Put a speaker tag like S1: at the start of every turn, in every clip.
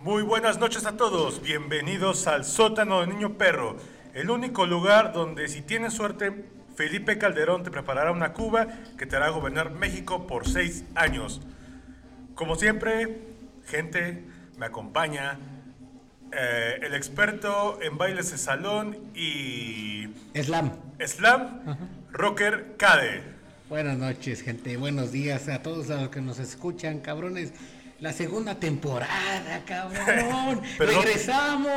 S1: Muy buenas noches a todos, bienvenidos al sótano de Niño Perro, el único lugar donde si tienes suerte, Felipe Calderón te preparará una Cuba que te hará gobernar México por seis años. Como siempre, gente, me acompaña eh, el experto en bailes de salón y
S2: Slam.
S1: slam, Rocker Cade.
S2: Buenas noches, gente. Buenos días a todos los que nos escuchan, cabrones. La segunda temporada, cabrón.
S1: Pero no-
S2: regresamos.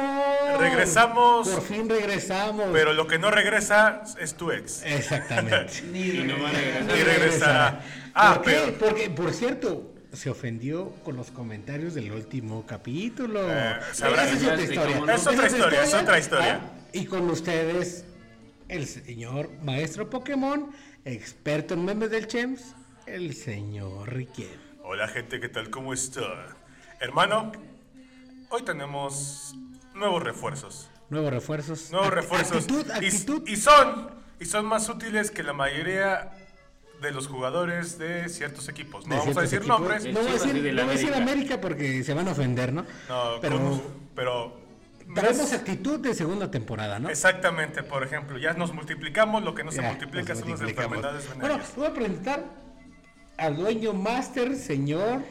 S1: Regresamos.
S2: Por fin regresamos.
S1: Pero lo que no regresa es tu ex.
S2: Exactamente.
S3: Y no va a regresar.
S1: Y regresará. Ah,
S2: Ah, ¿Por qué?
S1: pero-
S2: Porque, por cierto, se ofendió con los comentarios del último capítulo.
S1: Eh,
S2: Pero
S1: sabrá-
S2: esa es otra historia.
S3: Es otra
S2: Esa
S1: historia, es otra historia.
S2: Ah, y con ustedes, el señor maestro Pokémon, experto en memes del Chems, el señor Riquel.
S1: Hola gente, ¿qué tal? ¿Cómo está? Hermano, hoy tenemos nuevos refuerzos.
S2: Nuevos refuerzos.
S1: Nuevos
S2: Act-
S1: refuerzos.
S2: Actitud,
S1: Y-
S2: actitud.
S1: Y, son y son más útiles que la mayoría de los jugadores de ciertos equipos. No
S2: de
S1: vamos a
S2: ciertos
S1: decir
S2: equipos.
S1: nombres.
S2: No voy a
S3: Chivas y
S2: decir,
S3: del
S2: no voy a decir
S3: América.
S2: América porque se van a ofender, ¿no?
S1: No,
S2: pero
S1: con- pero
S2: traemos actitud de segunda temporada, ¿no?
S1: Exactamente, por ejemplo, ya nos multiplicamos, lo que no se
S2: Ya,
S1: multiplica
S2: nos
S1: son las
S2: multiplicamos.
S1: enfermedades
S2: Bueno,
S1: venéreas.
S2: voy a presentar al dueño máster, señor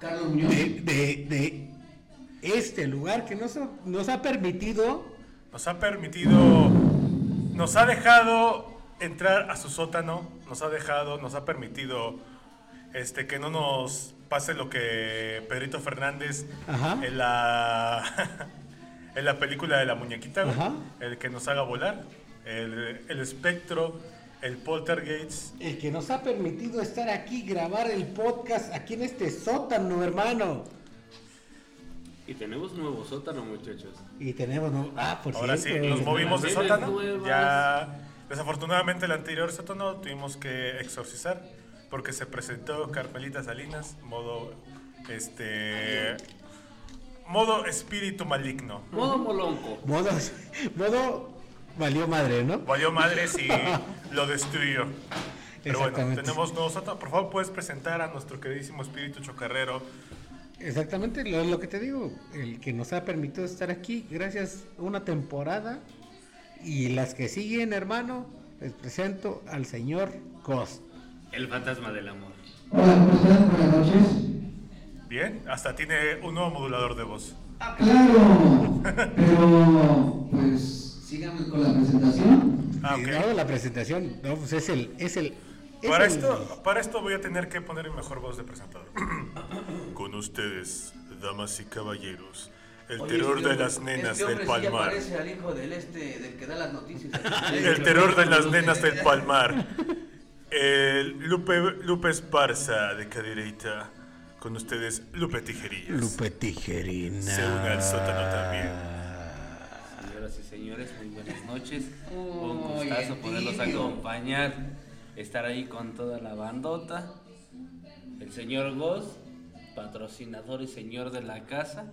S3: Carlos
S2: de,
S3: Muñoz.
S2: de- de este lugar que nos, ha- nos ha permitido
S1: Nos ha permitido, nos ha dejado entrar a su sótano, nos ha dejado, nos ha permitido este, que no nos pase lo que Pedrito Fernández
S2: Ajá.
S1: en la en la película de la muñequita, güey,
S2: Ajá.
S1: el que nos haga volar, el, el espectro, el poltergeist.
S2: el que nos ha permitido estar aquí grabar el podcast aquí en este sótano, hermano.
S3: Y tenemos nuevo sótano, muchachos.
S2: Y tenemos ¿no? ah, por
S1: Ahora sí,
S2: cierto,
S1: nos
S2: el-
S1: movimos de
S3: Las reglas
S1: sótano.
S3: nuevas.
S1: Ya, desafortunadamente el anterior sótano tuvimos que exorcizar porque se presentó Carmelita Salinas, modo, este, modo espíritu maligno.
S3: Modo molonco.
S2: Modo, modo valió madre, ¿no?
S1: Valió madres y lo destruyó. Pero bueno,
S2: Exactamente.
S1: tenemos nuevo sótano. Por favor, puedes presentar a nuestro queridísimo espíritu chocarrero.
S2: Exactamente, lo, lo que te digo, el que nos ha permitido estar aquí, gracias a una temporada y las que siguen, hermano, les presento al señor Cos.
S3: El fantasma del amor.
S4: Hola, ¿cómo están? Buenas noches.
S1: Bien, hasta tiene un nuevo modulador de voz.
S4: Ah, claro, pero pues sigamos con la presentación.
S1: Ah,
S2: Y
S1: ok.
S2: dado la presentación, no, pues es el, es el, es
S1: Para
S2: el-
S1: esto, para esto voy a tener que poner mi mejor voz de presentador. Con ustedes, damas y caballeros, el
S5: Oye,
S1: terror
S5: este
S1: de
S5: hombre-
S1: las nenas
S5: este
S1: del
S5: hombre Sí
S1: Palmar.
S5: parece al hijo del este, del que da las noticias.
S1: El terror de las nenas del Palmar. El Lupe, Lupe Esparza de Cadereita. Con ustedes, Lupe Tijerillas.
S2: Lupe Tijerina.
S1: Se une al sótano también.
S3: Señoras y señores, muy buenas noches. Un
S5: Uy,
S3: gustazo
S5: el
S3: poderlos
S5: tibio.
S3: acompañar. Estar ahí con toda la bandota. El señor Goss, patrocinador y señor de la casa.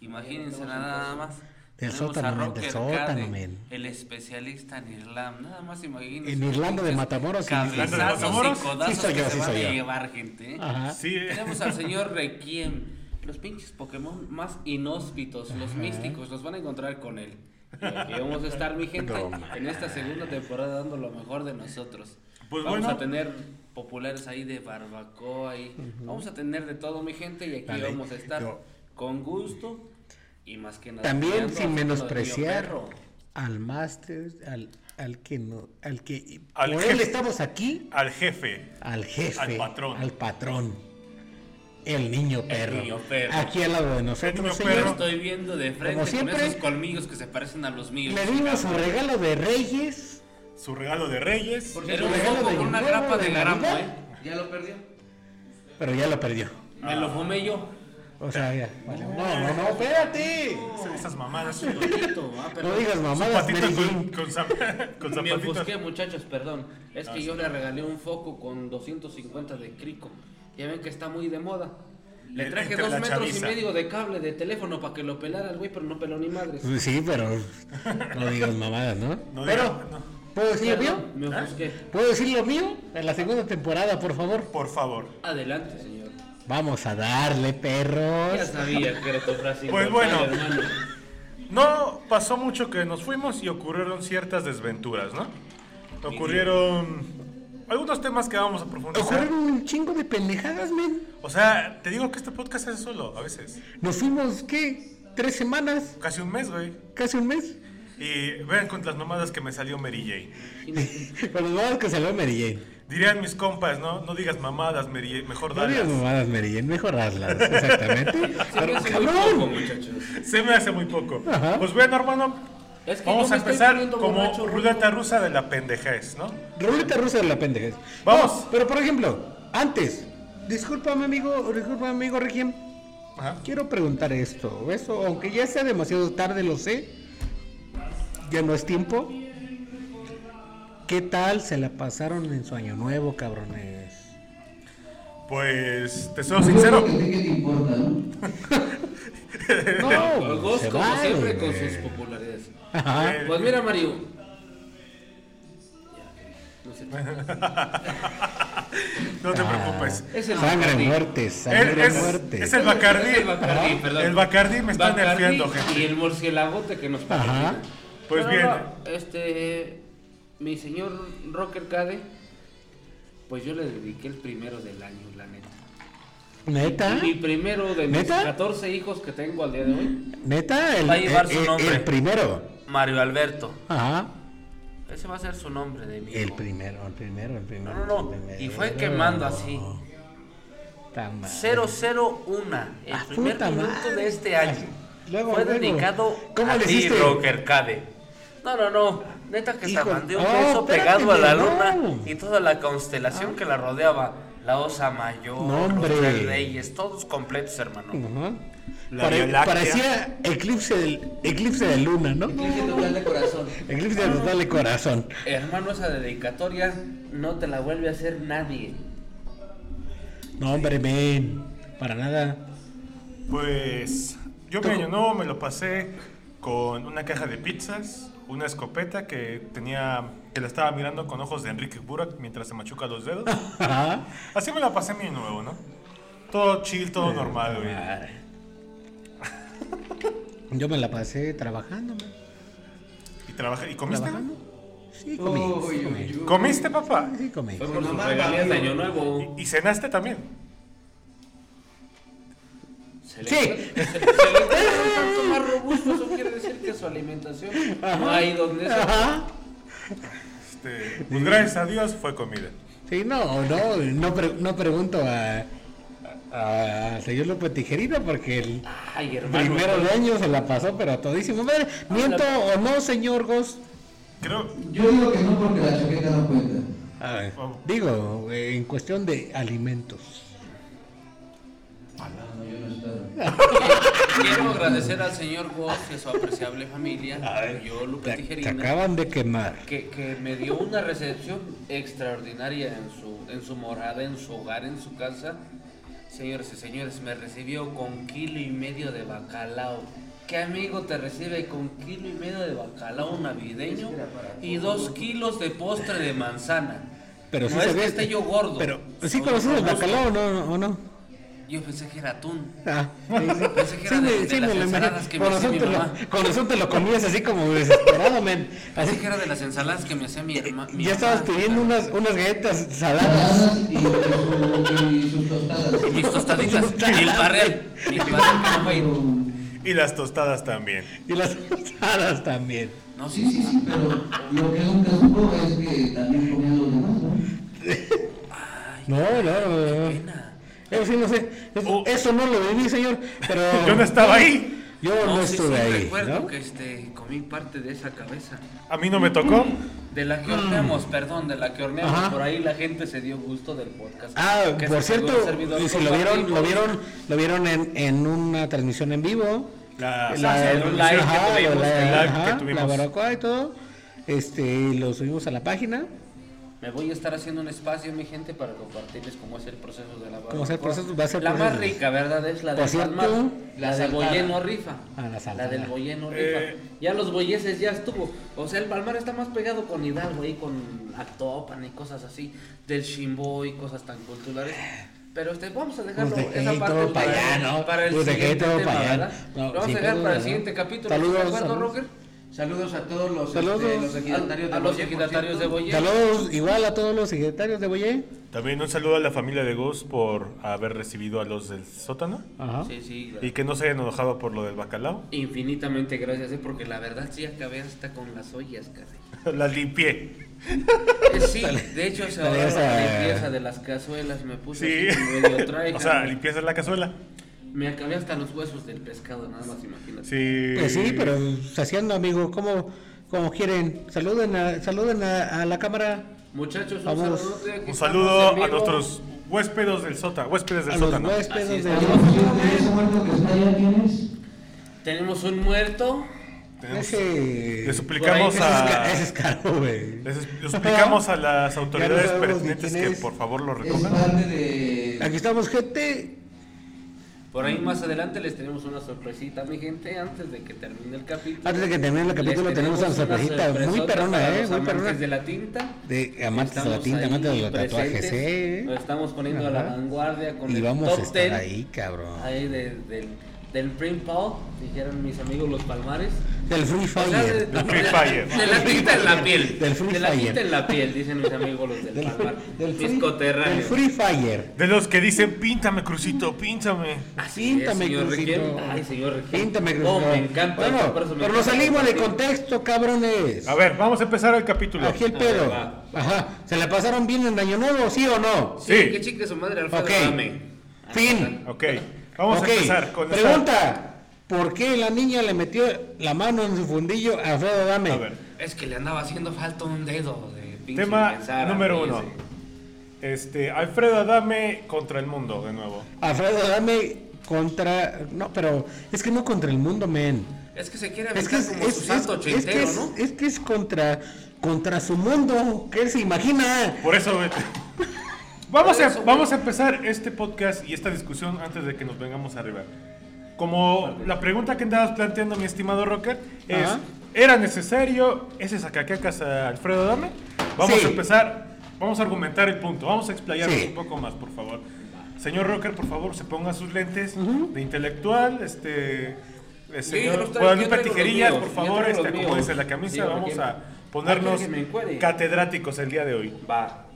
S3: Imagínense nada más.
S2: Del
S3: Tenemos
S2: sótano,
S3: a
S2: men,
S3: Rocker
S2: del sótano,
S3: Cade,
S2: men.
S3: El especialista en Irlanda. Nada más imagínense.
S2: En Irlanda de Matamoros y-
S3: Cabezazos
S1: Irlanda de Matamoros.
S3: y codazos
S2: Sí soy yo,
S3: que se
S2: sí
S3: van a
S2: soy yo.
S3: llevar, gente. ¿eh?
S2: Ajá.
S1: Sí, eh.
S3: Tenemos al señor Requiem. Los pinches Pokémon más inhóspitos, los místicos, los van a encontrar con él. Y aquí vamos a estar, mi gente,
S2: No mames.
S3: en esta segunda temporada dando lo mejor de nosotros.
S1: Pues
S3: vamos
S1: bueno.
S3: a tener populares ahí de barbacoa y vamos a tener de todo, mi gente, y aquí
S2: Dale.
S3: vamos a estar
S2: Yo-
S3: con gusto y más que nada.
S2: También
S3: apoyando
S2: sin
S3: a nuestro
S2: menospreciar
S3: tío perro.
S2: al máster, al, al que no, al que
S1: Al
S2: por él
S1: jefe.
S2: estamos aquí,
S1: Al jefe.
S2: al jefe,
S1: Al patrón.
S2: al patrón, el niño perro,
S3: niño perro.
S2: aquí al lado de nosotros,
S1: niño
S2: señor.
S3: Yo
S1: perro.
S3: estoy viendo de frente
S2: siempre,
S3: con esos colmillos que se parecen a los míos.
S2: Le dimos su regalo de Reyes,
S1: Su regalo de Reyes.
S5: Por
S3: Era
S5: cierto,
S3: un
S2: regalo
S3: poco
S2: de
S3: con una
S2: Navidad,
S3: grapa
S2: de
S3: de gramo,
S2: Navidad.
S3: eh.
S5: Ya lo perdió.
S2: pero ya lo perdió.
S3: Me lo fumé yo.
S2: O sea, ya. vale, No, no, no, espérate.
S1: Esas mamadas.
S3: Patito, ah,
S2: No
S3: perdón.
S2: digas mamadas,
S1: Zapatitos
S2: Mary
S1: con,
S2: Jane.
S1: con, zap- con
S3: Me
S1: zapatitos.
S3: busqué, muchachos, perdón. Es que yo le regalé un foco con 250 de crico. Ya ven que está muy de moda. Le
S1: En-
S3: traje
S1: entre
S3: dos
S1: la
S3: metros
S1: chaviza.
S3: y medio de cable de teléfono para que lo pelara el güey, pero no peló ni madres.
S2: Pues Sí, pero no digas mamadas, ¿no?
S1: No
S2: pero,
S1: digas, no.
S2: ¿puedo decir lo mío?
S3: Perdón, Me
S1: ¿Ah?
S3: ofusqué.
S2: ¿Puedo decir lo mío? En la segunda temporada, por favor.
S1: Por favor.
S3: Adelante, señor.
S2: Vamos a darle,
S3: Ya
S2: perros.
S3: sabía que era tu frase.
S1: Pues
S3: inmortal,
S1: bueno.
S3: hermano.
S1: No pasó mucho que nos fuimos y ocurrieron ciertas desventuras, ¿no? Ocurrieron algunos temas que vamos a profundizar.
S2: Ocurrieron un chingo de pendejadas, men.
S1: O sea, te digo que este podcast es solo, a veces.
S2: Nos fuimos, ¿qué? ¿Tres semanas?
S1: Casi un mes, güey.
S2: ¿Casi un mes?
S1: Y vean con las mamadas que me salió Mary Jane.
S2: Con los mamadas que salió Mary Jane.
S1: Dirían mis compas, ¿no? No digas mamadas, Mary Jane, mejor
S2: No digas
S1: dalas.
S2: mamadas, Mary Jane, mejor hazlas, exactamente.
S3: Se me
S2: Pero,
S3: hace muy poco,
S2: cabrón.
S3: muchachos.
S1: Se me hace muy poco.
S2: Ajá.
S1: Pues bueno, hermano,
S3: Es que
S1: vamos
S3: yo me
S1: a
S3: estoy
S1: empezar
S3: poniendo
S1: como
S3: borracho,
S1: ruleta rusa de la pendejez, ¿no?
S2: Ruleta rusa de la pendejez.
S1: Vamos.
S2: No, pero por ejemplo, antes, discúlpame, amigo, discúlpame, amigo Regiem.
S1: Ajá.
S2: Quiero preguntar esto, eso, aunque ya sea demasiado tarde, lo sé. Ya no es tiempo. ¿Qué tal se la pasaron en su año nuevo, cabrones?
S1: Pues, te soy sincero.
S4: Que a ti que te importa, ¿no?
S2: No,
S3: Los dos,
S2: se
S3: como
S2: vale,
S3: siempre, con
S2: güey.
S3: sus popularidades.
S2: Ajá.
S1: Eh,
S3: Pues mira, Mario. No sé.
S1: No te preocupes.
S3: Es el
S2: Ah, sangre
S3: Bacardi.
S2: muerte,
S1: Es,
S2: sangre
S1: es-
S2: muerte.
S1: es el Bacardí.
S3: Es el Bacardí,
S1: Ajá.
S3: perdón.
S1: El Bacardí me está
S3: Bacardi
S1: nerfeando, gente.
S3: Y el morcielagote que nos
S2: Ajá.
S3: patrocina.
S1: Pues
S3: No,
S1: bien.
S3: no, este. Mi señor Rocker Cade. Pues yo le dediqué el primero del año, la neta.
S2: Neta,
S3: Mi primero de mis
S2: ¿Ah? ¿Neta?
S3: 14 hijos que tengo al día de hoy.
S2: neta, el, eh,
S3: Va a llevar su
S2: el- el-
S3: nombre.
S2: el primero.
S3: Mario Alberto.
S2: Ajá.
S3: Ese va a ser su nombre de mi
S2: El
S3: hijo.
S2: primero, el primero, el primero.
S3: No, no, no.
S2: el
S3: Y fue
S2: primero.
S3: quemando así.
S2: Puta madre.
S3: 001, el
S2: Ah,
S3: primer
S2: puta
S3: minuto
S2: madre.
S3: de este año.
S2: Luego,
S3: Fue
S2: luego.
S3: dedicado
S2: ¿Cómo
S3: a
S2: le
S3: ti,
S2: hiciste?
S3: Rocker Cade. No, no, no. Neta que
S2: Hijo-
S3: se mandé un
S2: Oh,
S3: beso
S2: espérate,
S3: pegado a la
S2: no.
S3: luna y toda la constelación que la rodeaba. La osa mayor,
S2: No,
S3: los
S2: hombre.
S3: tres reyes, todos completos, hermano.
S2: Ajá.
S1: La
S2: Pare-
S1: Vía Láctea.
S2: parecía eclipse, del, eclipse de luna, ¿no?
S5: Dije total de corazón.
S2: Eclipse de total de corazón.
S3: Hermano, esa dedicatoria no te la vuelve a hacer nadie.
S2: No, hombre, men. Para nada.
S1: Pues yo mi año nuevo me lo pasé con una caja de pizzas, una escopeta que tenía, que la estaba mirando con ojos de Enrique Burak mientras se machuca los dedos.
S2: Ajá.
S1: Así me la pasé mi año nuevo, ¿no? Todo chill,
S2: Eh,
S1: todo normal, güey.
S2: Madre. Yo me la pasé trabajando, men.
S1: ¿Y, trabaja- ¿y comiste?
S2: ¿Trabajando? Sí, comí.
S5: Uy,
S2: sí,
S5: uy,
S2: comí.
S5: uy.
S1: ¿Comiste, papá?
S2: Sí, comí.
S3: Fue por
S5: Con
S3: sus
S5: mamá,
S3: regalías de
S5: amigo.
S3: Año Nuevo.
S1: ¿Y, y cenaste también?
S3: Se le-
S2: Sí.
S3: se le- se le- se le- un tanto más robusto, eso quiere decir que su alimentación no hay donde se
S2: Ajá.
S1: Este, pues gracias a Dios fue comida.
S2: Sí, no, no, no, pre- no pregunto a, a, a señor López Tijerina porque el
S3: Ay, hermano. Ah,
S2: primero de año se la pasó, pero a todísimo. Madre, miento o no, señor Goss.
S1: Creo,
S4: Yo digo que no porque la chaqueta no cuenta.
S2: A ver, digo, eh, en cuestión de alimentos.
S4: No, yo no estaba.
S3: Quiero agradecer al señor Goss y a su apreciable familia, yo,
S2: Te,
S3: Lupe
S2: te
S3: Tijerina,
S2: acaban de quemar.
S3: que, que me dio una recepción extraordinaria en su, en su morada, en su hogar, en su casa. Señores y señores, me recibió con kilo y medio de bacalao. ¿Qué amigo te recibe con kilo y medio de bacalao navideño y dos kilos de postre de manzana?
S2: Pero sí
S3: no es
S2: sabía- este
S3: que esté yo gordo.
S2: Pero, ¿sí
S3: soy
S2: conoces el
S3: robusto.
S2: bacalao o no? ¿O no?
S3: Yo pensé que era atún.
S2: Ah, sí, sí.
S3: Pensé que era de- de las
S2: lo
S3: ensaladas
S2: imagino.
S3: que me
S2: Con
S3: hacía
S2: razón
S3: mi
S2: te
S3: mamá.
S2: lo- con razón te lo comías así como desesperado, men. Así
S3: Pensé que era de las ensaladas que me hacía mi hermano.
S2: ya estabas pidiendo unas, unas galletas saladas.
S4: Saladas y, su- y sus tostadas.
S3: Mis tostaditas. y el barrel. Y el barrel que no fue.
S4: Pero,
S1: y las tostadas también.
S2: Y las tostadas también.
S3: No,
S4: sí, sí, sí, pero lo que nunca supo es que también comían los demás, ¿no?
S2: No, no, no, no.
S3: Pena.
S2: Eso sí, no sé. Eso,
S1: Oh.
S2: eso no lo viví, señor. Pero
S1: Yo no estaba ahí.
S2: Yo no,
S3: sí,
S2: estuve
S3: sí,
S2: ahí.
S3: Recuerdo
S2: ¿no?
S3: que este, comí parte de esa cabeza.
S1: A mí no me tocó.
S3: De la que horneamos, perdón, de la que horneamos.
S2: Mm. Ajá.
S3: Por ahí la gente se dio gusto del podcast.
S2: Ah,
S3: Que
S2: por
S3: se pegó
S2: cierto,
S3: el servidor
S2: y si lo vieron, lo
S3: compartimos.
S2: vieron, lo vieron en, en una transmisión en vivo.
S1: La-
S3: Ah, sí, un live que
S2: ajá,
S3: tuvimos,
S2: la-
S1: el live
S2: ajá,
S1: que tuvimos.
S2: la barbacoa y todo. Este, lo subimos a la página.
S3: Me voy a estar haciendo un espacio, mi gente, para compartirles cómo es el proceso de la barbacoa.
S2: Cómo es el proceso, va a ser
S3: La
S2: por
S3: más
S2: el-
S3: rica, ¿verdad? Es la
S2: Por
S3: de
S2: cierto,
S3: Palmar. La de
S5: la
S3: Boyé no
S5: saltada.
S3: rifa.
S2: Ah, la
S3: la
S2: saltada.
S3: del Boyé no rifa.
S1: Eh.
S3: Ya los boyeses ya estuvo. O sea, el Palmar está más pegado con Hidalgo y con Actopan y cosas así. Del Chimbo y cosas tan culturales. Pero este, vamos a dejarlo
S2: Pues dejé
S3: esa parte
S2: todo para allá, ¿no?
S3: para el
S2: Pues dejé
S3: siguiente
S2: todo
S3: tema,
S2: para allá.
S3: ¿verdad?
S2: No,
S3: Lo vamos
S2: sin
S3: a dejar para
S2: duda,
S3: el
S2: ¿no?
S3: siguiente capítulo.
S2: Saludos,
S3: ¿Estás de acuerdo,
S2: saludos.
S3: Rocker?
S5: Saludos a todos los,
S2: Saludos.
S5: este, los equidatarios
S3: A, a los
S5: de Boyer, por
S3: equidatarios de
S5: cierto.
S3: Boyer.
S2: Saludos igual a todos los secretarios de Boyé.
S1: También un saludo a la familia de Gus por haber recibido a los del sótano
S2: Ajá.
S3: Sí, sí.
S1: y que no se hayan enojado por lo del bacalao.
S3: Infinitamente gracias, eh, porque la verdad sí acabé hasta con las ollas, caray.
S1: la limpié.
S3: Eh, sí, de hecho se ahorra
S2: Saludos
S3: la
S2: a-
S3: limpieza de las cazuelas, me
S1: Sí.
S3: puse así medio traiga.
S1: o sea, limpieza la cazuela.
S3: Me acabé hasta los huesos del pescado, nada más imagínate.
S1: Sí.
S2: Pues sí, pero se haciendo amigo, como, como quieren. Saluden a, saluden a, a la cámara,
S3: Muchachos, un
S2: Vamos.
S3: saludote, aquí
S1: Un
S3: estamos en
S1: saludo
S3: vivo.
S1: a nuestros huéspedos del sótano, huéspedes
S2: a
S1: del
S2: los
S1: sótano.
S3: Así
S2: huéspedes
S3: es.
S2: de
S4: Oye, por cierto, ¿Ese muerto que está allá quién es?
S3: Tenemos un muerto.
S1: Tenemos-
S2: Ese-
S1: Le suplicamos
S2: ese es
S1: a
S2: ca- ese es caro, güey.
S1: les les suplicamos a las
S2: Ya
S1: autoridades
S2: no sabemos ni
S1: pertinentes
S2: quién
S1: que
S2: es.
S1: por favor lo
S4: Es
S1: recojan.
S4: parte de.
S2: Aquí estamos, gente.
S3: Por
S2: Mm.
S3: ahí más adelante les tenemos una sorpresita, mi gente, antes de que termine el capítulo.
S2: Antes de que termine el
S3: Les
S2: capítulo, tenemos una sorpresita muy
S3: sorpresota
S2: perrona,
S3: para
S2: eh,
S3: los
S2: muy
S3: amantes
S2: perrona.
S3: de la tinta.
S2: De amantes de la
S3: Estamos
S2: tinta,
S3: ahí
S2: amantes de los tatuajes,
S3: presentes.
S2: eh.
S3: Nos estamos poniendo a la
S2: Ajá.
S3: vanguardia con
S2: Y
S3: el
S2: vamos
S3: top
S2: a estar
S3: 10
S2: ahí, cabrón.
S3: ahí de- del, del Print Paw, dijeron mis amigos los palmares.
S2: Del Free
S3: O sea, de-
S2: Fire.
S1: Del Free Fire.
S3: De la tinta en la piel.
S2: Del Free
S3: de la
S2: Fire.
S3: tinta en la piel, dicen mis amigos los del, palmar.
S2: del
S3: mis
S2: free, del
S3: coterráneos.
S2: Free Fire.
S1: De los que dicen, píntame, Crucito, píntame.
S3: Así es,
S2: Píntame,
S3: señor
S2: Crucito.
S3: Requiero. Ay, señor Requiero.
S2: Píntame,
S3: Oh,
S2: Crucito.
S3: me encanta.
S2: Bueno,
S3: por eso me
S2: pero nos
S3: encanta
S2: salimos de
S3: compartir.
S2: contexto, cabrones.
S1: A ver, vamos a empezar el capítulo.
S2: Aquí el
S3: A
S2: pedo.
S3: ver, va.
S2: Ajá. ¿Se la pasaron bien en Año Nuevo, sí o no?
S3: Sí,
S1: Sí.
S3: que chique su madre, Alfredo
S2: Ok.
S3: Adame.
S2: Fin.
S1: Ok, vamos
S2: Ok,
S1: a empezar con esta-
S2: Pregunta. ¿Por qué la niña le metió la mano en su fundillo a Alfredo Dame?
S1: A ver,
S3: Es que le andaba haciendo falta un dedo de pinche
S1: tema
S3: pensar,
S1: número
S3: amigo,
S1: uno. Este, Alfredo Adame contra el mundo, de nuevo.
S2: Alfredo Dame contra... No, pero es que no contra el mundo, men.
S3: sí. Es que se quiere
S2: Es que
S3: aventar
S2: es,
S3: como
S2: es-
S3: su
S2: es-
S3: santo
S2: es que
S3: ochentero,
S2: es-
S3: ¿no?
S2: es que es contra, contra su mundo. que él se imagina?
S1: Por eso, vete. Vamos,
S3: Por
S1: a,
S3: eso, güey.
S1: vamos a empezar este podcast y esta discusión antes de que nos vengamos arriba. Como la pregunta que andabas planteando, mi estimado Rocker, es:
S2: Ajá.
S1: ¿era necesario ese sacacacas a Alfredo Dame? Vamos
S2: Sí.
S1: a empezar, vamos a argumentar el punto, vamos a explayarnos
S2: Sí.
S1: un poco más, por favor. Señor Rocker, por favor, se ponga sus lentes de intelectual, este. eh,
S3: Sí, yo
S1: Señor
S3: los traigo, yo
S1: Guadalupe
S3: traigo los
S1: Tijerillas,
S3: míos,
S1: por
S3: yo
S1: favor,
S3: traigo
S1: este,
S3: los
S1: acomódese
S3: míos.
S1: la camisa,
S3: Digo,
S1: vamos
S3: porque-
S1: a
S3: Ah,
S1: ponernos
S3: quiere que me encuere.
S1: catedráticos el día de hoy.
S3: Va.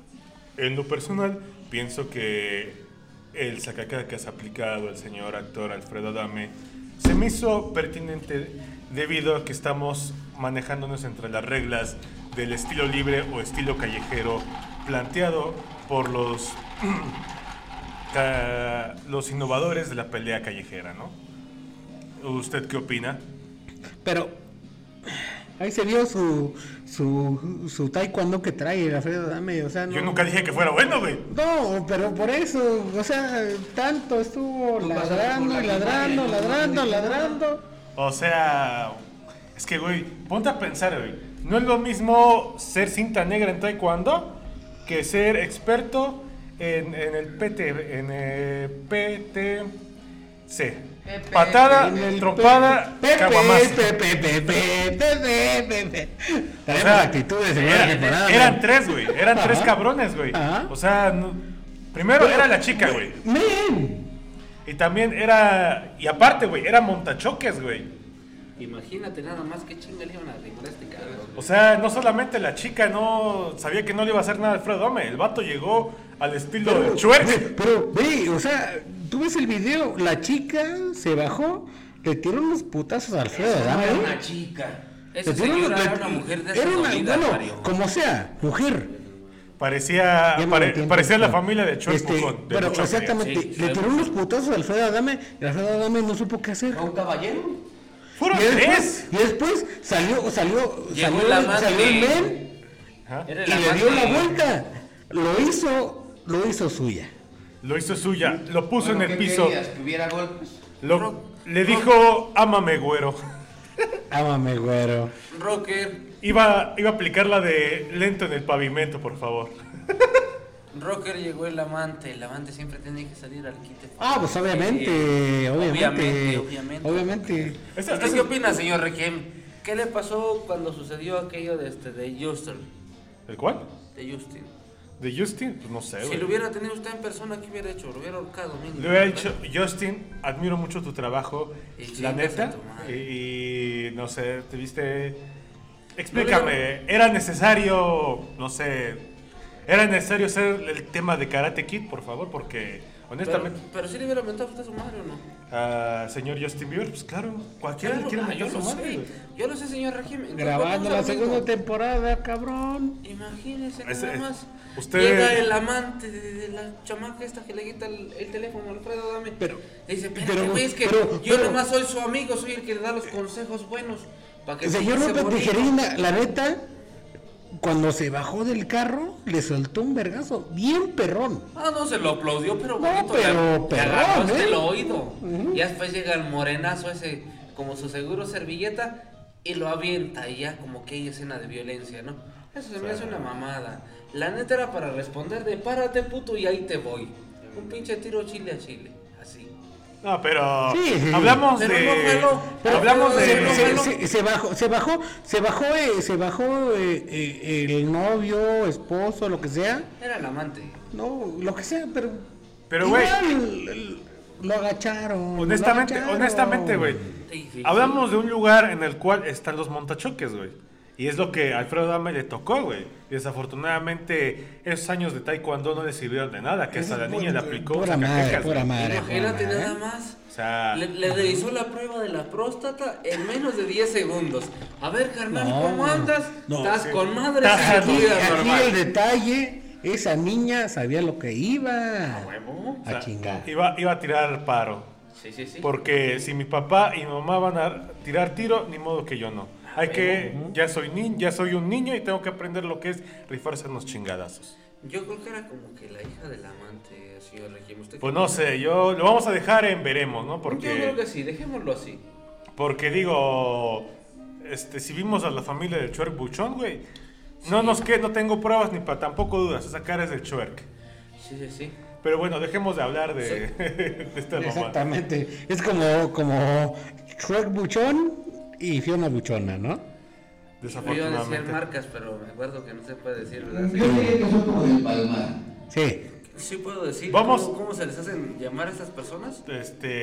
S1: En lo personal, pienso que el sacacacas aplicado al señor actor Alfredo Adame se me hizo pertinente debido a que estamos manejándonos entre las reglas del estilo libre o estilo callejero planteado por los, ca- los innovadores de la pelea callejera, ¿no? ¿Usted qué opina?
S2: Pero ahí se vio su, su, su taekwondo que trae el Alfredo Dame. O sea, no,
S1: Yo nunca dije que fuera bueno, güey.
S2: No, pero por eso, o sea, tanto estuvo
S5: Tú pasaste
S2: ladrando
S5: por
S2: y
S5: la
S2: ladrando,
S5: primaria,
S2: ladrando,
S5: no, no, no, no.
S2: ladrando.
S1: O sea, es que, güey, ponte a pensar, güey. No es lo mismo ser cinta negra en taekwondo que ser experto en, en el PT, en eh, el PTC.
S5: Pepe.
S1: Patada,
S2: En el
S1: trompada,
S2: pe-
S1: caguamazo.
S2: pe- pe- pe- pe- pe- pe- pe-
S1: O
S2: Tenemos
S1: sea,
S2: actitudes en
S1: era-
S2: la temporada.
S1: Eran
S2: ¿no?
S1: tres, güey. Eran tres
S2: Ajá.
S1: cabrones, güey.
S2: Ajá.
S1: O sea, no- primero era la chica, güey.
S2: Men,
S1: Y también era. Y aparte, güey, era montachoques, güey.
S3: Imagínate nada más qué chinga le iban a rimar a este cabrón.
S1: O sea, no solamente la chica no sabía que no le iba a hacer nada a Alfredo Dame, el vato llegó al estilo de
S2: güey,
S1: Schwertz.
S2: Pero, eh, ve, o sea, tú ves el video, la chica se bajó, le tiró unos putazos a Alfredo
S3: Esa no
S2: Adame.
S3: era
S2: ¿eh?
S3: una chica.
S2: Le
S3: Esa
S2: tiró unos-
S3: señora
S2: le-
S3: era una mujer de
S2: era una-
S3: dolida,
S2: bueno,
S3: Mario.
S2: como sea, mujer.
S1: Parecía,
S2: Ya me
S1: pare-
S2: lo entiendo,
S1: parecía la
S2: claro.
S1: familia de Chueco
S2: Este,
S1: con de
S2: Pero
S1: Lucha Libre.
S2: exactamente,
S3: Sí,
S2: le
S3: sí.
S2: tiró unos putazos a Alfredo Adame y Alfredo Adame no supo qué hacer.
S5: ¿A un caballero?
S1: Fueron
S2: Y después,
S1: tres.
S2: y después salió, salió,
S3: Llegó
S2: salió,
S3: la
S2: el-
S3: madre.
S2: salió el men
S1: Ajá.
S3: Era
S2: y
S3: la
S2: le dio
S3: madre.
S2: la vuelta. Lo hizo, lo hizo suya. lo
S1: Lo hizo suya, lo puso
S5: Bueno,
S1: en el
S5: ¿qué
S1: piso.
S5: querías? ¿Que hubiera golpes?
S1: lo-
S3: Rock,
S1: le
S3: rock.
S1: dijo, ámame, güero.
S2: Ámame, güero.
S3: Rocker,
S1: Iba, iba a aplicar la de lento en el pavimento, por favor.
S3: Rocker llegó el amante, el amante siempre tiene que salir al quite.
S2: Ah, pues obviamente,
S3: Eh,
S2: obviamente,
S3: obviamente.
S2: obviamente.
S1: Esa-
S3: ¿Usted
S1: esa-
S3: qué opina, señor Requiem? ¿Qué le pasó cuando sucedió aquello de, este, de Justin?
S1: ¿El cual?
S3: De Justin.
S1: ¿De Justin? Pues no sé,
S3: Si
S1: güey.
S3: lo hubiera tenido usted en persona, ¿qué hubiera hecho? Lo hubiera ahorcado mínimo.
S1: Le hubiera
S3: ¿verdad?
S1: dicho, Justin, admiro mucho tu trabajo,
S3: Y
S1: la
S3: chingas a
S1: neta.
S3: tu madre.
S1: Y, y no sé, te viste. Explícame, ¿era necesario, no sé, era necesario ser el tema de Karate Kid, por favor? Porque,
S3: Pero,
S1: honestamente,
S3: pero sí le hubiera mentado usted a su madre o no.
S1: al señor Justin Bieber, pues claro, cualquiera le
S3: Claro,
S1: quiere
S3: ah,
S1: meter
S3: yo
S1: a su
S3: lo
S1: madre,
S3: sé.
S1: güey.
S3: Yo lo sé, señor Regim.
S2: Grabando la segunda temporada, cabrón.
S3: Imagínese
S1: Es-
S3: nada
S1: es-
S3: más.
S1: usted-
S3: Llega el amante de, de la chamaca esta que le quita el, el teléfono, Alfredo, dame.
S2: Pero-
S3: Le dice,
S2: pero-
S3: pero, es que
S2: pero-
S3: yo
S2: pero-
S3: nomás soy su amigo, soy el que le da los consejos buenos. Para que
S2: El
S3: se
S2: señor
S3: pase
S2: López
S3: bonito".
S2: Tijerina, la neta, cuando se bajó del carro, le soltó un vergazo bien perrón.
S3: Ah, no, se lo aplaudió, pero
S2: No,
S3: le-
S2: pero
S3: le
S2: perrón,
S3: agarró hasta
S2: ¿eh?
S3: el oído.
S2: Ujú.
S3: Y después llega el morenazo ese, como su seguro servilleta, y lo avienta y ya como que hay escena de violencia, ¿no? Eso se me hace una mamada. La neta era para responder de párate puto y ahí te voy. Un pinche tiro chile a chile, así.
S1: No, pero
S2: Sí, sí.
S1: hablamos
S3: Pero
S1: de...
S3: no jaló. Pero-
S1: hablamos
S3: pero-
S1: de...
S3: pero-
S2: Se, se- se bajó, se bajó, se bajó, eh, se bajó eh, eh, el novio, esposo, lo que sea.
S3: Era el amante.
S2: No, lo que sea, pero.
S1: Pero, güey.
S2: igual, l- Lo agacharon.
S1: honestamente,
S2: lo agacharon.
S1: honestamente, güey.
S3: Sí, sí,
S1: Hablamos de un lugar en el cual están los montachoques, güey. Y es lo que a Alfredo Dame le tocó, güey. Desafortunadamente, esos años de taekwondo no le sirvieron de nada, que hasta la niña le aplicó.
S2: Pura madre,
S1: sacacacas,
S2: pura
S1: güey.
S2: madre.
S3: Imagínate
S2: pura madre.
S3: nada más.
S1: O sea,
S3: Le, le realizó la prueba de la próstata en menos de 10 segundos. A ver, carnal,
S2: No,
S3: ¿cómo andas?
S2: no,
S3: Estás
S1: sí.
S3: con madre
S1: Estás
S3: en tu
S1: aquí,
S3: vida
S2: Aquí
S3: normal.
S2: el detalle, esa niña sabía lo que iba.
S3: ¿A huevo?
S1: o sea,
S2: A chingar.
S1: Iba, iba a tirar paro.
S3: Sí, sí, sí.
S1: Porque si mi papá y mi mamá van a tirar tiro, ni modo que yo no. Hay que, ya soy niño, ya soy un niño y tengo que aprender lo que es rifarse en los chingadazos.
S3: Yo creo que era como que la hija del amante, señor Regim. ¿Usted
S1: Pues
S3: qué
S1: no
S3: piensa?
S1: sé, yo lo vamos a dejar en veremos, ¿no? Porque
S3: Yo creo que sí, dejémoslo así.
S1: Porque digo, este, si vimos a la familia del Chuerk Buchón, güey, no nos que no tengo pruebas ni pa- tampoco dudas, esa cara es del Chuerk.
S3: Sí, sí, sí.
S1: Pero bueno, dejemos de hablar de, de esta mamá.
S2: Exactamente. Es como, como Shrek Buchón y Fiona Buchona, ¿no?
S3: Yo iba a decir
S1: Desafortunadamente.
S3: marcas, pero me acuerdo que no se puede decir, ¿verdad?
S4: Yo diría que son como del Palmar.
S2: Sí.
S3: Sí puedo decir.
S1: Vamos.
S3: ¿Cómo, cómo se les hacen llamar a estas personas?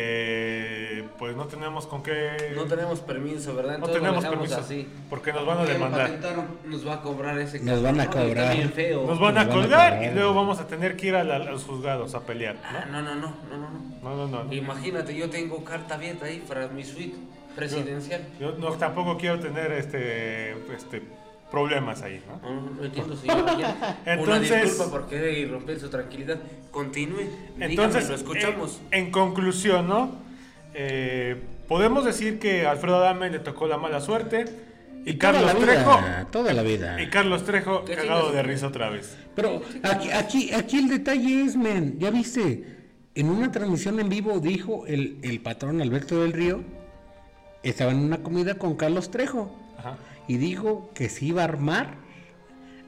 S1: Este, pues no tenemos con qué.
S3: No tenemos permiso, ¿verdad?
S1: no
S3: Entonces lo
S1: tenemos
S3: dejamos
S1: permiso.
S3: así.
S1: Porque nos van a
S5: Ya lo
S1: demandar.
S5: patentaron.
S3: Nos va a cobrar ese
S2: Nos van a
S3: cabrón, está
S2: cobrar.
S3: bien feo.
S1: Nos van a
S2: Nos van a
S1: colgar y
S2: colgar.
S1: luego vamos a tener que ir a, la- a los juzgados a pelear,
S3: Ah,
S1: ¿no?
S3: no, no, no, no, no, no.
S1: No, no, no. no.
S3: Imagínate, yo tengo carta abierta ahí para mi suite presidencial.
S1: Yo no, tampoco quiero tener este, este, problemas ahí, ¿no?
S3: No, no, no entiendo, señor. Una
S1: Entonces-
S3: disculpa por querer romper su tranquilidad. Continúe.
S1: Entonces,
S3: Entonces,
S2: eh,
S3: lo escuchamos.
S1: En, en conclusión, ¿no? Eh, podemos decir que Alfredo Adame le tocó la mala suerte y Carlos
S2: toda la
S1: Trejo
S2: vida. Toda la vida.
S1: y Carlos Trejo
S3: ¿Qué
S1: cagado
S3: chingas?
S1: de risa otra vez.
S2: Pero aquí, aquí, aquí el detalle es, men, ya viste, en una transmisión en vivo dijo el, el patrón Alberto del Río, estaba en una comida con Carlos Trejo
S1: Ajá.
S2: y dijo que se iba a armar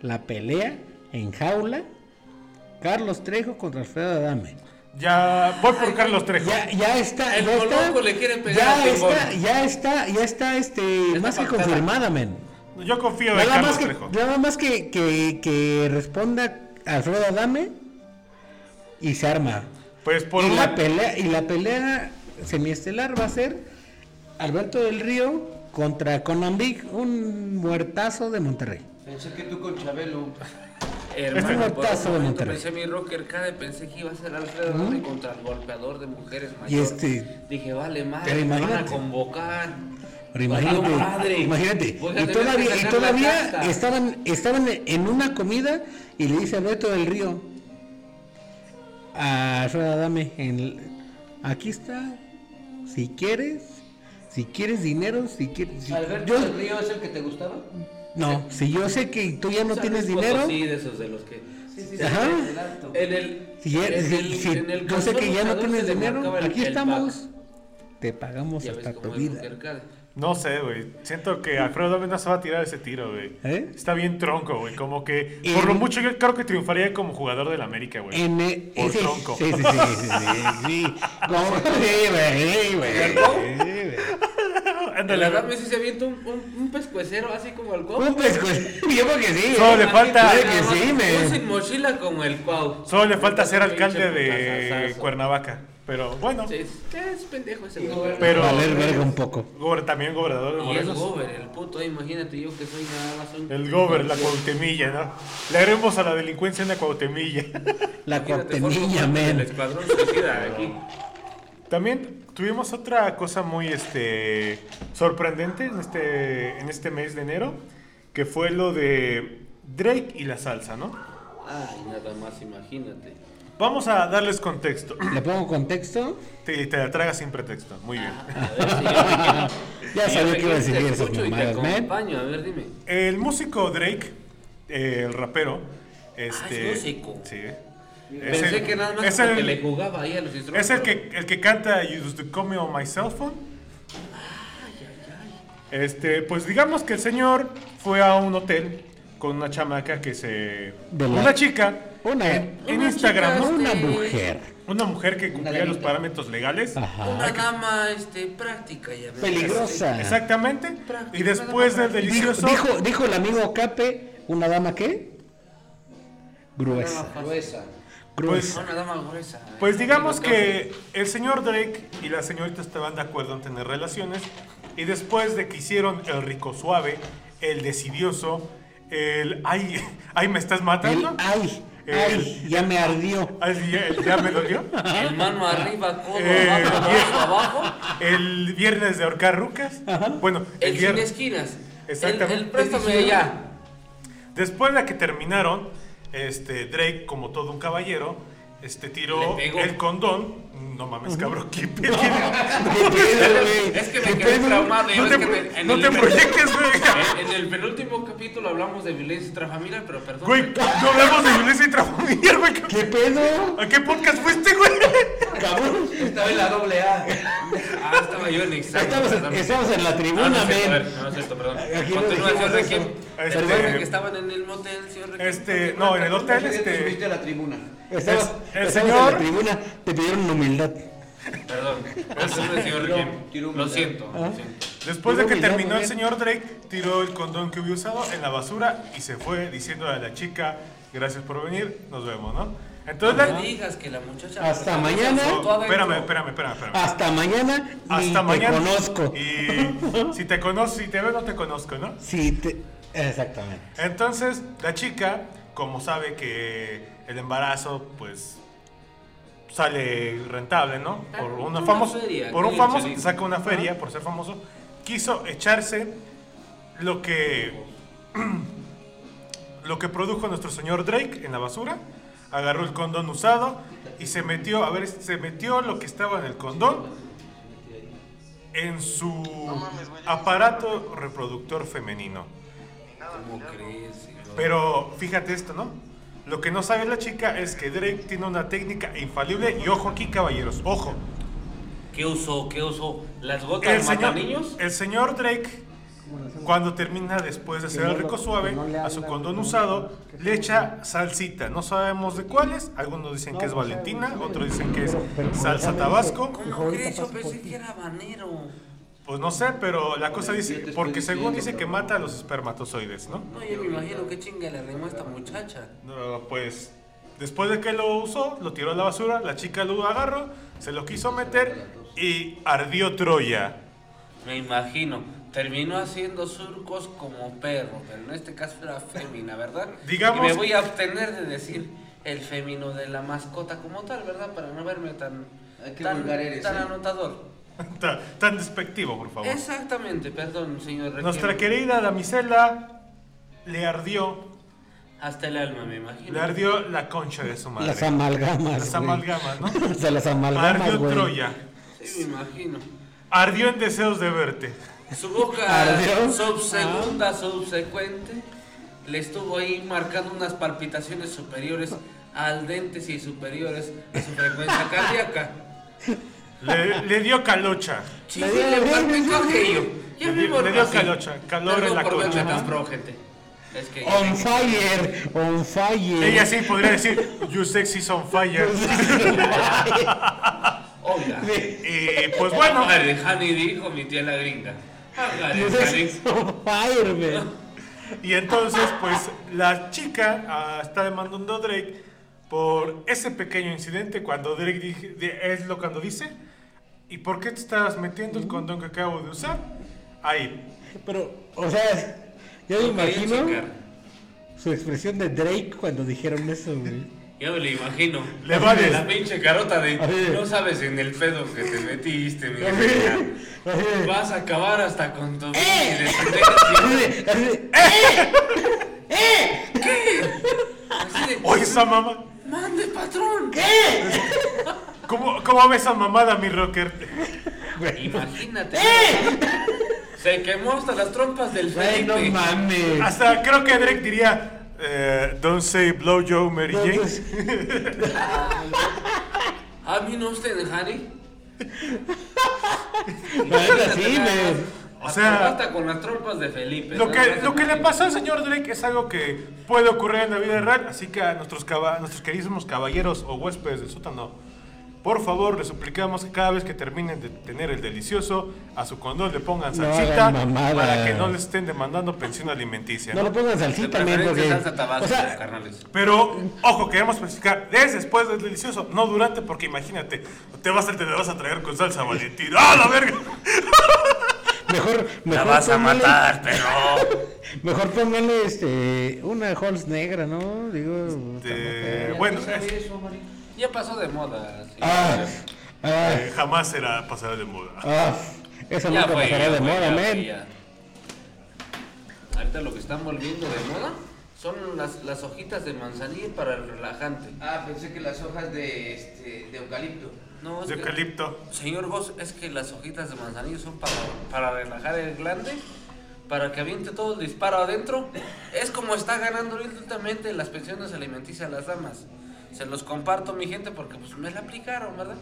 S2: la pelea en jaula Carlos Trejo contra Alfredo Adame.
S1: Ya voy por Carlos Trejo.
S2: Ya, ya está,
S3: El
S2: ya está,
S3: Coloco le quiere pegar
S2: ya
S3: al timbón.
S2: está, ya está, ya está, este,
S3: Está
S2: más que
S3: pactada.
S2: confirmada, men.
S1: Yo confío en
S2: Nada
S1: Carlos
S2: más, que,
S1: Trejo.
S2: nada más que, que, que responda Alfredo Adame y se arma.
S1: Pues por
S2: y,
S1: un-
S2: la pelea, y la pelea semiestelar va a ser Alberto del Río contra Conan Big, un muertazo de Monterrey.
S5: Pensé que tú con Chabelo.
S2: Este-
S3: Hermano, por
S2: Tazo de
S3: un momento
S2: Monterrey. ¿Mm?
S3: pensé mi rocker Cade, pensé que iba a ser Alfredo Adame contra el golpeador de mujeres mayores.
S2: este-
S3: Dije, vale,
S2: Pero
S3: madre, me van a
S2: imagínate.
S3: convocar.
S2: Pero
S3: Valió
S2: imagínate,
S3: madre.
S2: imagínate.
S3: Voy a
S2: Y
S3: tener que
S2: todavía, y
S3: sacar la
S2: todavía
S3: casta.
S2: estaban, estaban en una comida y le dice Alberto del Río a Alfredo Adame, en- aquí está, si quieres, si quieres dinero, si quieres... si-
S5: ¿Alberto
S2: yo-
S5: del Río es el que te gustaba?
S2: no, si yo sé que tú ya no
S3: San
S2: tienes
S3: Luis
S2: dinero,
S3: Potosí, de esos de los que.
S5: Sí,
S2: sí, Ajá. sí,
S5: el alto.
S3: En el.
S2: si ya-
S3: en
S2: si-
S3: el-
S2: si
S3: en el
S2: yo sé que ya no
S3: calzón
S2: tienes
S3: se le
S2: dinero,
S3: marcaba el-
S2: aquí
S3: el
S2: estamos,
S3: back.
S2: te pagamos
S3: Ya ves
S2: hasta tu
S3: cómo es
S2: vida.
S3: Rocker Cade.
S1: No sé, güey. Siento que Alfredo Adame no se va a tirar ese tiro, güey.
S2: ¿Eh?
S1: Está bien tronco, güey. Como que,
S2: Y-
S1: por lo mucho, yo creo que triunfaría como jugador del América, güey.
S2: En, eh,
S1: Pues, Por
S2: sí,
S1: tronco.
S2: Sí, sí, sí, sí, sí, sí. Como- sí, güey, sí, güey, sí, güey.
S1: Es Ándale, a
S3: La
S1: ver.
S3: verdad, sí se avienta un, un, un pescuecero así como el cuau.
S2: Un pescuezo. Yo creo que sí.
S1: Solo
S2: ¿eh?
S1: le falta-
S2: Puede que sí,
S3: Yo
S2: me.
S3: sin mochila como el cuau.
S1: Solo le falta ser
S3: Pinche
S1: alcalde de
S3: putazazazo.
S1: Cuernavaca. Pero bueno,
S3: Sí, es, es pendejo ese güey.
S1: Pero-
S2: Valer
S3: eh,
S2: verga un poco.
S1: gober- también gobernador de
S3: Y es
S1: Morelos.
S3: gober, el puto, eh, imagínate yo que soy nada más un...
S1: El gober, la cuautemilla, ¿no? Le haremos a la delincuencia una cuautemilla.
S2: La
S3: Imagínate, formo
S2: cortenilla,
S3: parte del
S2: men.
S3: escuadrón suicida aquí.
S1: También tuvimos otra cosa muy este sorprendente en este en este mes de enero, que fue lo de Drake y la salsa, ¿no?
S3: Ay, nada más, imagínate.
S1: Vamos a darles contexto.
S2: Le pongo contexto.
S1: Te, te la tragas sin pretexto. Muy bien.
S3: Ah, A ver, sí, ya
S2: Ya sabía que iba a decir
S3: Te
S2: esas
S3: escucho y te
S2: mamadas, men.
S3: acompaño, a ver, dime.
S1: El músico Drake, eh, el rapero, este
S3: Ah, es músico.
S1: Sí. Es
S3: Pensé
S1: el-
S3: que nada más
S1: es
S3: porque
S1: el-
S3: le jugaba ahí a los instrumentos.
S1: Es el que, el que canta Use the Come on My Cell Phone. Este, pues digamos que el señor fue a un hotel con una chamaca que se.
S2: De la-
S1: Una chica.
S2: Una-
S1: En, en
S3: Una
S1: Instagram,
S3: chica,
S1: ¿no?
S2: Una
S3: Eh, Este-
S2: mujer.
S1: Una mujer que cumplía los
S5: nenita.
S1: parámetros legales.
S2: Ajá.
S3: Una dama, este, práctica ya. me
S2: Peligrosa.
S1: Exactamente.
S3: Práctica,
S1: Y después del
S2: Dijo,
S1: delicioso.
S2: dijo, dijo el amigo Cape, una dama qué? Gruesa.
S5: Gruesa.
S1: Pues,
S3: parece. Una dama gruesa.
S1: Pues
S3: eh,
S1: digamos
S3: amigo,
S1: que el señor Drake y la señorita estaban de acuerdo en tener relaciones y después de que hicieron el rico suave, el decidioso, el ay, ay me estás
S2: El,
S1: matando,
S2: ay,
S1: Eh,
S2: ay, ya me ardió.
S1: Ay, ya, el ya me dolió,
S3: El mano arriba, codo
S1: Eh,
S3: abajo, brazo
S1: viejo.
S3: abajo.
S1: el viernes de ahorcar rucas, bueno, el
S3: El sin
S1: viernes,
S3: esquinas.
S1: Exactamente.
S3: El, el préstame allá.
S1: después de que terminaron, este Drake como todo un caballero, este tiró
S3: Le pegó.
S1: el condón, no mames cabrón, qué pedo.
S2: ¿Qué pedo, güey?
S3: Es que
S2: ¿Qué
S3: me quedé
S2: pedo?
S3: traumado.
S1: No
S3: es
S1: te,
S3: que
S1: pro-
S3: me- en
S1: no
S3: el
S1: te
S3: primer-
S1: proyectes, güey.
S3: Eh, En en el penúltimo capítulo hablamos de violencia intrafamiliar, pero perdón.
S1: Güey, no hablamos de violencia intrafamiliar, güey. ¿qué-
S2: ¿Qué pedo?
S1: ¿A qué podcast fuiste, güey?
S2: Cabrón.
S5: Estaba en la doble A.
S3: Ah, estaba yo en examen.
S2: Estamos en,
S3: perdón.
S2: estamos en la
S3: Ah, no
S2: tribuna,
S3: es cierto, a ver,
S2: men.
S3: no es cierto, perdón.
S2: Aquí no
S3: Continúa,
S2: dijimos
S3: señor
S2: eso.
S3: Requiem.
S1: Este-
S3: El tema que estaban en el motel, señor Requiem.
S1: Este, no, en el hotel.
S5: Ese día te
S1: este-
S5: subiste a la tribuna.
S2: Estamos,
S1: El- el
S2: estamos
S1: señor-
S2: en la tribuna, te pidieron humildad.
S3: Perdón, continúe, señor Requiem.
S5: tiró un
S3: Lo
S5: video.
S3: siento, lo siento.
S1: Después de
S2: Luego
S1: que
S2: miramos,
S1: terminó el
S2: güey.
S1: señor Drake, tiró el condón que había usado en la basura y se fue diciendo a la chica, gracias por venir, nos vemos, ¿no? Entonces,
S3: No
S1: la-
S3: me digas que la muchacha.
S2: Hasta mañana.
S3: Se sentó adentro.
S1: espérame, espérame, espérame, espérame.
S2: Hasta mañana
S1: Hasta
S2: ni Ah, te
S1: mañana.
S2: conozco.
S1: Y si te conozco, si te veo, no te conozco, ¿no?
S2: Sí, te... Exactamente.
S1: Entonces, la chica, como sabe que el embarazo, pues sale rentable, ¿no? Por
S3: Ah,
S1: una
S3: una
S1: famosa,
S3: feria,
S1: por un
S3: qué
S1: famoso
S3: chelín.
S1: te saca una feria por ser famoso, quiso echarse lo que lo que produjo nuestro señor Drake en la basura, agarró el condón usado y se metió, a ver, se metió lo que estaba en el condón en su aparato reproductor femenino.
S3: ¿Cómo crees, señor?
S1: Pero fíjate esto, ¿no? Lo que no sabe la chica es que Drake tiene una técnica infalible y ojo aquí, caballeros, ojo.
S3: ¿Qué usó? ¿Qué usó? ¿Las
S1: El
S3: gotas
S1: señor,
S3: mataniños?
S1: el señor Drake, cuando termina después de hacer
S2: no
S1: el
S2: lo-
S1: rico suave,
S2: que no le
S1: a su
S2: hablan,
S1: condón
S2: no le
S1: usado,
S2: hablan, que
S1: le echa salsita. No sabemos de cuáles. Algunos dicen que es Valentina, otros dicen que es salsa tabasco.
S3: ¿Cómo crees? Yo pensé que era habanero.
S1: Pues no sé, pero la cosa
S5: Oye,
S1: dice,
S5: yo te estoy
S1: porque según
S5: diciendo,
S1: dice que
S5: cabrón.
S1: mata a los espermatozoides, ¿no?
S3: No, yo me imagino qué chinga le arrimó esta muchacha.
S1: No, pues después de que lo usó, lo tiró a la basura, la chica lo agarró, se lo quiso meter y ardió Troya.
S3: Me imagino. Terminó haciendo surcos como perro, pero en este caso era fémina, ¿verdad?
S1: Digamos-
S3: Y me voy a obtener de decir el fémino de la mascota como tal, ¿verdad? Para no verme tan.
S5: Ay, qué
S3: tan,
S5: vulgar eres,
S3: tan
S5: ¿eh?
S3: anotador.
S1: Ta- Tan despectivo, por favor.
S3: Exactamente, perdón, señor.
S1: Nuestra
S3: Requiem.
S1: querida damisela le ardió,
S3: Hasta el alma, me imagino.
S1: le ardió la concha de su madre.
S2: Las amalgamas.
S1: Las
S2: güey.
S1: amalgamas, ¿no?
S2: o sea, las amalgamas,
S1: Ardió
S2: güey.
S1: Troya.
S3: Sí, me imagino.
S1: Ardió en deseos de verte.
S3: Su boca
S2: Ardió.
S3: subsegunda, subsecuente, le estuvo ahí marcando unas palpitaciones superiores al dentes y superiores a su frecuencia cardíaca.
S1: Le, le dio calocha.
S3: Chile, le palpitó aquello. Ya
S1: Le
S3: me
S1: dio- le dio calocha, calor en la
S3: por verme
S1: concha.
S3: tan pro, gente. Es que
S2: On fire, on fire.
S1: Ella sí podría decir, you sexy on fire.
S3: oiga.
S1: Y pues bueno, pues,
S3: Madre, Hani dijo mi tía la gringa.
S2: This is so fire, man.
S1: Y entonces, pues, la chica ah, está demandando a Drake por ese pequeño incidente cuando Drake dije- de- es lo cuando dice, ¿y por qué te estás metiendo el condón que acabo de usar? Ahí.
S2: Pero, o sea, yo me
S3: Lo quería
S2: imagino
S3: checar.
S2: su expresión de Drake cuando dijeron eso, güey.
S3: Ya me lo imagino.
S1: Le vale.
S3: La pinche carota de.
S2: Así de-
S3: No sabes en el pedo que te metiste, mi
S2: Así
S3: reina.
S2: de- así de-
S3: Vas a acabar hasta con tu
S2: ¡Eh! así
S3: independencia.
S2: de- así de-
S1: ¡Eh!
S3: Así de,
S1: Oye, esa mamá.
S3: ¡Mande, patrón!
S2: Eh.
S1: ¿Cómo, ¿Cómo ves esa mamada, mi rocker?
S2: güey,
S3: Imagínate.
S2: Eh.
S3: Se quemó hasta las trompas del
S2: güey,
S3: Felipe.
S2: no mames.
S1: Hasta creo que Drake diría, eh, don't say blow Joe Mary Jane.
S2: Entonces,
S3: ¿Ha Ah, vino usted, Harry?
S2: la neta, sí,
S3: nada
S2: man.
S1: O
S3: O
S1: sea-
S3: sea, hasta con las trompas de Felipe.
S1: Lo
S3: ¿no?
S1: que, lo que le pasó al señor Drake es algo que puede ocurrir en la vida real, así que a nuestros, caba- nuestros queridísimos caballeros o huéspedes del sótano, por favor, les suplicamos que cada vez que terminen de tener el delicioso, a su condón le pongan
S2: No
S1: salsita
S2: hagan mamadas.
S1: para que no le estén demandando pensión alimenticia.
S2: No
S1: ¿no?
S2: le pongan
S3: De
S2: salsita, man,
S3: preferencia
S2: porque.
S3: salsa tabasco,
S2: O sea,
S3: carnales.
S1: Pero, ojo, queremos especificar, es después del delicioso, no durante, porque imagínate, te vas a, te la vas a traer con salsa valentina. ¡Ah, la verga!
S2: mejor, mejor. póngale-
S3: pero.
S2: Mejor póngale este, una Halls negra, ¿no? Digo.
S1: Este,
S2: para matar.
S1: bueno,
S5: ¿Sabes
S1: es-
S5: eso, Mari?
S3: Ya pasó de moda. sí.
S2: Ah, ah,
S1: eh, jamás será pasada de moda.
S2: ah, eso
S3: Ya
S2: nunca
S3: fue,
S2: pasará
S3: ya
S2: de
S3: fue,
S2: moda,
S3: ya
S2: man.
S3: fue, ya. Ahorita lo que están volviendo de moda son las, las hojitas de manzanilla para el relajante.
S5: Ah, pensé que las hojas de, este, de eucalipto.
S3: No, es
S1: De
S3: que-
S1: eucalipto.
S3: Señor Goss, es que las hojitas de manzanilla son para, para relajar el glande, para que aviente todo el disparo adentro. Es como está ganando ahorita últimamente las pensiones alimenticias a las damas. Se los comparto, mi gente, porque pues me la aplicaron, ¿verdad?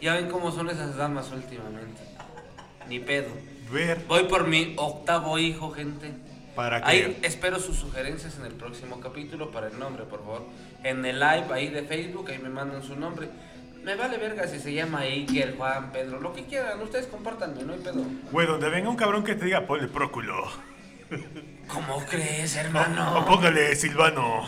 S3: Ya ven cómo son esas damas últimamente. Ni pedo.
S1: Ver
S3: Voy por mi octavo hijo, gente.
S1: para que...
S3: Ahí espero sus sugerencias en el próximo capítulo para el nombre, por favor. En el live ahí de Facebook, ahí me mandan su nombre. Me vale verga si se llama Iker, Juan, Pedro, lo que quieran. Ustedes compártanme, no hay pedo.
S1: Güey, donde venga un cabrón que te diga ponle próculo.
S3: ¿Cómo crees,
S1: O
S3: hermano?
S1: póngale silvano.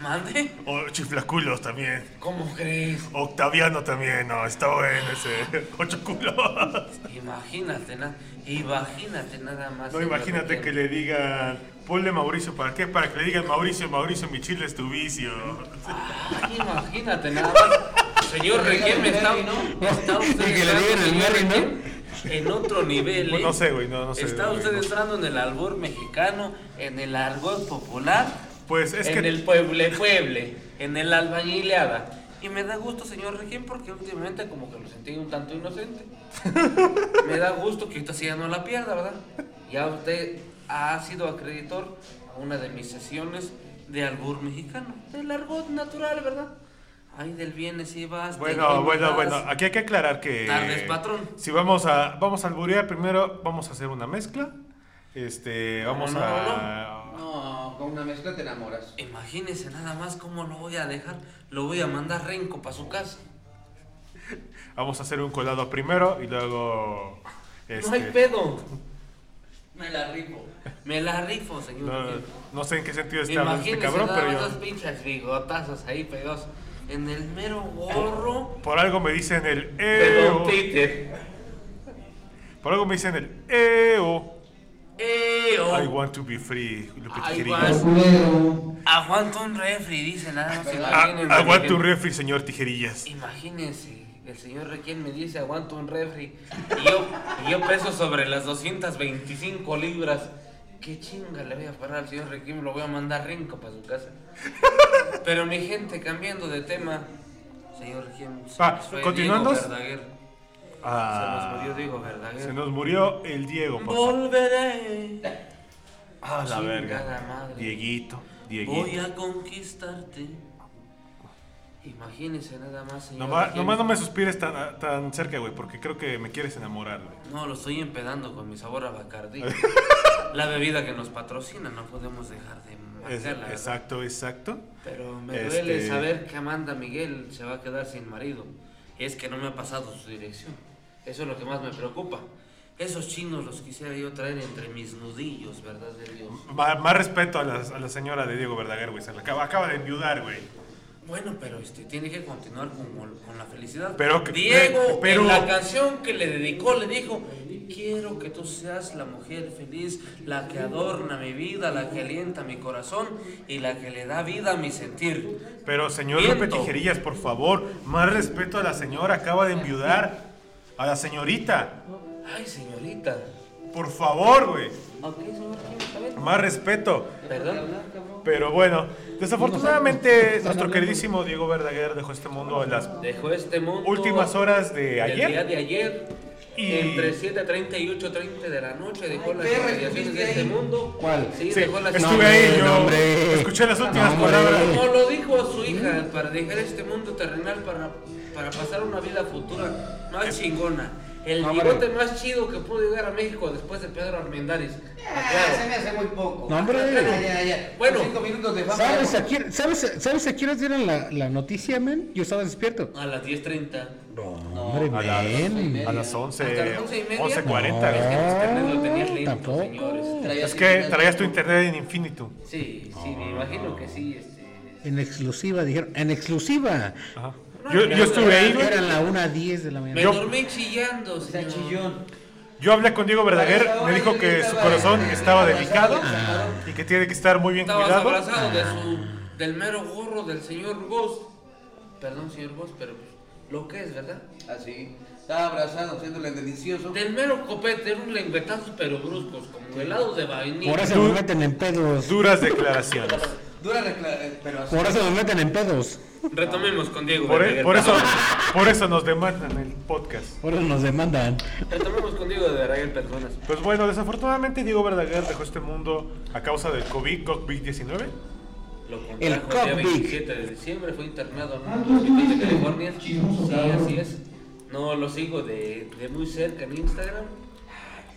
S3: ¿Mande?
S1: O chiflaculos también.
S3: ¿Cómo crees?
S1: Octaviano también, no, está bueno ese. Ocho culos.
S3: Imagínate, nada. Imagínate nada más.
S1: No,
S3: señor
S1: imagínate
S3: Iker.
S1: que le digan, ponle Mauricio, ¿para qué? Para que le digan, Mauricio, Mauricio, mi chile es tu vicio.
S3: Ay, imagínate nada más. Señor Requiem está, está usted
S2: Y que le digan el
S3: entrando,
S2: Merry, ¿no?
S3: señor Requiem, en otro nivel, ¿eh?
S1: Pues No sé, güey, no, no sé.
S3: Está
S1: güey,
S3: usted
S1: no.
S3: entrando en el albor mexicano, en el argot popular,
S1: Pues es
S3: en
S1: que...
S3: el pueble pueble, en el albañileada. Y me da gusto, señor Regín, porque últimamente como que lo sentí un tanto inocente. me da gusto que ahorita sí ya no la pierda, ¿verdad? Ya usted ha sido acreditor a una de mis sesiones de albur mexicano, del argot natural, ¿verdad? Ay, del viernes y vas. te
S1: Bueno, bueno,
S3: llevas.
S1: bueno, aquí hay que aclarar que...
S3: Tardes, patrón.
S1: Si vamos a, vamos a alburear, primero vamos a hacer una mezcla. Este, vamos
S3: no, no,
S1: a...
S5: No, con una mezcla te enamoras.
S3: Imagínese nada más cómo lo voy a dejar. Lo voy a mandar renco para su casa.
S1: Vamos a hacer un colado primero y luego.
S3: No hay
S1: este,
S3: pedo.
S5: Me la rifo.
S3: Me la rifo, señor.
S1: no, no sé en qué sentido está hablando este
S3: Imagínese
S1: cabrón,
S3: nada
S1: pero
S3: más
S1: yo-
S3: los pinches bigotazos ahí pegados en el mero gorro
S1: Por algo me dicen el
S3: de
S1: EO.
S3: Don Peter.
S1: Por algo me dicen el EO.
S3: ¡Eh!
S1: I
S3: oh!
S1: want to be free, Lupita
S3: I
S1: Tijerina.
S5: Ah,
S3: want-
S4: Culero.
S3: Aguanta un refri, dice nada más.
S1: Ah,
S3: imagínense.
S1: Aguanta tu refri, señor Tijerillas.
S3: Imagínense, el señor Requiem me dice aguanto un refri y yo, y yo peso sobre las 225 libras. ¿Qué chinga le voy a parar al señor Requiem? Lo voy a mandar rinco para su casa. Pero mi gente, cambiando de tema, señor Requiem, se
S1: Ah,
S3: nos fue
S1: continuando.
S3: Diego Verdaguer.
S1: Ah,
S3: se nos murió Diego Verdaguer.
S1: se nos murió el Diego, papá.
S3: Volveré,
S1: Ah, la
S3: Chingada
S1: verga.
S3: madre.
S1: Dieguito,
S3: voy
S1: Dieguito.
S3: a conquistarte. Imagínense nada más, señor
S1: Nomás,
S3: Requiem.
S1: nomás no me suspires tan, tan cerca, güey, porque creo que me quieres enamorar, güey.
S3: No, lo estoy empedando con mi sabor a Bacardí. la bebida que nos patrocina, no podemos dejar de
S1: Es-
S3: marcarla. ¿verdad?
S1: Exacto, exacto.
S3: Pero me
S1: Este-
S3: duele saber que Amanda Miguel se va a quedar sin marido. Es que no me ha pasado su dirección. Eso es lo que más me preocupa. Esos chinos los quisiera yo traer entre mis nudillos, ¿verdad de Dios?
S1: Ma- más respeto a la, a la señora de Diego Verdaguer, güey. Se la acaba, acaba de enviudar, güey.
S3: Bueno, pero este tiene que continuar con, con la felicidad.
S1: Pero que-
S3: Diego,
S1: pero-
S3: en la canción que le dedicó, le dijo: Quiero que tú seas la mujer feliz, la que adorna mi vida, la que alienta mi corazón y la que le da vida a mi sentir.
S1: Pero señor
S3: Viento.
S1: López Tijerillas, por favor, más respeto a la señora, acaba de enviudar. A la señorita,
S3: Ay, señorita.
S1: por favor, güey.
S3: Ok, señor, ¿quiere saber?
S1: Más respeto.
S3: Perdón.
S1: Pero bueno, desafortunadamente
S2: Nos-
S1: nuestro queridísimo Diego Verdaguer dejó este mundo a las
S3: Dejó este mundo.
S1: últimas horas de
S3: del día
S1: ayer.
S3: de ayer.
S1: Y-
S3: Entre 7.30 y 8.30 de la noche dejó las
S5: perra,
S3: radiaciones de
S5: ¿estuviste
S3: este
S5: ahí?
S3: mundo.
S2: ¿Cuál?
S3: Sí,
S1: Sí,
S3: dejó las
S1: estuve ahí yo.
S2: No, hombre.
S1: Escuché las últimas
S2: No, hombre.
S1: palabras.
S3: Como lo dijo su hija, para dejar este mundo terrenal para, para pasar una vida futura más chingona. El
S2: Hombre.
S3: bigote más chido que pudo llegar a México después de Pedro Armendáriz.
S5: Ah, se
S3: Aclaro.
S5: me hace muy poco.
S2: No, hombre.
S5: Ya, ya, ya.
S3: Bueno.
S5: Cinco minutos de fama.
S2: ¿Sabes
S5: ya.
S2: a quién, sabes, sabes a quién nos dieron la, la noticia, men? Yo estaba despierto.
S3: A las 10.30.
S2: No, hombre,
S1: a la-
S2: men.
S1: A las
S3: Hasta las
S1: 11,
S3: once y media. Es que
S1: 11.40.
S3: los internet lo tenían
S2: No,
S3: lento,
S2: tampoco.
S3: señores.
S5: Traía
S1: Es que
S5: señal.
S1: traías tu internet en infinitum.
S3: Sí, sí, me imagino que sí. Este,
S2: En exclusiva, dijeron. En exclusiva.
S1: Ajá.
S3: No,
S1: Yo,
S3: no,
S1: yo estuve ahí, güey.
S2: Eran la 1.10 de la
S3: me
S2: mañana.
S1: Yo-
S3: dormí chillando,
S5: Está
S3: señor.
S5: chillón.
S1: Yo hablé con Diego Verdaguer, me dijo que su corazón estaba delicado y que tiene que estar muy bien
S3: Estabas
S1: cuidado. Ah.
S3: abrazado de su, del mero gorro del señor Goss. Perdón, señor Goss, pero pues, lo que es, ¿verdad?
S5: Así. Estaba abrazado, haciéndole delicioso.
S3: Del mero copete, eran lengüetazos pero bruscos, como helados de vainilla.
S2: Por eso
S1: Tú-
S2: me meten en pedos.
S1: Duras declaraciones.
S5: Dura recla- pero así.
S2: Por eso me meten en pedos.
S3: Retomemos con Diego
S1: Por, e-
S3: Verdaguer.
S1: por eso,
S3: perdón.
S1: por eso nos demandan el podcast.
S2: Por eso nos demandan.
S3: Retomemos con Diego de Verdaguer, personas.
S1: Pues bueno, desafortunadamente Diego Verdaguer dejó este mundo a causa del COVID, COVID-19.
S3: Lo contrajo
S2: El
S3: el, día
S2: Cop Big.
S3: 27 de diciembre, fue internado en un hospital de California. Sí, así es. No lo sigo de, de muy cerca en Instagram.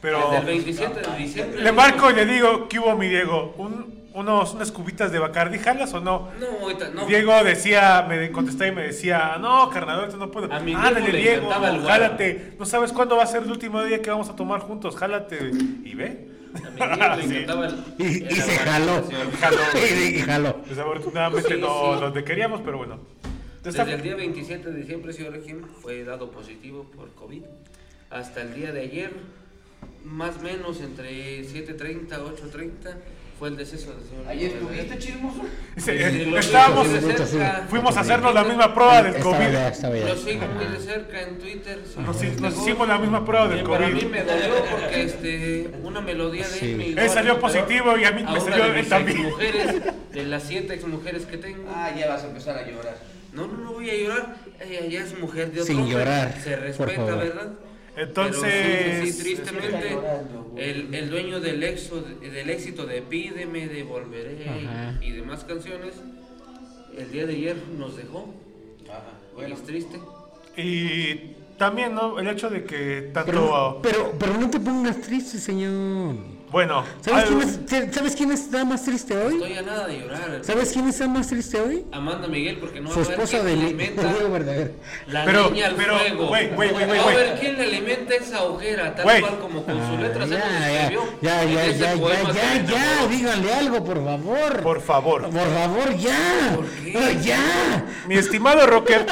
S1: Pero
S3: Desde el 27 de diciembre.
S1: le marco y le digo, ¿qué hubo mi Diego? Un- unos, unas cubitas de Bacardi, ¿jalas o no?
S3: No, ahorita no. pues,
S1: Diego decía, me contestaba y me decía, no, carnal, ahorita no puedo.
S3: A mi
S1: Ándale,
S3: Diego le
S1: Diego,
S3: encantaba el guaro.
S1: jálate. No sabes cuándo va a ser el último día que vamos a tomar juntos, jálate. Y ve.
S3: A mi Diego le
S1: Sí.
S3: encantaba el-
S2: Y, y
S3: el
S2: se
S3: aguante,
S2: jaló.
S3: señor.
S2: Y, y jaló.
S1: Desafortunadamente
S3: Sí,
S1: no
S3: sí.
S1: donde queríamos, pero bueno. Desaf-
S3: Desde el día 27 de diciembre, señor Regim, fue dado positivo por COVID. Hasta el día de ayer, más o menos entre 7.30 8.30, fue el deceso del señor.
S5: Ahí estuviste chismoso.
S1: Dice,
S3: desde
S1: eh,
S3: los-
S1: estábamos,
S3: desde los-
S1: fuimos a hacernos la misma prueba del
S2: Estaba
S1: COVID.
S2: ya, estaba ya.
S3: Lo sigo muy de cerca en Twitter. señor
S1: Nos,
S3: Regim.
S1: nos hicimos la misma prueba del
S3: Eh, Para mí
S1: COVID.
S3: me dolió porque este, una melodía de
S2: Sí.
S3: él me
S1: Él
S3: igual,
S1: salió
S3: pero
S1: positivo y a mí me
S3: una
S1: salió
S3: de
S1: él
S3: mis
S1: también.
S3: exmujeres, de las siete exmujeres que tengo.
S5: Ah, ya vas a empezar a llorar.
S3: No, no, no voy a llorar. Ella ya es mujer de otro
S2: Sin
S3: hombre.
S2: llorar,
S3: Se
S2: por
S3: respeta,
S2: favor.
S3: ¿verdad?
S1: Entonces-
S3: Pero sí, sí, sí, tristemente,
S5: Está llorando, güey.
S3: el, el dueño del, exo- del éxito de Pídeme, Devolveré
S2: Ajá.
S3: y demás canciones, el día de ayer nos dejó.
S5: Ajá.
S3: Y
S5: Bueno,
S3: es triste.
S1: Y también, ¿no? El hecho de que tanto.
S2: Pero, pero, pero no te pongas triste, señor.
S1: bueno,
S2: ¿Sabes
S1: algo-
S2: quién, es- sabes quién está más triste hoy?
S3: Estoy a nada de llorar.
S2: ¿Sabes quién está más triste hoy?
S3: Amanda Miguel, porque no va
S2: Su
S3: a ver
S2: esposa
S3: quién
S2: de
S3: le
S2: mi- de
S3: alimenta
S2: Diego Verdaguer.
S3: la
S1: Pero-
S3: niña al
S1: pero,
S3: fuego.
S1: güey, güey, güey, güey,
S3: A
S1: güey.
S3: ver quién le alimenta esa hoguera, tal
S1: Güey.
S3: cual como con su letra
S2: Ah,
S3: se nos
S2: ya,
S3: escribió
S2: ya,
S3: en
S2: ya,
S3: ese
S2: ya, ya,
S3: poema
S2: ya,
S3: que me
S2: ya,
S3: enamoró.
S2: díganle algo, por favor.
S1: por favor.
S2: Por favor, ya.
S3: ¿Por qué?
S2: Ya.
S1: Mi estimado Rocker,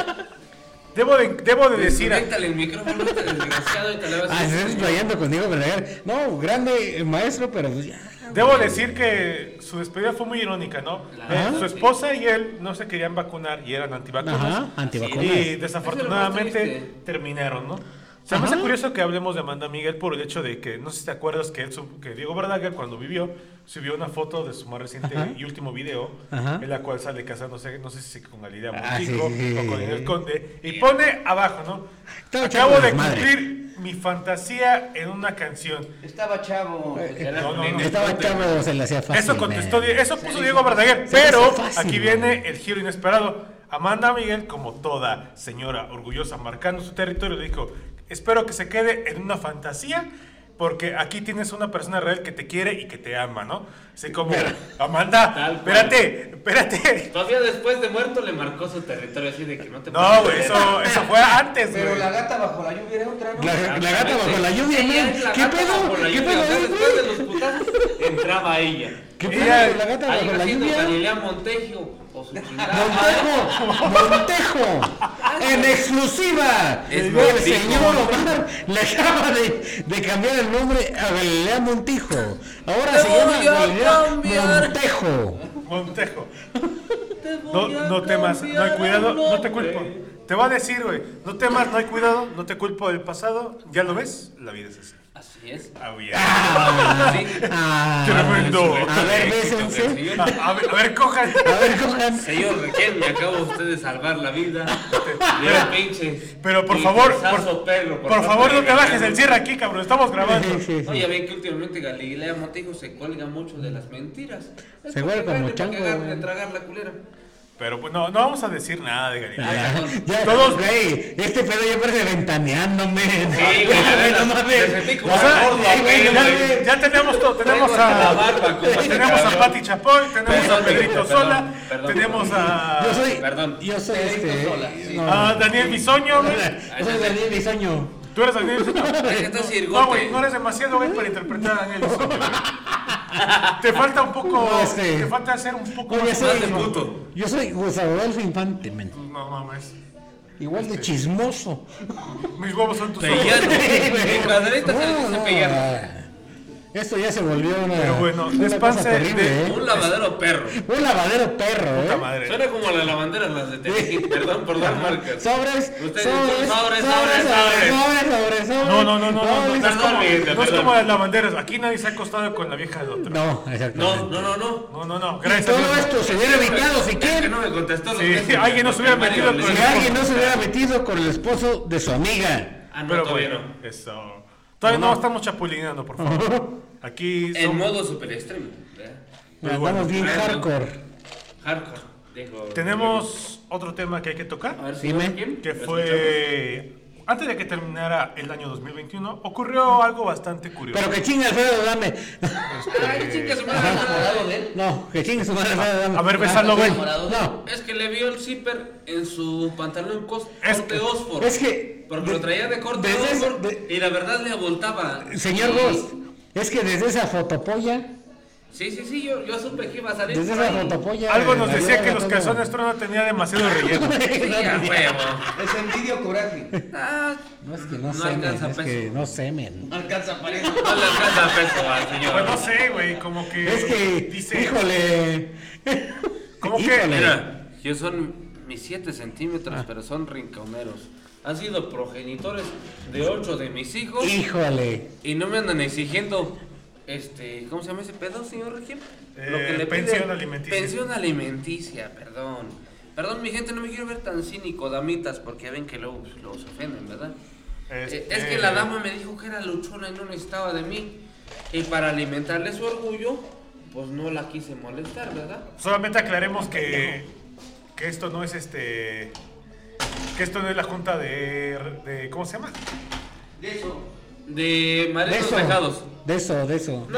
S1: debo de, debo de decir. a-
S3: Desconéctale el micrófono a este desgraciado y te le vas
S2: Ah,
S3: a
S2: se está explayando con Diego Verdaguer. No, grande eh, maestro, pero pues ya.
S1: Debo decir que su despedida fue muy irónica, ¿no?
S3: Ajá.
S1: Eh, su esposa y él no se querían vacunar y eran antivacunas.
S2: Ajá, antivacunas.
S1: Y
S3: Eso es lo más
S1: desafortunadamente
S3: triste.
S1: terminaron, ¿no? Se me
S2: Ajá.
S1: hace curioso que hablemos de Amanda Miguel por el hecho de que, no sé si te acuerdas, que, él sub- que Diego Verdaguer cuando vivió subió una foto de su más reciente
S2: Ajá.
S1: y último video,
S2: Ajá.
S1: en la cual sale casándose, no sé si con Galilea
S2: Ah,
S1: Montijo
S2: sí, sí, sí.
S1: o con el Conde, y pone abajo, ¿no?
S2: Estaba
S1: Acabo
S2: echando
S1: de
S2: desmadre.
S1: cumplir mi fantasía en una canción.
S5: estaba chavo.
S3: Era
S1: No, no,
S3: nene.
S1: no.
S2: Estaba chavo, se le hacía fácil. eh.
S1: Eso contestó,
S2: man.
S1: Die- eso puso
S5: Sí.
S1: Diego Verdaguer,
S2: Se
S1: pero
S2: me hizo fácil,
S1: aquí
S2: man.
S1: viene el giro inesperado. Amanda Miguel, como toda señora orgullosa, marcando su territorio, le dijo, espero que se quede en una fantasía porque aquí tienes una persona real que te quiere y que te ama, ¿no? Así como, Amanda,
S3: Tal cual.
S1: espérate, espérate.
S3: Todavía después de muerto le marcó su territorio así de que no te
S1: No,
S3: puedes
S1: güey,
S3: meter.
S1: eso, eso fue antes,
S5: Pero
S1: güey.
S5: la gata bajo la lluvia era otra, ¿no?
S2: La, la gata bajo la lluvia,
S3: Ella
S2: man.
S3: es la
S2: ¿Qué
S3: gata
S2: pedo?
S3: bajo la
S2: ¿Qué
S3: lluvia,
S2: pedo
S3: o sea,
S2: es,
S3: Después de
S2: güey?
S3: los putazos entraba ella.
S2: ¿Qué
S1: Ella-
S2: pedo? La gata
S3: Ahí
S2: bajo la
S3: haciendo
S2: lluvia.
S3: Galilea Montegio o su chingada.
S2: Montejo, Montejo, en exclusiva.
S3: Es
S2: el
S3: Montijo.
S2: señor Omar le acaba de, de cambiar el nombre a Galilea Montijo. Ahora se llama
S3: voy a
S2: Galilea
S3: cambiar.
S2: Montejo.
S1: Montejo. No, no temas, no hay cuidado, no te culpo. Te va a decir, güey, no temas, no hay cuidado, no te culpo del pasado. ¿Ya lo ves? La vida es así.
S3: Así es.
S1: Ah, bien.
S3: Sí.
S2: Ah,
S1: Tremendo.
S2: A ver,
S3: Éxito,
S2: bésense.
S3: señor.
S1: Ah, A, a ver, a ver, cojan.
S2: Ah, A ver, cojan.
S3: Señor Requén, me acaba usted de salvar la vida. De un pinche.
S1: Pero por favor,
S3: pitazo
S1: por,
S3: perro,
S1: por
S3: parte
S1: favor,
S3: de
S1: no te
S3: Galilea.
S1: bajes el cierre aquí, cabrón. Estamos grabando.
S2: Sí, sí, sí.
S3: No, ya ven que últimamente Galilea Montijo se cuelga mucho de las mentiras. Es
S2: Se vuelve como
S3: porque vale para que
S2: chango,
S3: agarren
S2: güey.
S3: a tragar la culera.
S1: Pero pues no, no vamos a decir nada de Galilea.
S2: Ah, ya,
S1: Todos-
S2: güey, este pedo ya parece ventaneándome.
S3: Sí, güey, la verdad,
S2: no mames.
S3: me sentí como
S1: O sea,
S3: gordo,
S1: ya-
S3: güey,
S1: ya,
S3: güey.
S1: ya tenemos todo. Tenemos
S3: Traigo hasta la barba,
S1: a,
S3: como este
S1: tenemos a
S3: cabrón.
S1: Pati Chapoy, tenemos a
S3: Perdón,
S1: Pedrito
S3: perdón,
S1: Sola,
S3: perdón.
S1: tenemos a,
S2: Yo soy,
S3: Perdón.
S2: yo soy
S5: Pedrito
S2: este.
S5: Sola, sí.
S2: no.
S1: a Daniel Bisoño. güey.
S2: Yo soy Daniel Bisoño.
S1: ¿Tú eres Daniel Bisoño?
S3: ¿Qué tal si el
S1: No,
S3: gote?
S1: güey, no eres demasiado güey para interpretar a Daniel Bisoño. güey. Te falta un poco,
S2: No sé.
S1: te falta hacer un poco
S2: No, yo
S1: más.
S2: soy,
S3: de puto.
S2: yo soy José Adolfo Infante, men.
S1: No mames.
S2: igual de chismoso.
S1: Mis huevos son tus ojos.
S3: Pellano. En cuadritas se le
S2: No,
S3: dice
S2: no,
S3: pellano.
S2: Esto ya se volvió una,
S1: Pero bueno,
S2: una
S1: despanse
S2: cosa terrible,
S1: de-
S2: ¿eh?
S3: Un lavadero perro.
S2: un lavadero perro,
S1: Puta
S2: ¿eh?
S1: madre.
S3: Suena como las lavanderas, las de Telehit. Perdón por dar marcas.
S2: Sobres,
S3: Ustedes
S2: sobres,
S3: son
S2: sobres,
S3: sobres,
S2: sobres,
S3: sobres,
S2: sobres, sobres, sobres,
S1: No, no, no, no, no, no, no es
S3: Perdón,
S1: como,
S3: Miguel,
S1: no es
S3: perdón.
S1: como las lavanderas. Aquí nadie se ha acostado con la vieja del otro.
S2: No, exactamente.
S3: No, no, no, no.
S1: No, no, no,
S2: Y
S1: gracias. a
S2: todo
S1: Dios.
S2: esto se hubiera evitado si
S3: Es que
S2: quién.
S3: no me contestó.
S1: Sí, sí, alguien nos hubiera metido
S3: metido
S1: con
S2: Si
S1: el-
S2: alguien no se hubiera metido con el esposo de su amiga.
S3: Ah, no,
S1: Pero
S3: todavía
S1: bueno,
S3: no.
S1: eso. Todavía no, estamos chapulineando, por favor. Aquí
S3: En
S1: somos-
S3: modo super extremo. ¿verdad?
S1: Muy
S2: Andamos
S1: bueno.
S2: bien
S3: Bueno.
S2: hardcore.
S3: Hardcore. Digo,
S1: tenemos otro tema que hay que tocar,
S3: A ver si
S2: Dime.
S3: no, ¿quién?
S1: que
S3: ¿Lo
S1: fue antes de que terminara el año 2021 ocurrió algo bastante curioso.
S2: Pero que chinga Alfredo dame.
S3: escuchamos? Ay, chinga su madre.
S5: ¿Estás enamorado de él?
S2: No, que chinga su madre Alfredo dame.
S1: A ver, bésalo, güey.
S2: No,
S3: Es que le vio el zipper en su pantalón cos-
S1: Es
S3: corte
S1: que-
S3: Oxford.
S2: es que-
S3: Porque
S2: de-
S3: lo traía de corte
S2: desde ese-
S3: Oxford
S2: de-
S3: y la verdad le abultaba.
S2: señor
S3: Y-
S2: Ghost, es que desde esa fotopolla,
S3: Sí, sí, sí, yo, yo supe que iba a salir.
S2: desde
S3: por
S2: esa
S3: ahí.
S2: fotopolla.
S1: Algo nos
S2: la
S1: decía
S2: viola
S1: que los
S2: todo.
S1: calzones trono tenía demasiado relleno.
S3: Sí, a huevo.
S5: Es envidio coraje.
S3: Ah,
S2: No es que no,
S3: No
S2: semen,
S3: alcanza
S2: es
S3: peso.
S2: que no semen.
S5: No alcanza pareja.
S3: no le alcanza peso al señor.
S1: Pues no sé, güey, como que
S2: Es que,
S1: dice,
S2: híjole.
S1: ¿Cómo que?
S3: Mira, yo son mis 7 centímetros,
S2: Ah.
S3: pero son rinconeros. Han sido progenitores de 8 de mis hijos
S2: Híjole.
S3: y no me andan exigiendo, este, ¿cómo se llama ese pedo, señor Regim?
S1: Eh, pensión alimenticia.
S3: Pensión alimenticia, perdón. Perdón, mi gente, no me quiero ver tan cínico, damitas, porque ven que luego pues, los ofenden, ¿verdad? Eh,
S1: Este-
S3: Es que la dama me dijo que era luchona y no necesitaba de mí. Y para alimentarle su orgullo, pues no la quise molestar, ¿verdad?
S1: Solamente aclaremos que, que esto no es este. Que esto no es la junta de. de- ¿Cómo se llama?
S5: De eso.
S3: De maridos dejados.
S2: de eso, de eso.
S3: No, no,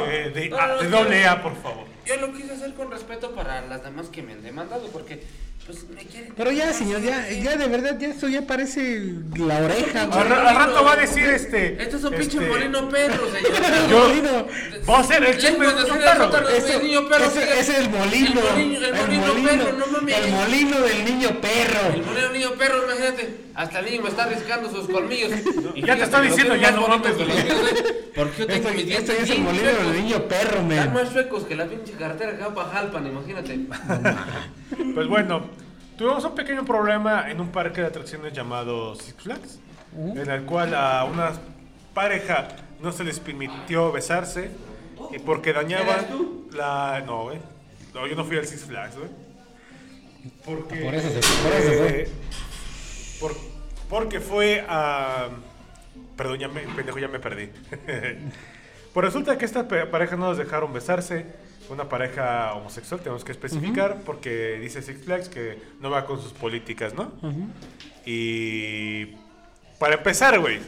S3: no.
S1: De, de-
S3: No,
S1: ah,
S3: no, no,
S1: de
S3: no.
S1: doble A, por favor.
S3: Yo lo quise hacer con respeto para las damas que me han demandado, porque pues me quieren.
S2: Pero ya, señor, ya, ya de verdad, ya eso ya parece la
S3: Ah,
S2: oreja,
S1: Al,
S2: güey.
S1: ra- al rato va a decir este.
S3: Esto es un pinche
S1: este,
S3: molino perro, señor.
S1: Yo.
S2: Molino.
S1: Va a ser el chisme
S3: Lengua
S1: de
S3: de
S1: un
S3: seda,
S1: perro.
S3: sótano.
S1: güey.
S2: Ese-
S3: El niño perro,
S2: ese-
S3: sigue.
S2: ese es el molino.
S3: El molino- el molino perro, no mames.
S2: El molino del niño
S3: El
S2: perro.
S3: molino niño perro, imagínate. Hasta el niño me está arriesgando sus colmillos. Y
S1: Ya te
S3: fíjate,
S1: estoy
S3: lo
S1: diciendo,
S3: que es
S1: ya
S3: más
S1: no
S3: bonito
S1: mames,
S3: que
S1: güey.
S3: los míos, ¿eh? Porque yo tengo mis
S2: Este, este
S3: dientes
S2: es el
S3: bien
S2: molino del
S3: chuecos.
S2: niño perro,
S3: Están
S2: men.
S3: más suecos que la pinche cartera que va para Jalpan, imagínate.
S1: Pues bueno, tuvimos un pequeño problema en un parque de atracciones llamado Six Flags,
S2: Uh.
S1: en el cual a una pareja no se les permitió besarse y porque dañaban
S5: ¿Eras tú?
S1: la... No, güey. No, yo no fui al Six Flags, güey. Porque...
S2: Por eso se- por eso fue.
S1: eh, por- porque fue a... Perdón, ya me, pendejo, ya me perdí. Pues resulta que esta pe- pareja no nos dejaron besarse. Una pareja homosexual, tenemos que especificar, porque dice Six Flags que no va con sus políticas, ¿no? Y. Para empezar, güey.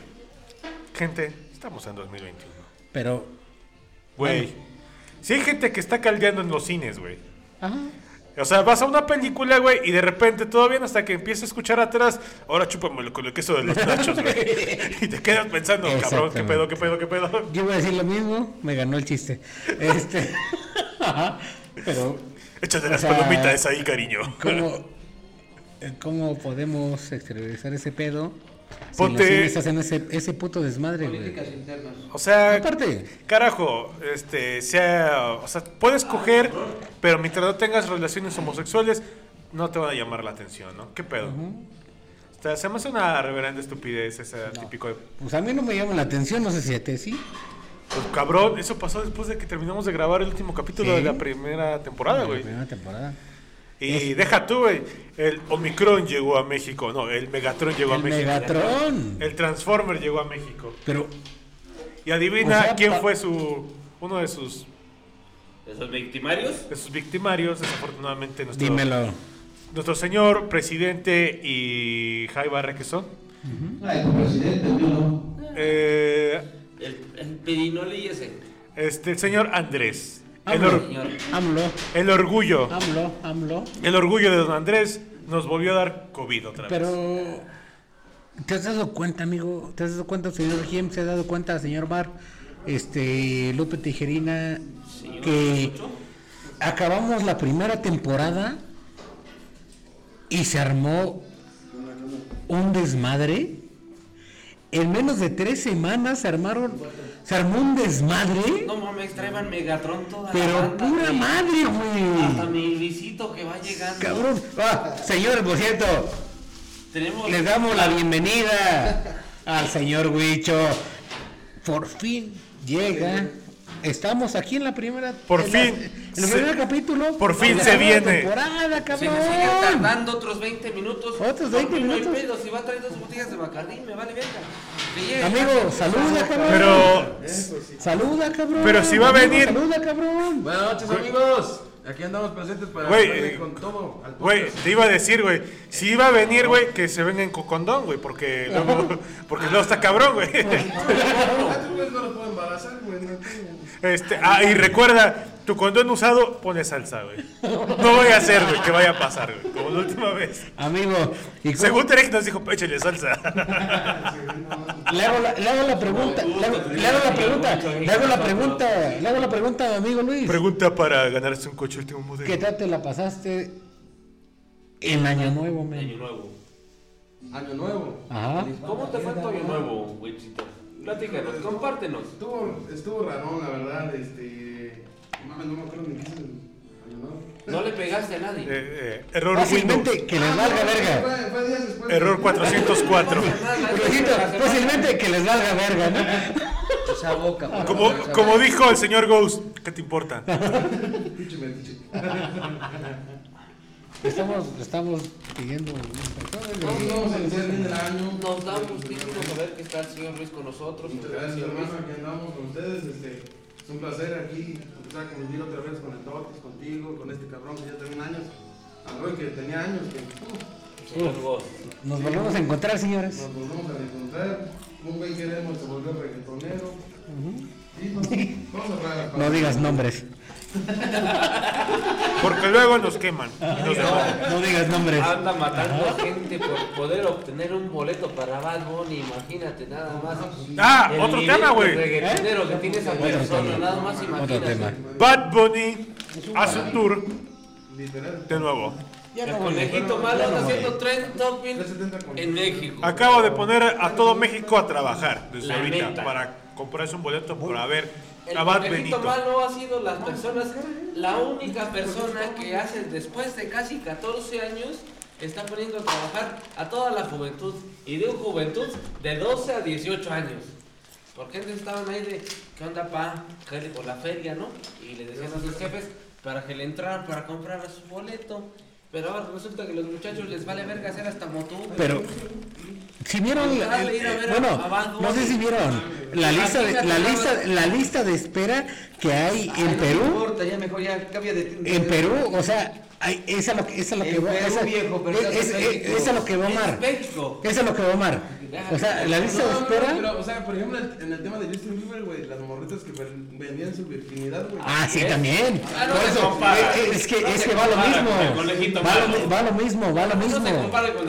S1: Gente, Estamos en 2021.
S2: Pero,
S1: Güey. Si hay gente que está caldeando en los cines, güey.
S2: ajá.
S1: O sea, vas a una película, güey, y de repente todo bien hasta que empiezas a escuchar atrás, ahora chúpame con el queso de los nachos, güey. y te quedas pensando, cabrón, qué pedo, qué pedo, qué pedo.
S2: Yo iba a decir lo mismo, me ganó el chiste. Este, ajá, pero
S1: Échate
S2: O
S1: las
S2: sea,
S1: palomitas ahí, cariño.
S2: ¿cómo, eh, cómo podemos exteriorizar ese pedo? Si
S1: Ponte-
S2: los cines hacen ese, ese puto desmadre, güey.
S5: Políticas internas.
S1: O sea,
S2: Aparte,
S1: Carajo, este, sea, o sea, puedes coger, pero mientras no tengas relaciones homosexuales, no te van a llamar la atención, ¿no? ¿Qué pedo? O sea, se me hace una reverenda estupidez ese típico de...
S2: pues a mí no me llama la atención, no sé si a ti sí.
S1: Pues cabrón, eso pasó después de que terminamos de grabar el último capítulo de
S2: Sí.
S1: la primera temporada,
S2: de
S1: Ah, güey.
S2: La primera temporada.
S1: Y deja tú, güey, el Omicron llegó a México, no, el Megatron llegó
S2: El
S1: a México.
S2: Megatron.
S1: El Transformer llegó a México.
S2: Pero,
S1: Y adivina
S2: O sea,
S1: quién
S2: pa-
S1: fue su... Uno de sus,
S3: ¿Esos victimarios?
S1: de sus victimarios, desafortunadamente nuestro...
S2: dímelo.
S1: Nuestro señor presidente y Jai Barra que son.
S4: Ay, tu presidente, yo no.
S1: eh,
S3: El, el pirinoli ese.
S1: este, el señor Andrés. El,
S2: AMLO,
S1: or-
S2: AMLO,
S1: el orgullo.
S2: AMLO, AMLO.
S1: El orgullo de don Andrés nos volvió a dar COVID otra vez.
S2: Pero, ¿te has dado cuenta, amigo? ¿Te has dado cuenta, señor Jim? ¿Se ha dado cuenta, señor Bar? Este, Lupe Tijerina, que acabamos la primera temporada y se armó un desmadre. En menos de tres semanas se armaron, se armó un desmadre,
S3: No mames, traigan Megatron toda la
S2: pero
S3: banda,
S2: pura
S3: güey.
S2: madre,
S3: Hasta
S2: güey.
S3: mi visito que va llegando.
S2: Cabrón, Ah, señor, por cierto,
S3: Tenemos
S2: Les damos la bienvenida al señor Huicho. Por fin llega. Estamos aquí en la primera.
S1: Por
S2: en
S1: fin.
S2: la- en el
S1: Se-
S2: primer capítulo.
S1: por fin
S2: de
S1: se
S2: la nueva
S1: viene.
S2: temporada,
S3: Si me sigue
S2: cabrón.
S3: tardando otros 20 minutos.
S2: Otros
S3: no,
S2: 20
S3: no hay
S2: minutos.
S3: pedo, si va a traer dos botellas de Bacardí, me vale verga. Que llegue.
S2: Amigo, saluda, cabrón.
S1: Pero,
S2: Saluda, cabrón.
S1: Pero si va a
S2: Amigo,
S1: venir.
S2: Saluda, cabrón.
S6: Buenas noches, amigos. Aquí andamos presentes para
S1: Güey,
S6: darle
S1: eh,
S6: con todo al
S1: güey,
S6: podcast.
S1: te iba a decir, güey, si iba a venir, güey, que se venga en cocondón, güey, porque luego, porque luego está cabrón, güey.
S6: Ah, tú, güey, no lo puedo embarazar, güey. no tengo-
S1: Este, ah, y recuerda, tu condón usado, pone salsa, güey. No voy a hacer, güey, que vaya a pasar, güey, como la última vez.
S2: Amigo, y cómo-
S1: Según Derek nos dijo, échale salsa.
S2: le, hago la, le hago la pregunta. Le hago, le hago la pregunta. Le hago la pregunta. Le hago la pregunta, amigo Luis.
S1: Pregunta para ganarse un coche último modelo.
S2: ¿Qué tal te la pasaste en Año Nuevo,
S3: Año
S2: men?
S3: nuevo.
S6: Año nuevo.
S2: Ajá.
S3: ¿Cómo te fue tu año nuevo, güeycito? Platícanos, compártenos.
S6: Estuvo, estuvo rarón, la verdad. Este. No mames, no me acuerdo ni qué es el año nuevo.
S3: No le pegaste a
S1: Eh,
S3: nadie.
S1: eh, error
S2: Fácilmente
S1: Windows.
S2: que les valga verga.
S6: Ah, Fue, fue días después.
S1: Error
S3: No
S1: 404.
S3: le pegaste a nadie.
S2: Brujito,
S3: La semana-
S2: fácilmente que les valga verga, ¿no?
S5: Esa boca. por favor,
S1: Como,
S5: esa
S1: como
S5: boca.
S1: dijo el señor Ghost, ¿qué te importa?
S6: Pinche metiche.
S2: Estamos, estamos pidiendo personas.
S6: No, no, vamos a iniciar bien el año.
S3: Nos da un gusto saber que está el señor Luis con nosotros.
S6: Muchas
S3: el
S6: gracias,
S3: señor Luis.
S6: hermano. Aquí andamos con ustedes. Este, es un placer aquí empezar a convivir otra vez con el Totis, contigo, con este cabrón que ya tenía años. A ver, que tenía años, que uh,
S3: Señor Ghost.
S2: Nos volvemos a encontrar, señores.
S6: nos volvemos a reencontrar. Un güey que queremos se volvió reggaetonero. Y nos- vamos a hablar a
S2: No digas nombres.
S1: Porque luego nos queman. y nos demanden.
S2: No digas nombres.
S3: Anda matando a gente por poder obtener un boleto para Bad Bunny, imagínate nada más.
S1: Ah,
S3: El
S1: otro
S3: nivel
S1: tema,
S3: de
S1: güey.
S3: reggaetonero que tiene esa persona,
S2: tema.
S3: nada más imagínate.
S2: Otro tema.
S1: Bad Bunny hace un tour
S6: Literal.
S1: de nuevo.
S3: El conejito malo anda haciendo trend topping
S6: 370 con-
S3: en México.
S1: Acabo de poner a todo México a trabajar desde
S3: La
S1: ahorita
S3: neta.
S1: para comprarse un boleto para ver
S3: El
S1: a Bad Benito.
S3: conejito malo ha sido las personas, la única persona que hace después de casi 14 años está poniendo a trabajar a toda la juventud y de un juventud de 12 a 18 años. Porque antes estaban ahí de, ¿qué onda pa? Cállate por la feria, ¿no? Y le decían a sus jefes para que le entraran para comprar su boleto. Pero ahora resulta que los muchachos les vale verga hacer hasta motú.
S2: Pero, si vieron,
S3: Ah,
S2: la- el- el- bueno, no sé si vieron la lista de, la lista, la lista de espera que hay
S5: Ay,
S2: en
S5: No me
S2: Perú.
S5: importa, ya mejor ya cambia de.
S2: En Perú, o sea, Ay, esa es lo que, esa es lo
S5: El
S2: que va,
S5: Perú
S2: esa,
S5: viejo, pero
S2: es-
S5: estás
S2: es-
S5: en
S2: es-
S5: México.
S2: esa es lo que va Omar.
S3: Es México.
S2: Eso es lo que va Omar. O sea, la lista de
S6: No, no,
S2: espera.
S6: no, pero, o sea, por ejemplo, el- en el tema de Justin Bieber, güey, las morritas que per- vendían su virginidad, güey.
S2: Ah, sí, también.
S3: Ah, no
S2: Por
S3: se
S2: eso,
S3: compara.
S2: eh, eh, es que,
S3: No
S2: es
S3: se
S2: que va lo
S3: compara
S2: mismo.
S3: con el conejito
S2: Va lo,
S3: malo.
S2: mi- va lo mismo, va lo
S3: Eso se
S2: mismo.
S3: compara con el con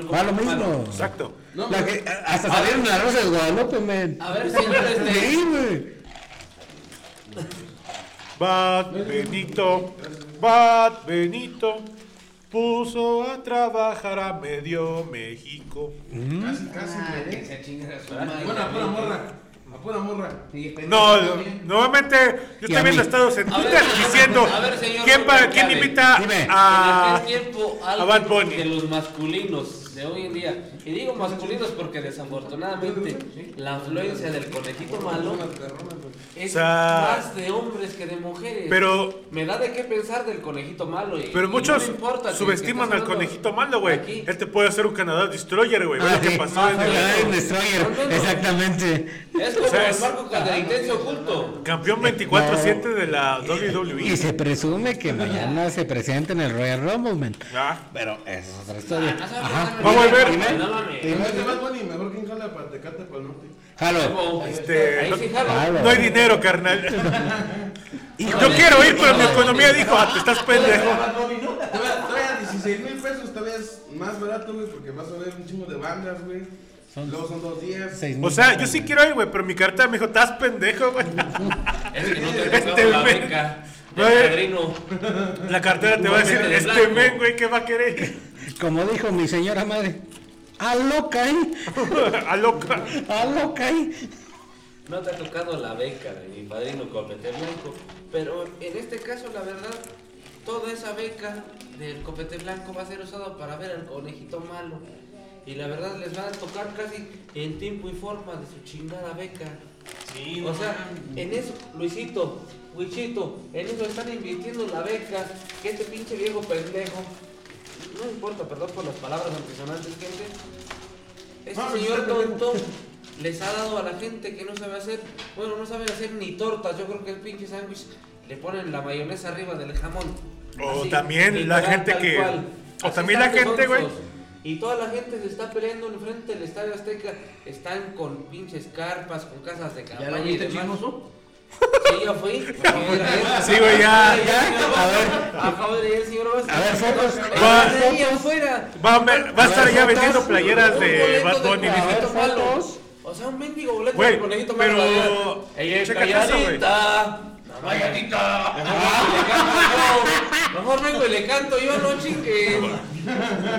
S3: el-
S2: Va lo
S3: con el-
S2: mismo.
S1: Exacto.
S6: No,
S2: La
S6: pero-
S2: que- hasta salieron las rosas de Guadalupe, men.
S3: A ver, señor, este,
S2: Sí, güey.
S1: Bat Benito, Bat Benito, puso a trabajar a medio México.
S6: Casi, casi,
S5: Ah,
S6: güey.
S5: que se chingue a su
S6: Bueno, a pura
S5: madre.
S6: morra. A pura morra.
S5: Sí, pendejo,
S1: No,
S5: también.
S1: nuevamente yo
S2: Y a
S1: estoy viendo
S2: mí.
S1: Estados en
S3: A ver,
S1: Twitter
S3: señor,
S1: diciendo
S3: a ver, señor
S1: quién para
S3: Robert
S1: quién
S3: Cade.
S1: invita
S2: Dime.
S1: a
S3: en aquel tiempo
S1: a Bad
S3: algo
S1: Bunny.
S3: de los masculinos de hoy en día. Y digo masculinos porque desafortunadamente la afluencia del conejito malo
S6: Una perrona, güey.
S3: es
S1: O sea,
S3: más de hombres que de mujeres.
S1: pero
S3: me da de qué pensar del conejito malo. y- y
S1: pero
S3: no
S1: muchos
S3: me importa que-
S1: subestiman
S3: que
S1: al
S3: estés hablando
S1: conejito malo, güey.
S3: aquí.
S1: Él te puede hacer un Canadá Destroyer, güey. Ve
S2: Ah,
S1: lo que
S2: sí.
S1: pasó
S2: Ah,
S1: en
S2: la
S1: el
S2: de Destroyer.
S3: No, no, no.
S2: Exactamente.
S3: Es como
S1: O sea,
S3: el
S1: es-
S3: barco canadiense oculto.
S1: campeón 24/7 de la
S2: Eh,
S1: E.
S2: Y
S1: WWE.
S2: se presume que mañana se presenta en el Royal Rumble, men.
S1: Ah,
S2: Pero esa es otra historia.
S3: Ah, no, no,
S2: Ajá.
S3: no,
S1: Va a volver.
S2: Dime,
S3: No mames.
S6: Pero
S2: dime.
S6: este Bad Bunny, mejor que en Jala para Tecate, para el norte.
S2: Jalo.
S3: Como-
S1: Este,
S3: ahí
S1: no-
S3: sí jalo.
S2: Jalo.
S1: No hay dinero, carnal. Yo
S3: Híjole.
S1: quiero ir, pero mi economía dijo, ah, te estás pendejo.
S6: Todavía, todavía 16 mil pesos, todavía es más barato, güey, porque vas a ver un chingo de bandas, güey.
S2: Son-
S6: Luego son dos días.
S2: Seis mil
S1: O sea, yo
S2: dólares.
S1: sí quiero ir, güey, pero mi carta me dijo, estás pendejo, güey.
S3: Es que no te
S1: Este
S3: tocaba la
S1: men.
S3: beca.
S1: No, eh.
S3: El padrino.
S1: La cartera te va a decir,
S3: Vete de
S1: este
S3: blanco.
S1: men, güey, ¿qué va a querer?
S2: Como dijo mi señora madre. A loca, ¿eh?
S1: A loca.
S2: A loca, ¿eh?
S3: No te ha tocado la beca de mi padrino Copete Blanco, pero en este caso, la verdad, toda esa beca del Copete Blanco va a ser usada para ver al conejito malo. Y la verdad, les van a tocar casi en tiempo y forma de su chingada beca. o sea, en eso, Luisito, Wichito, en eso están invirtiendo la beca que este pinche viejo pendejo. No importa, perdón por las palabras antisonantes, gente. Este
S6: Ah, pero
S3: señor
S6: está pendejo.
S3: tonto les ha dado a la gente que no sabe hacer, bueno, no saben hacer ni tortas, yo creo que el pinche sándwich le ponen la mayonesa arriba del jamón.
S1: O
S3: Así,
S1: también la
S3: literal,
S1: gente
S3: tal
S1: que-
S3: cual.
S1: o
S3: Así
S1: también la
S3: están los
S1: gente, güey.
S3: onzos. Y toda la gente se está peleando en frente del Estadio Azteca, están con pinches carpas, con casas de campaña y
S5: viste,
S3: demás.
S5: chismoso?
S3: Sí, ya fui.
S1: Sí, güey, ya,
S2: ya, a ver.
S3: Acabo de ir el señor Vázquez.
S2: A ver, fotos.
S1: Va.
S3: Está ahí afuera.
S1: Va a, ver- va a estar allá
S2: Las
S1: vendiendo
S2: fotos.
S1: playeras
S3: Un
S1: de
S3: boleto
S1: Bad
S3: del
S1: Bunny.
S2: A
S1: dice.
S2: ver,
S3: conejito malo.
S2: fotos.
S3: O sea, un mendigo boleto
S1: Güey,
S3: del conejito
S1: pero-
S3: malo. Ella es
S1: chécate eso, güey.
S3: calladita. La valladita. Mejor vengo y le canto yo, no chingue.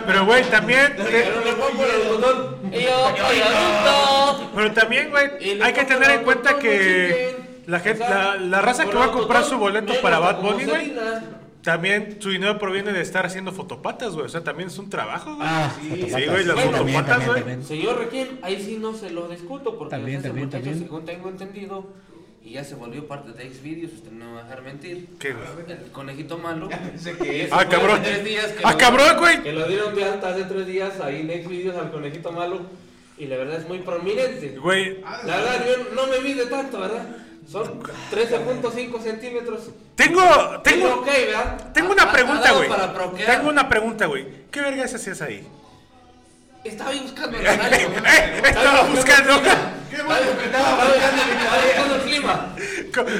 S1: Pero, güey, también.
S3: Pero le pongo el botón. Ella va calladita.
S1: Pero también, güey,
S3: Y le
S1: hay que
S3: pongo
S1: tener
S3: el
S1: en cuenta
S3: botón,
S1: que
S3: no chinguen.
S1: la gente,
S3: O sea,
S1: la, la raza que va a
S3: por
S1: comprar
S3: autotón,
S1: su boleto
S3: menos
S1: para Bad
S3: como
S1: Bunny, güey,
S3: Selena.
S1: también su dinero proviene de estar haciendo fotopatas, güey. O sea, también es un trabajo, güey.
S2: Ah,
S1: Sí, güey, las
S2: Bueno, también,
S1: fotopatas,
S2: también,
S1: güey.
S2: también.
S3: Señor Requiem, ahí sí no se lo discuto porque
S2: También,
S3: ese
S2: también,
S3: muchacho,
S2: también.
S3: según tengo entendido, y ya se volvió parte de Xvideos, usted no me va a dejar mentir.
S1: ¿Qué, güey?
S3: El conejito malo.
S5: que-
S1: Ah,
S3: Fue hace
S1: cabrón.
S3: tres días que
S1: Ah,
S3: lo-
S1: cabrón, güey.
S3: Que lo dieron de alta hace tres días ahí en Xvideos al conejito malo. Y la verdad es muy prominente.
S1: Güey,
S3: La verdad, yo no me mide tanto, ¿verdad? Son 13.5 centímetros.
S1: tengo,
S3: Pero
S1: tengo,
S3: ok, ¿verdad?
S1: tengo
S3: Ha-
S1: una
S3: ha- ha
S1: pregunta,
S3: dado
S1: güey.
S3: para procrear.
S1: Tengo una pregunta, güey. ¿Qué vergas hacías ahí?
S3: Estaba ahí buscando el
S1: Eh,
S3: horario.
S1: eh, Estaba buscando.
S3: Qué bueno que estaba buscando, estaba buscando el clima.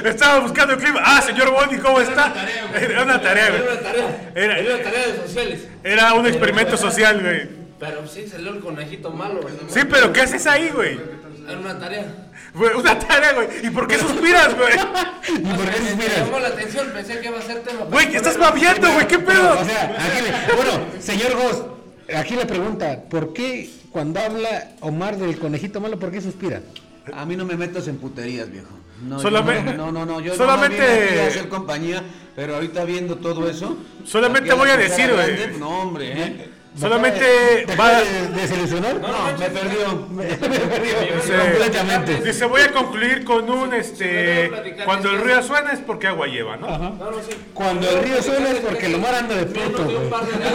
S1: Estaba buscando el clima. Ah, señor Bondi, ¿cómo está? Era una tarea,
S3: Era
S1: güey.
S3: una tarea.
S1: Era-
S3: Era, una tarea de sociales.
S1: Era un experimento social, güey.
S3: Pero sí salió el conejito malo, güey.
S1: Sí, pero ¿qué haces ahí, güey?
S3: Era una tarea.
S1: Güey, Una tarea, güey. ¿Y por qué suspiras, güey?
S2: ¿Y por qué
S3: Me- me
S2: suspiras?
S3: llamó la atención, pensé que iba a ser tema.
S1: Güey, estás babeando, güey. ¿Qué pedo?
S2: O sea, aquí le- bueno, señor Goss, aquí le pregunta, ¿por qué cuando habla Omar del conejito malo, por qué suspira?
S5: A mí no me metas en puterías, viejo. No, yo
S1: Solamente-
S5: no, no, no, yo
S1: solamente-
S5: nomás vine aquí a hacer compañía, pero ahorita viendo todo eso.
S1: Solamente
S5: aquí
S1: voy a
S5: la
S1: decir,
S5: cara
S1: güey.
S5: grande, No, hombre, ¿eh?
S1: Solamente
S2: ¿Dejó
S1: va-
S2: de, de desilusionar?
S5: No, me perdió. Me perdió.
S1: Dice-
S2: Completamente.
S1: Dice, voy a concluir con un, este... Cuando el ruido suena es porque agua lleva, ¿no?
S2: Ajá.
S3: No, no, sí.
S2: Cuando el río suena es porque el Omar anda de
S3: Menos
S2: puto,
S3: de un
S2: güey.
S3: par de días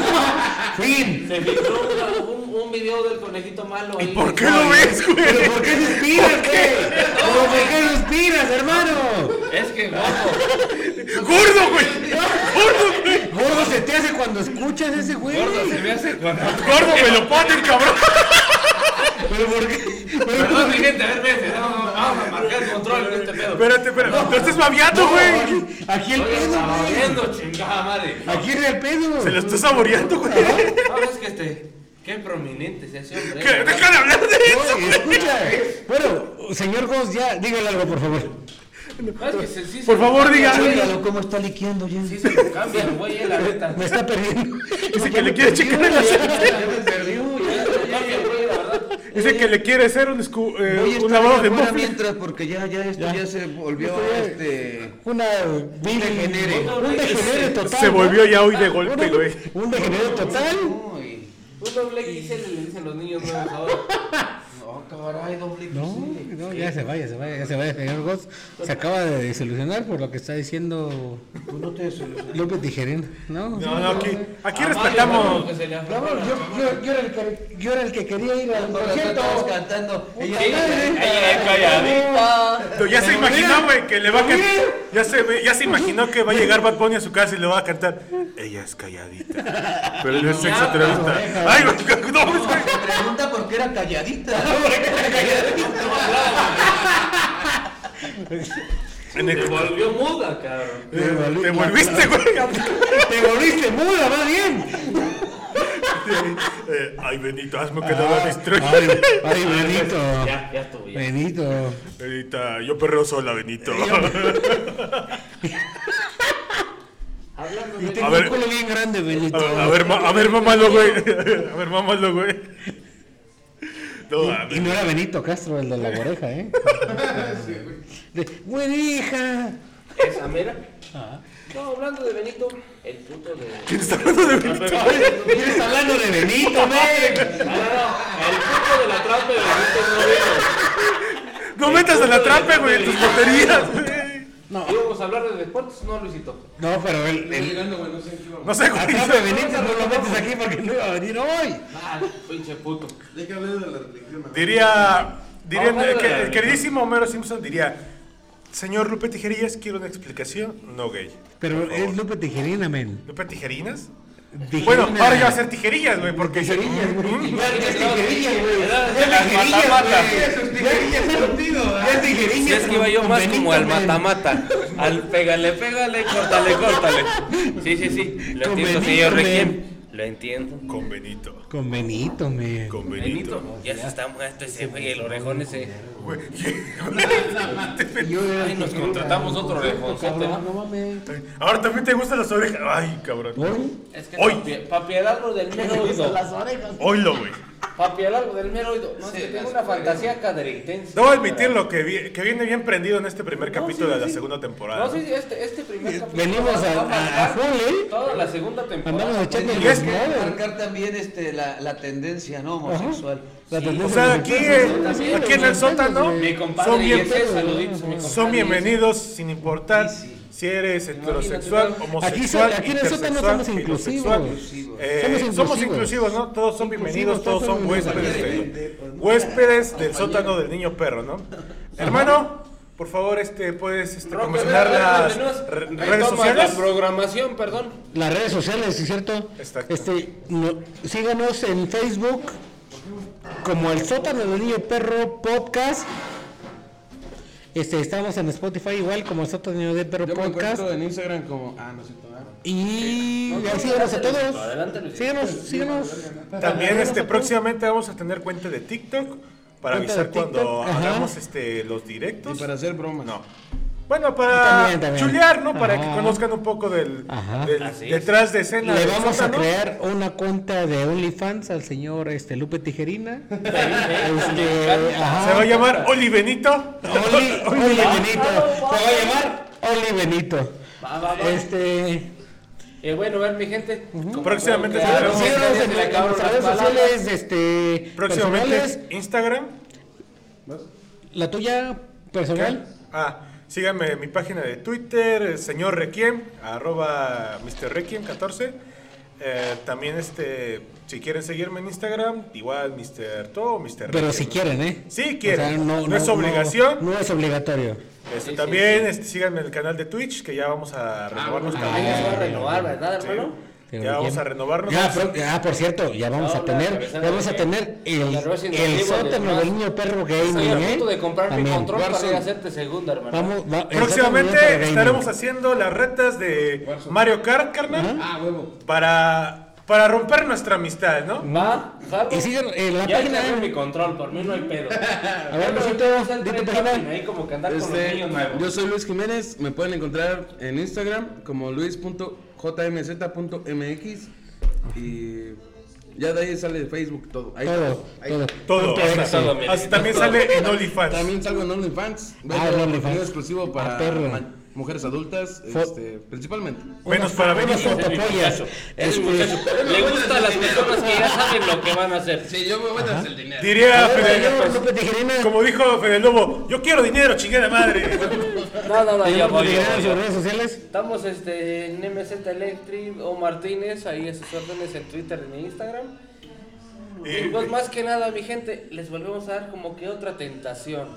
S2: Fin.
S3: Se filtró una- un, un video del conejito malo.
S1: ¿Y
S3: ahí.
S1: por qué lo ves,
S2: ¿Pero
S1: Pues, güey?
S2: por qué suspiras, güey? ¿Pero por qué suspiras, hermano?
S3: Es que, guapo.
S1: ¡Gordo, güey! ¡Gordo, güey!
S2: Gordo se te ha lo escuchas ese güey.
S3: Gordo, se me hace.
S1: Gordo, me lo ponen, cabrón.
S2: Pero ¿por qué?
S3: Perdón, mi gente, a ver, vete, no, no, vamos a marcar el control en este pedo.
S1: Espérate, espérate. No estés babeando, güey.
S2: Aquí- Aquí el
S3: Estoy
S2: pedo, güey.
S3: saboreando, chingada madre.
S2: Aquí es el pedo.
S1: Se lo estás saboreando, güey. ¿Qué?
S3: No, es que este. Qué prominente se hace hombre.
S1: Deja de hablar de eso,
S2: Oye,
S1: güey.
S2: Escucha. Bueno, señor Goss, ya, dígale algo, por favor.
S3: No, es que se- sí se
S1: Por
S3: lo
S1: favor,
S3: cambia,
S1: diga.
S3: güey.
S5: Míralo cómo está liqueando ya.
S3: Sí se lo cambia, güey, eh, la neta.
S2: Me está perdiendo.
S1: Dice que le quiere checar el aceite.
S3: Ya me perdí, güey, ya se lo cambia, güey, la verdad.
S1: Dice que le quiere hacer un, escu- eh,
S5: Voy a
S1: un
S5: estar
S1: lavado de
S5: afuera
S1: mofle.
S5: mientras porque ya, ya esto ya, se volvió
S2: Esto ya-
S5: este.
S2: Una vil-
S5: degenere.
S2: Un degenere total.
S1: Se
S2: ¿no?
S1: volvió ya hoy de
S2: Una-
S1: golpe, güey.
S2: Un degenere total.
S5: Uy.
S3: Un doble XL le dicen los niños nuevos ahora.
S5: No, caray, doble
S2: No,
S5: XL.
S2: no, ya se vaya, se vaya, ya se vaya, señor Goss. Se acaba de desilusionar por lo que está diciendo
S5: Tú no te solucionas.
S2: López Tijerén. No,
S1: No, no, aquí, aquí
S3: A Mario,
S1: respetamos.
S3: Ah, bueno, que se le
S2: No,
S3: aflojó
S2: yo,
S3: la-
S2: yo- yo era el que, yo era el que quería ir al
S5: Por eso
S2: concierto.
S5: estabas cantando. Ella-
S3: Sí, ella calladita.
S1: Pero ya se imaginó, güey, que le va a can- ya se, ve- ya se imaginó que va a llegar Bad Bunny a su casa y le va a cantar. Ella es calladita. Pero él es sexoterapeuta. Ay, güey, no, güey, güey.
S5: Se pregunta por qué era calladita.
S1: En
S3: Se
S1: el-
S3: volvió muda, cabrón.
S1: eh, Te volviste, güey.
S2: Te volviste muda, va bien.
S1: Eh, Ay, Benito, hazme que no lo
S2: ay,
S1: destruya.
S2: ay, Benito.
S3: Ya, ya estuvo, ya.
S2: Benito.
S1: Benita, yo perreo sola, Benito.
S3: Hablando
S2: Y
S3: de
S2: tengo
S1: A ver.
S2: un culo bien grande, Benito.
S1: A ver, a ver, ma- a ver, mamalo, güey. A ver, mamalo, güey. No,
S3: Ah,
S1: a
S2: Y
S1: ver.
S2: no era Benito Castro el de la oreja, ¿eh? De, buena hija.
S3: esa mera. No, hablando de Benito, el puto de.
S1: ¿Quién está hablando
S3: Ah,
S1: de Benito?
S2: Estás hablando de Benito, men.
S3: No, Ah, no, no, el puto de la trampa de Benito no vino.
S1: No metas a la trampa, güey, en tus porterías, güey.
S2: No,
S3: Íbamos a hablar de deportes, no, Luisito.
S2: no, pero el, el
S6: llegando, güey, no sé qué íbamos.
S1: No sé, güey.
S2: atrás de Benito no lo metes aquí porque no iba a venir hoy.
S3: Ah, pinche puto.
S6: Hay que hablar de la religión. ¿no?
S1: Diría, diría
S3: Vamos a ver
S1: el que- el
S3: Ah, la religión.
S1: queridísimo Homero Simpson diría, señor Lupe Tijerillas, quiero una explicación, no gay.
S2: Pero
S1: Por favor.
S2: es Lupe Tijerina, men.
S1: ¿Lupe Tijerinas?
S2: Tijerina.
S1: Bueno, ahora yo voy a hacer tijerillas, güey, porque...
S2: Tijerillas, güey.
S1: Mm,
S2: Ya es tijerillas, güey.
S3: Era-
S2: Ya es
S3: al
S2: tijerillas,
S3: matamata.
S2: güey. Ya- Ya es tijerillas.
S3: Si es que iba yo
S2: con
S3: más como al
S2: Benito, men.
S3: matamata. Al pégale, pégale, córtale, córtale. Sí, sí, sí. Lo
S2: Con
S3: entiendo,
S2: Benito,
S3: señor
S2: men.
S3: Requiem. Lo entiendo.
S1: Con Benito,
S2: Con Benito, men.
S1: con
S3: Benito,
S1: Benito.
S3: ya se está muerto ese güey, el orejón ese.
S1: Güey,
S2: Yo era-
S3: Ay, nos contratamos otro orejonzote.
S2: Cabrón, no mames.
S1: Ahora también te gustan las orejas. Ay, cabrón.
S2: Hoy,
S3: Es que
S1: Hoy.
S3: papi, papi el árbol del mero oído.
S1: Oílo, güey.
S3: Papi el árbol del mero oído. No, es que tengo una fantasía caderitense.
S1: Debo admitir lo que, vi- que viene bien prendido en este primer capítulo
S3: sí,
S1: de la
S3: sí.
S1: segunda temporada.
S3: No, sí, sí, este, este primer capítulo.
S2: Venimos a- a- a full, ¿eh?
S3: Toda la segunda temporada.
S2: andamos echando
S5: pues,
S1: Y
S2: el
S1: es que-
S2: desmadre.
S5: Marcar también este, la, la tendencia ¿no?
S2: Ajá.
S5: homosexual.
S2: La tendencia
S1: O sea, aquí, eh,
S2: homosexual,
S1: aquí en el
S2: homosexual,
S1: sótano
S2: güey.
S3: Mi compadre
S1: Son bien-
S3: Yese, saluditos a mi compadre
S1: Son
S3: Yese.
S1: bienvenidos sin importar
S5: Sí, sí.
S1: si eres heterosexual,
S3: Aquí
S1: homosexual,
S2: so- aquí en el sótano
S1: intersexual,
S2: somos
S1: filosexual.
S2: inclusivos.
S1: Eh,
S2: Somos
S1: somos,
S2: inclusivos.
S1: inclusivos, ¿no? Todos son
S2: Inclusivos,
S1: bienvenidos, todos
S2: todos
S1: son
S2: son
S1: huéspedes,
S2: bienvenidos.
S1: de- huéspedes del sótano del niño perro, ¿no? Hermano, por favor, este, puedes este,
S3: Roque,
S1: promocionar
S3: ven, ven,
S1: las
S3: ven,
S1: re-
S3: ven, ven,
S1: redes
S3: toma
S1: sociales.
S3: La programación, perdón.
S2: Las redes sociales, ¿sí es cierto?
S1: Exacto.
S2: Este, no- síganos en Facebook como el sótano del niño perro podcast. Este, estamos en Spotify igual como el sótano del perro
S6: Yo me
S2: podcast.
S6: encuentro en Instagram como. Ah, no sé todavía.
S2: Y
S3: No,
S2: ya
S3: no,
S2: síganos a
S3: adelante,
S2: todos.
S3: adelante, Luisito.
S2: Síganos, síganos.
S1: También
S2: Síganos a
S1: este,
S2: todos.
S1: próximamente vamos a tener cuenta de TikTok para
S2: Cuenta de
S1: avisar cuando
S2: TikTok, ajá.
S1: hagamos este, los directos.
S6: Y para hacer bromas.
S1: No. Bueno, para
S2: También, también.
S1: chulear, ¿no? Para que
S2: Ajá.
S1: conozcan un poco del,
S2: Ajá.
S1: del-
S3: Así es.
S1: detrás de escena.
S2: Le
S1: del
S2: vamos a
S1: sótano.
S2: crear una cuenta de OnlyFans al señor este Lupe Tijerina. este, ajá.
S1: Se va a llamar Oli Benito.
S2: Oli, Oli Benito. Se va a llamar Oli Benito.
S3: Va, va, va.
S2: Este,
S3: Eh, bueno, a ver, mi gente. como
S1: Próximamente
S3: creo que
S1: tendremos-
S3: a-
S2: síganos
S3: se
S2: en
S3: le acabaron
S2: nuestras redes
S3: las palabras.
S2: sociales, este,
S1: Próximamente
S2: personales.
S1: Instagram.
S2: La tuya personal.
S1: Ah, síganme en mi página de Twitter, el señor Requiem, arroba Mr. Requiem 14. Eh, también este, si quieren seguirme en Instagram, igual Mr. Todo, Mr.
S2: Pero
S1: Requiem,
S2: si
S1: ¿no?
S2: quieren, ¿eh?
S1: Sí,
S2: O
S1: quieren.
S2: sea,
S1: no, es obligación.
S2: No, es obligatorio.
S1: Este,
S3: Sí, sí,
S1: también este, síganme en el canal de Twitch, que ya vamos a renovar los
S3: Ah, ya se va a
S1: canales.
S3: renovar, ¿verdad,
S1: Sí.
S3: hermano?
S2: Pero
S1: Ya vamos
S2: ya-
S1: a renovarnos.
S2: Ya, pero- ah, por cierto, ya vamos
S3: No,
S2: a
S3: la
S2: tener,
S3: cabeza
S2: ya vamos
S3: de-
S2: a tener el,
S3: la Resident
S2: el
S3: Evil,
S2: sótano
S3: además.
S2: del niño perro
S3: Estoy
S2: gaming,
S3: a
S2: ¿eh?
S3: punto de comprar mi
S2: También.
S3: control para
S2: Warzone.
S3: ir a hacerte segunda, hermano.
S2: Vamos, va- el
S1: Próximamente
S2: sótano del niño perro
S1: estaremos
S2: gaming.
S1: haciendo las retas de Mario Kart, carnal,
S6: Ah, huevo.
S1: para, para romper nutra amistad, ¿no?
S3: Va, jalo.
S2: Y sigan en la
S3: ya
S2: página. ¿eh?
S3: cargué mi control, por mí no hay pedo.
S2: A ver, Luisito, di tu página.
S3: Ahí como que andar con los
S6: Este,
S3: niños nuevos.
S6: yo soy Luis Jiménez, me pueden encontrar en Instagram como luis.jmz.mx y ya de ahí sale de Facebook todo. Ahí,
S2: Todo,
S6: ahí.
S2: todo.
S1: Todo.
S2: Punto X.
S3: todo, mi
S1: Así también sale en OnlyFans.
S6: También salgo en OnlyFans,
S2: Pues. Ah, en
S6: vendo
S2: OnlyFans.
S6: contenido exclusivo para
S2: Ah, perro.
S6: ma- mujeres adultas,
S2: Fo-
S6: este, principalmente.
S1: Menos para
S2: Unas
S1: Benito.
S2: fotopollas. Este,
S3: Le gustan las personas que ya saben lo que van a hacer.
S6: Sí, yo me voy a dar el dinero.
S1: Diría
S2: a ver,
S1: Fede,
S2: señor López Tijerina,
S1: como dijo Fede Lobo, yo quiero dinero, chingada madre.
S3: No, no, no, ya
S2: López
S3: voy. ya
S2: Tijerina en sus
S3: voy, ya voy.
S2: redes sociales.
S3: Estamos este, en MZ Electric o Martínez, ahí a sus órdenes en Twitter y en Instagram. Y
S1: Eh,
S3: pues más que nada, mi gente, les volvemos a dar como que otra tentación.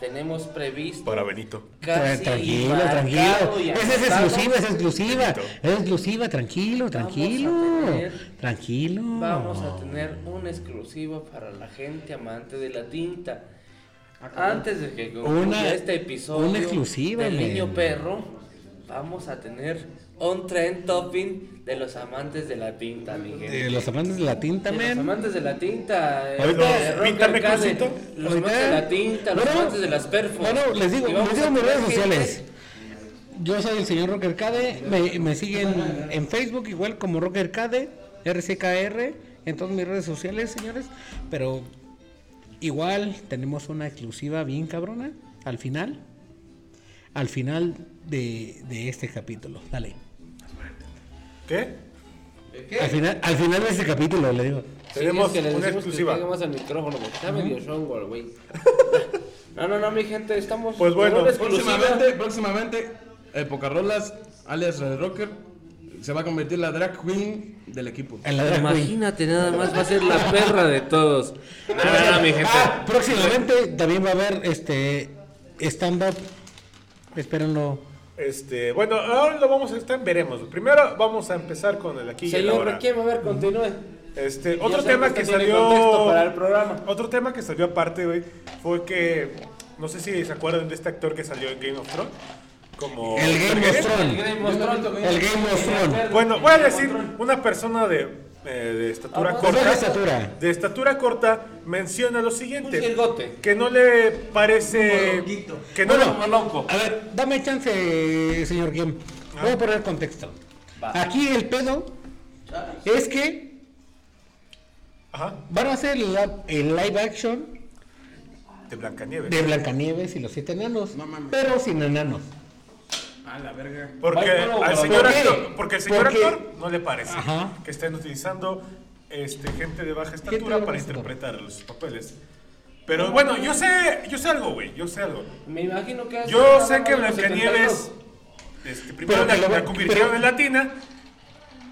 S3: Tenemos previsto
S1: Para Benito.
S3: casi
S2: Pues, tranquilo,
S3: marcado
S2: tranquilo.
S3: y
S2: Esa es
S3: anotado.
S2: exclusiva, es exclusiva.
S1: Perfecto.
S2: Es exclusiva, tranquilo, tranquilo.
S3: Vamos a tener-
S2: Tranquilo.
S3: Vamos a tener un exclusivo para la gente amante de la tinta. Antes de que concluya
S2: Una-
S3: este episodio
S2: una exclusiva,
S3: del
S2: men.
S3: niño perro, vamos a tener un trend topping de los amantes de la tinta, mi gente.
S2: Eh, los amantes de la tinta,
S3: De
S2: men.
S3: Los amantes de la tinta. eh,
S2: Ahorita,
S3: de Rock
S1: píntame
S3: Arcade,
S1: crucito.
S3: Los
S2: Ahorita.
S3: amantes de la tinta, los
S2: Bueno,
S3: amantes de las perfos.
S2: Bueno, les digo,
S3: Y vamos
S2: les digo
S3: a
S2: mis redes
S3: tener
S2: sociales.
S3: gente-
S2: Yo soy el señor Rocker Cade, me, me siguen en Facebook igual como Rocker Cade, RCKR, en todas mis redes sociales, señores, pero igual tenemos una exclusiva bien cabrona al final, al final de, de este capítulo, dale.
S1: ¿Qué?
S2: Al final, al final de este capítulo, le digo.
S1: Tenemos
S3: Sí, es que les
S1: una
S3: decimos que
S1: exclusiva.
S3: pegue más al micrófono, porque está medio chongo el güey. No, no, no, mi gente, estamos.
S1: Pues bueno,
S3: con una exclusiva.
S6: Próximamente, próximamente, eh, Pocarrolas, alias Red Rocker, se va a convertir en la drag queen del equipo.
S2: En la drag queen.
S3: Imagínate, nada más va a ser la perra de todos. No, no, no, mi gente.
S2: Ah, próximamente también va a haber este stand-up, espérenlo.
S1: Este, bueno, ahora lo vamos a estar, veremos. Primero vamos a empezar con el aquí y el
S3: Señor,
S1: ahora.
S3: ¿quién va a ver? Continúe.
S1: Este,
S3: Ya
S1: otro
S3: sabemos
S1: tema
S3: que
S1: que
S3: tiene
S1: salió
S3: contexto para el programa.
S1: Otro tema que salió aparte, güey, fue que no sé si se acuerdan de este actor que salió en Game of Thrones, como
S2: El Game of
S1: Targaryen.
S2: Thrones. El Game of Thrones. Pues,
S1: Bueno, voy a decir una persona de, eh, de estatura
S3: Vamos.
S1: corta.
S2: Pues de estatura.
S1: de estatura corta menciona lo siguiente.
S3: Un cielgote.
S1: Que no le
S2: eh,
S1: parece que no
S2: Bueno,
S1: le-
S3: loco.
S2: A ver, dame chance, señor Guillem. Voy a poner contexto.
S3: Va.
S2: Aquí el pedo es que
S1: Ajá,
S2: van a hacer el, el live action
S1: de Blancanieves.
S2: de Blancanieves y los siete enanos,
S6: No mames.
S2: pero sin enanos.
S6: A la verga.
S1: Porque
S3: Ay, bueno,
S1: al
S3: pero
S1: señor
S2: ¿por qué?
S1: actor, porque el señor
S2: Porque-
S1: actor no le parece
S2: Ajá.
S1: que estén utilizando este gente de baja
S2: de baja
S1: estatura para
S2: estatura.
S1: interpretar los papeles. Pero bueno, yo sé, yo sé algo, güey, yo sé algo.
S3: Me imagino que. hace
S1: Yo
S3: nada
S1: sé que
S3: más de los
S1: Blancanieves
S3: 72.
S1: este, primero
S2: Pero que
S1: la,
S2: lo-
S1: la convirtieron
S2: pero-
S1: en latina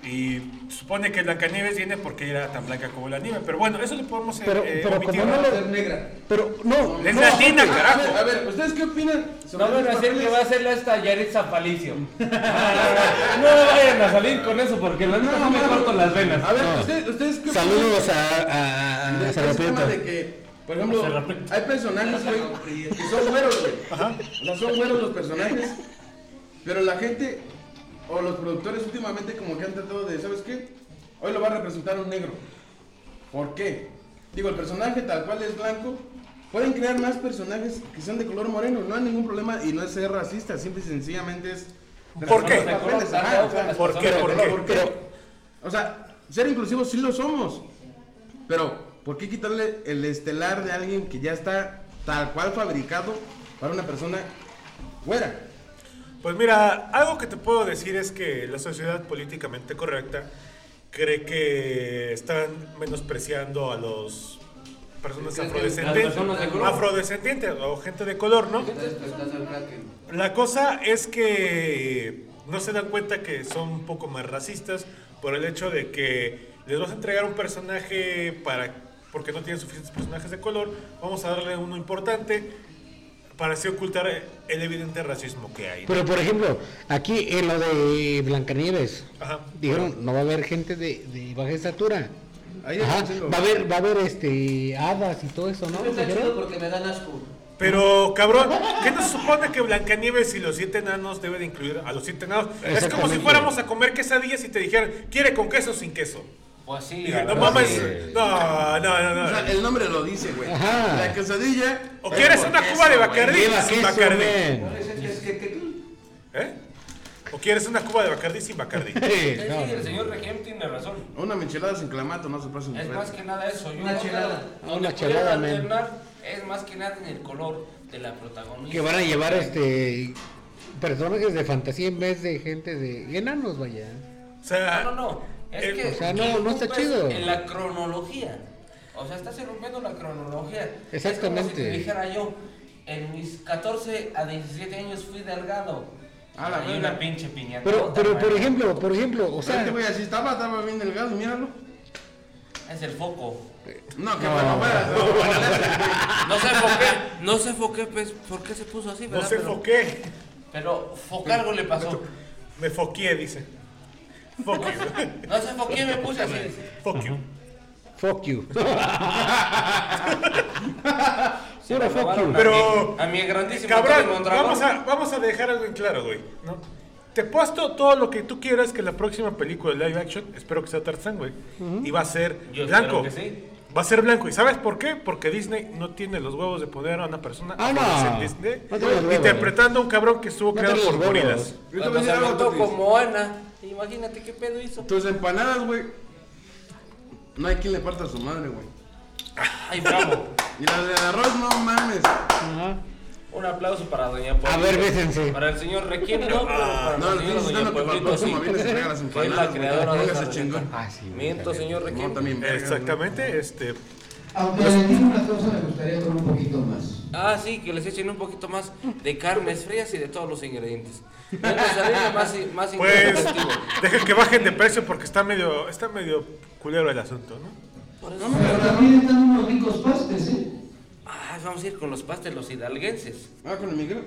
S1: y supone que Blancanieves viene porque era tan blanca como la nieve. Pero bueno, eso lo podemos eh,
S2: Pero,
S1: eh,
S2: pero
S1: omitir.
S2: como no lo.
S6: negra.
S2: Pero no.
S1: Es
S2: no,
S1: latina,
S6: A ver, a
S1: carajo.
S6: ver, ¿ustedes qué opinan? sobre
S3: No van a
S6: esos
S3: decir que
S6: papeles?
S3: va a ser esta Yaritza Palicio. No vayan a salir con eso porque la neta no me corto las venas.
S6: A ver,
S2: No.
S6: ¿ustedes, ustedes qué
S2: Saludos a. a, a-
S6: opinan?
S2: a
S6: De, ese
S2: Sarapento.
S6: Ah, tema de que, por ejemplo, hay personajes, güey, que son güeros, güey. O sea, son güeros los personajes, pero la gente o los productores últimamente como que han tratado de, ¿sabes qué? Hoy lo va a representar un negro. ¿Por qué? Digo, el personaje tal cual es blanco. Pueden crear más personajes que sean de color moreno, no hay ningún problema y no es ser racista, simple y sencillamente es...
S1: ¿Por qué?
S6: Los papeles, ajá, o sea,
S1: ¿Por qué? ¿Por qué?
S6: ¿Por qué? O sea, ser inclusivos sí lo somos. Pero, ¿por qué quitarle el estelar de alguien que ya está tal cual fabricado para una persona güera?
S1: Pues mira, algo que te puedo decir es que la sociedad políticamente correcta cree que están menospreciando a los personas
S3: Creen que
S1: afrodescendientes,
S3: las personas de color.
S1: afrodescendientes o gente de color, ¿no? La cosa es que no se dan cuenta que son un poco más racistas por el hecho de que les vas a entregar un personaje para porque no tienen suficientes personajes de color, vamos a darle uno importante para así ocultar el evidente racismo que hay. ¿no?
S2: Pero por ejemplo, aquí en lo de Blancanieves,
S1: Ajá.
S2: dijeron, no va a haber gente de, de baja estatura.
S6: Ahí
S2: Ajá,
S6: está haciendo-
S2: va a haber, va a haber este hadas y todo eso, ¿no?
S7: Siempre está
S2: ¿Dijeron?
S7: chido porque me dan asco.
S1: Pero, cabrón, ¿qué nos supone que Blancanieves y los siete enanos deben de incluir a los siete enanos? Es como si
S2: Exactamente.
S1: fuéramos a comer quesadillas y te dijeran, ¿quiere con queso o sin queso?
S3: Pues sí,
S1: Y dije,
S3: la
S1: no
S3: verdad,
S1: mames,
S3: sí.
S1: no, no, no,
S6: O sea,
S1: no.
S6: el nombre lo dice, güey.
S2: Ajá.
S6: La quesadilla. eh,
S1: ¿O quieres una cuba de Bacardí
S2: Lleva
S1: sin
S2: queso,
S1: Bacardí?
S2: men.
S1: ¿Eh? ¿O quieres una cuba de Bacardí sin Bacardí?
S2: Sí,
S3: Sí,
S2: no.
S3: el señor Regem tiene razón.
S6: Una michelada sin clamato, no se pasen. de
S3: Es
S6: ver.
S3: más que nada eso. Yo
S7: Una
S3: creo que
S7: chelada.
S3: donde
S2: Pues Una
S3: pudieran
S2: chelada, men.
S3: alternar Es más que nada en el color de la protagonista.
S2: Que van a llevar este personajes de fantasía en vez de gente de enanos, vaya.
S1: O sea,
S3: No, no, no. Es
S1: el-
S3: que
S2: o sea, no- no está
S3: rompes
S2: chido.
S3: En la cronología. O sea, estás rompiendo la cronología. Es
S2: Exactamente.
S3: como si te dijera yo, en mis 14 a 17 años fui delgado.
S6: A Ah, la
S3: Hay
S6: verga.
S3: una pinche piñata.
S2: Pero, pero por ejemplo, por ejemplo, o sea,
S6: Este güey así estaba, estaba bien delgado, míralo.
S3: Es el foco.
S6: No, que bueno, fuera. no,
S3: No sé por qué, no sé por qué, pues, por qué se puso así, ¿verdad?
S1: no se
S3: pero,
S1: foqué.
S3: pero foca algo le pasó.
S1: Me foqué, dice. Fuck you.
S3: No sé por qué me puse así.
S1: Fuck you.
S2: fuck you.
S3: Se
S2: Puro
S3: me
S2: fuck
S3: robaron
S2: you.
S3: a
S1: Pero-
S3: mi- A mi grandísimo
S1: Cabrón,
S3: Tony Mondragón.
S1: vamos a, vamos a dejar algo en claro, güey. ¿no? Te he puesto todo lo que tú quieras que la próxima película de live action, espero que sea Tarzán, güey. Y va a ser
S3: Yo
S1: blanco.
S3: espero que sí.
S1: Va a ser blanco. ¿Y sabes por qué? Porque Disney no tiene los huevos de poner a una persona
S2: Ah, no.
S1: afrodescendiente
S2: No tiene los huevos.
S1: interpretando a un cabrón que estuvo
S2: No
S1: creado
S2: tiene
S1: por
S2: los huevos.
S1: gorilas.
S6: Yo te voy a
S3: Cuando
S6: decir
S3: se
S6: algo,
S3: portó
S6: Tutis.
S3: como Ana. Imagínate qué pedo hizo.
S6: Tus empanadas, güey. No hay quien le parta a su madre, güey.
S3: Ay, bravo.
S6: Y las de arroz, no mames.
S2: Ajá.
S3: Un aplauso para Doña Pueblito.
S2: A ver, bésense.
S3: Para el señor Requiem, no, pero
S1: Ah,
S3: para la
S6: No,
S3: señora
S6: le estoy
S3: Doña
S6: diciendo que para el
S3: Pueblito, sí.
S6: próximo viernes se traiga las
S3: Que es la
S6: empanadas, güey.
S3: creadora de esa
S6: Póngase
S3: receta.
S6: chingón.
S2: Ah, sí, güey,
S3: Miento, señor
S6: No,
S3: Requiem.
S6: también. verga,
S1: Exactamente, este.
S4: Aunque les digo una cosa, me gustaría con un poquito más.
S3: Ah, sí, que les echen un poquito más de carnes frías y de todos los ingredientes. Una ensaladita más, más
S1: Pues
S3: introspectivo.
S1: deja que bajen de precio porque está medio, está medio culero el asunto, ¿no?
S3: Por eso-
S4: Pero también están unos ricos pastes, ¿eh?
S3: Ay, Ah, vamos a ir con los pastes, los hidalguenses.
S6: güey. Ah, con el micro.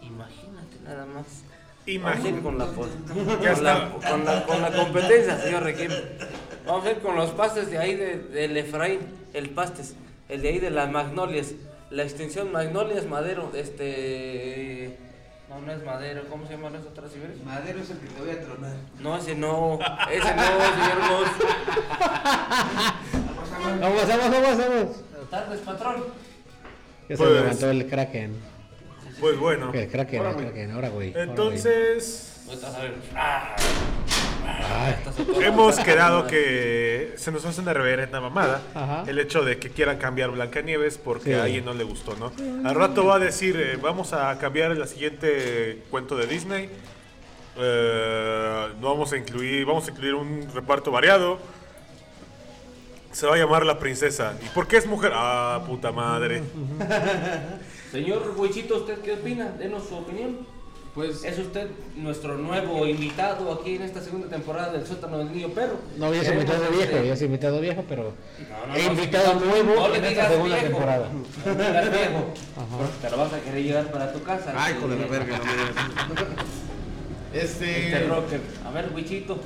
S3: Imagínate nada más. Vamos a ir
S1: Imagínate.
S3: con la, pos-
S1: Ya
S3: con, la,
S1: está.
S3: con, la, con la competencia, señor Requiem. Vamos a ir con los pastes de ahí de- del Efraín, el pastes, el de ahí de las magnolias, la extensión magnolias madero, este... No, no es madero, ¿cómo se llaman las otras ciberes?
S7: Madero es el que te voy a tronar.
S3: No, ese no, ese no, señor Goss.
S2: Vamos, vamos, vamos, vamos.
S3: Tardes, patrón.
S2: Ya se
S1: Pues-
S2: levantó el Kraken.
S1: Pues bueno.
S2: El Kraken,
S6: Ahora,
S2: el
S6: güey.
S2: Kraken, ahora güey. ahora, güey.
S1: Entonces.
S3: Ahorita vas a ver. Ah,
S2: Ay,
S3: estás todo-
S1: Hemos quedado que se nos hace una reverenda mamada
S2: Ajá.
S1: el hecho de que quieran cambiar Blancanieves porque
S2: Sí.
S1: a alguien no le gustó, ¿no? Al rato va a decir, eh, vamos a cambiar la siguiente cuento de Disney, eh, no vamos a incluir, vamos a incluir un reparto variado, se va a llamar la princesa. ¿Y por qué es mujer? Ah, puta madre.
S3: Señor Huichito, ¿usted qué opina? Denos su opinión.
S6: Pues,
S3: Es usted nuestro nuevo invitado aquí en esta segunda temporada del sótano del niño perro.
S2: No habías
S3: Queremos
S2: invitado
S3: este-
S2: viejo, habías invitado viejo, pero
S3: No, no,
S2: he
S3: no,
S2: invitado
S3: no,
S2: nuevo
S3: no le
S2: en esta
S3: digas
S2: segunda
S3: viejo.
S2: temporada.
S3: No le digas viejo. porque Te lo vas a querer llevar para tu casa.
S6: ay, hijo de la verga. no me digas.
S3: Este
S6: Este.
S3: rocker. A ver, Huichito.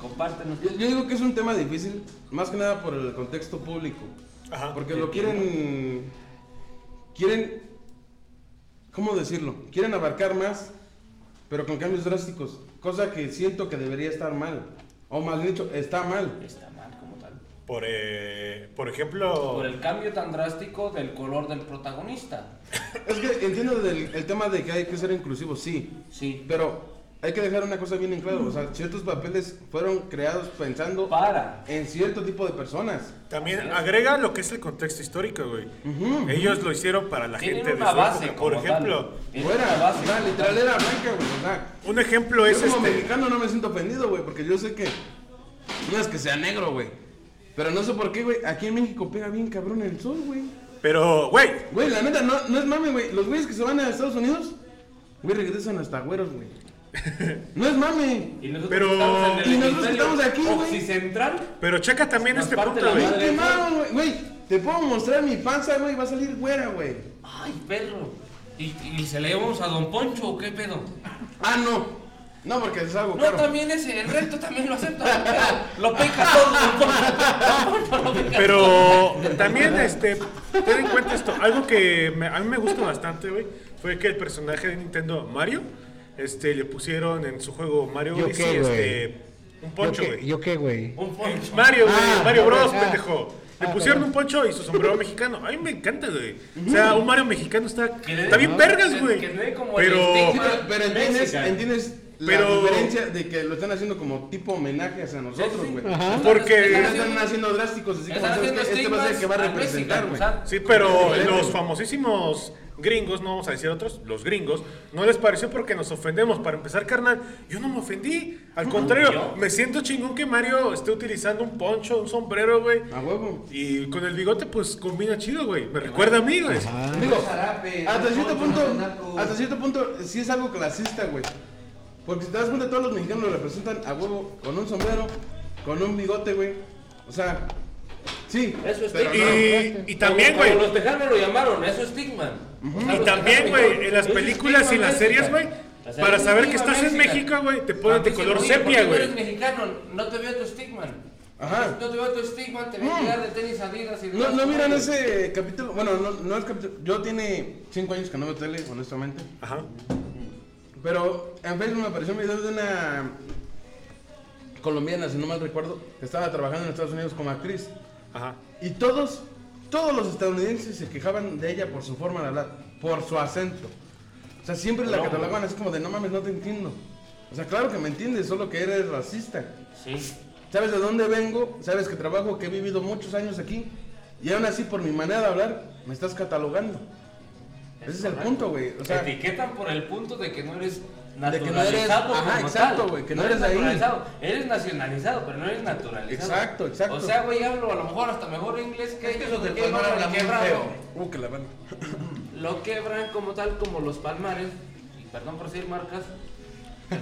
S3: Compártenos.
S6: Yo, yo digo que es un tema difícil, más que nada por el contexto público.
S1: Ajá.
S6: Porque lo quieren. Quieren. ¿Cómo decirlo? Quieren abarcar más, pero con cambios drásticos. Cosa que siento que debería estar mal. O mal dicho, está mal.
S3: Está mal como tal.
S1: Por, eh, por ejemplo...
S3: Por el cambio tan drástico del color del protagonista.
S6: Es que entiendo del- el tema de que hay que ser inclusivo, sí.
S3: Sí.
S6: Pero hay que dejar una cosa bien en claro. O sea, ciertos papeles fueron creados pensando
S3: Para.
S6: en cierto tipo de personas.
S1: También agrega lo que es el contexto histórico, güey. Ellos lo hicieron para la
S3: Tienen
S1: gente de
S3: una
S1: su
S3: base.
S1: época. Por
S3: como
S1: ejemplo,
S3: tal. Tienen
S6: Fuera,
S3: una base.
S6: o sea, literal era blanca, güey. O sea,
S1: un ejemplo es
S6: yo como
S1: este.
S6: mexicano no me siento ofendido, güey, porque yo sé que no es que sea negro, güey. Pero no sé por qué, güey, aquí en México pega bien cabrón el sol, güey.
S1: Pero, güey,
S6: Güey, la neta, no, no es mame, güey. Los güeyes que se van a Estados Unidos, güey, regresan hasta güeros, güey. No es mame.
S3: Y nosotros
S1: Pero-
S3: estamos en el
S6: Y nosotros
S3: hemisferio
S6: estamos aquí, güey.
S3: oxicentral.
S1: pero checa también
S3: Nos
S1: este
S3: parte
S1: punto,
S3: la
S1: güey.
S3: madre.
S6: Bien quemaron, güey. Güey, Te puedo mostrar mi panza, güey, va a salir güera, güey.
S3: Ay, perro. ¿Y, y se la llevamos a Don Poncho o qué pedo?
S6: Ah, no. No, porque es algo
S3: No,
S6: caro.
S3: también ese, el resto también lo acepta. don Poncho. Lo peca todo, Don Poncho. Don Poncho lo peca
S1: Pero también, este, ten en cuenta esto. Algo que me- a mí me gusta bastante, güey, fue que el personaje de Nintendo Mario, este, le pusieron en su juego Mario
S2: ¿Yo
S1: Odyssey,
S2: qué, güey?
S1: este, un poncho,
S2: ¿Yo qué-
S1: güey.
S2: ¿Yo qué, güey?
S3: Un poncho.
S1: Mario, güey,
S2: Ah,
S1: Mario Bros,
S2: ah,
S1: pendejo. Le
S2: ah,
S1: pusieron
S2: perdón.
S1: un poncho y su sombrero mexicano. A mí me encanta, güey. O sea, un Mario mexicano está,
S3: Que-
S1: está bien
S3: no,
S1: vergas,
S3: que-
S1: güey.
S3: que no hay como el
S1: Pero,
S6: Sí, pero, pero entiendes,
S3: Mexican.
S6: entiendes
S1: Pero-
S6: la diferencia de que lo están haciendo como tipo homenajes a nosotros, güey.
S2: Ajá.
S1: porque...
S6: No están haciendo drásticos, así como
S3: Están
S6: ¿sabes
S3: este haciendo
S6: qué? este va a ser el que va
S3: estigmas
S6: a
S3: pues, al
S6: representar,
S3: Mexican,
S6: güey.
S3: o sea,
S1: Sí, pero los famosísimos gringos, no vamos a decir otros, los gringos, no les pareció porque nos ofendemos. Para empezar, carnal, yo no me ofendí. Al contrario, me siento chingón que Mario esté utilizando un poncho, un sombrero, güey.
S6: A huevo.
S1: Y con el bigote, pues combina chido, güey. Me recuerda a mí, güey.
S6: Digo,
S7: zarape,
S6: hasta
S7: no,
S6: cierto
S7: no,
S6: punto,
S7: no, naco.
S6: hasta cierto punto, sí es algo clasista, güey. Porque si te das cuenta, todos los mexicanos lo representan a huevo con un sombrero, con un bigote, güey. O sea, sí.
S3: Eso es
S6: pero
S3: tic-
S6: no.
S1: Y, y también, güey.
S3: Como los tejanos lo llamaron, eso es Stigman.
S1: Y también, güey, en las películas y en las series, güey. Para saber que estás en México, güey, te ponen de color sepia,
S3: Tú eres
S1: güey.
S3: mexicano, no te veo tu Stigman.
S6: Ajá.
S3: No te veo tu Stigman, te veo
S6: Mm.
S3: llegar de tenis Adidas y de-
S6: No, no miran ese capítulo. Bueno, no, no es capítulo. Yo tiene 5 años que no veo tele, honestamente.
S1: Ajá.
S6: Pero en Facebook me apareció un video de una colombiana, si no mal recuerdo, que estaba trabajando en Estados Unidos como actriz.
S1: Ajá.
S6: Y todos, todos los estadounidenses se quejaban de ella por su forma de hablar, por su acento. O sea, siempre la catalogaban
S3: pues.
S6: así como de no mames, no te entiendo. O sea, claro que me entiendes, solo que eres racista.
S3: Sí.
S6: Sabes de dónde vengo, sabes que trabajo, que he vivido muchos años aquí. Y aún así, por mi manera de hablar, me estás catalogando. Ese es el punto, güey. O
S3: Se
S6: sea,
S3: etiquetan por el punto de que no eres
S6: eres-
S3: naturalizado
S6: ajá,
S3: como
S6: exacto,
S3: tal.
S6: güey, que no eres de ahí.
S3: naturalizado. Eres nacionalizado, pero no eres naturalizado.
S6: Exacto, exacto.
S3: O sea, güey, hablo a lo mejor hasta mejor inglés que
S7: Es que los de
S3: que
S7: Panamá
S3: no,
S7: hablan muy
S3: quebrado.
S7: feo.
S6: uh, que la banda.
S3: lo quebran como tal, como los palmares, y perdón por decir marcas, los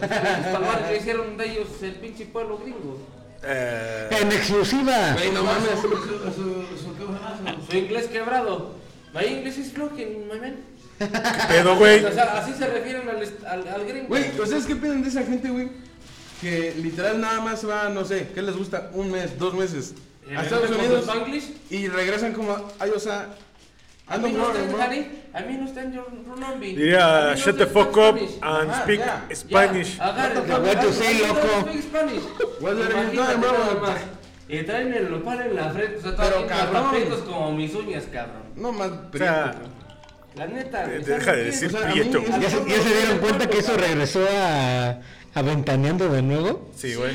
S3: palmares que hicieron de ellos el pinche pueblo gringo.
S1: Eh,
S2: En exclusiva.
S6: Güey, no mames.
S7: Su, su, su, su, ¿qué más? Su-
S3: Su inglés quebrado. My English is broken, my man.
S1: ¿Qué pedo, güey?
S3: O sea, así se refieren al, est- al, al gringo.
S6: Güey, ¿ustedes qué piensan de esa gente, güey? Que literal nada más va, no sé, ¿qué les gusta? Un mes, dos meses.
S3: ¿Y
S6: A
S3: regresan
S6: Estados
S3: con
S6: Unidos
S3: sus Spanglish?
S6: y regresan como, ay, o sea,
S3: A mí
S6: ando
S3: no
S6: bro,
S3: está
S6: bro.
S3: en Harry, a mí no está en Runombi.
S1: Diría, shut the fuck up and
S6: Ajá,
S1: speak
S6: Ah, ya. Ah,
S1: Spanish.
S2: What you say, loco?
S6: What the hell you doing, bro?
S3: Y traen el nopal en la frente, o sea,
S6: Pero
S3: todos tienen
S6: cabrón.
S3: tapetos como mis uñas, cabrón.
S6: No más,
S1: O sea,
S3: La neta,
S1: de-
S3: ¿sabes
S1: deja de
S3: qué?
S1: decir
S6: o sea, a mí
S1: prieto.
S6: es-
S2: ¿Ya se, ya se dieron cuenta que eso regresó a, a Ventaneando de nuevo?
S1: Sí, güey.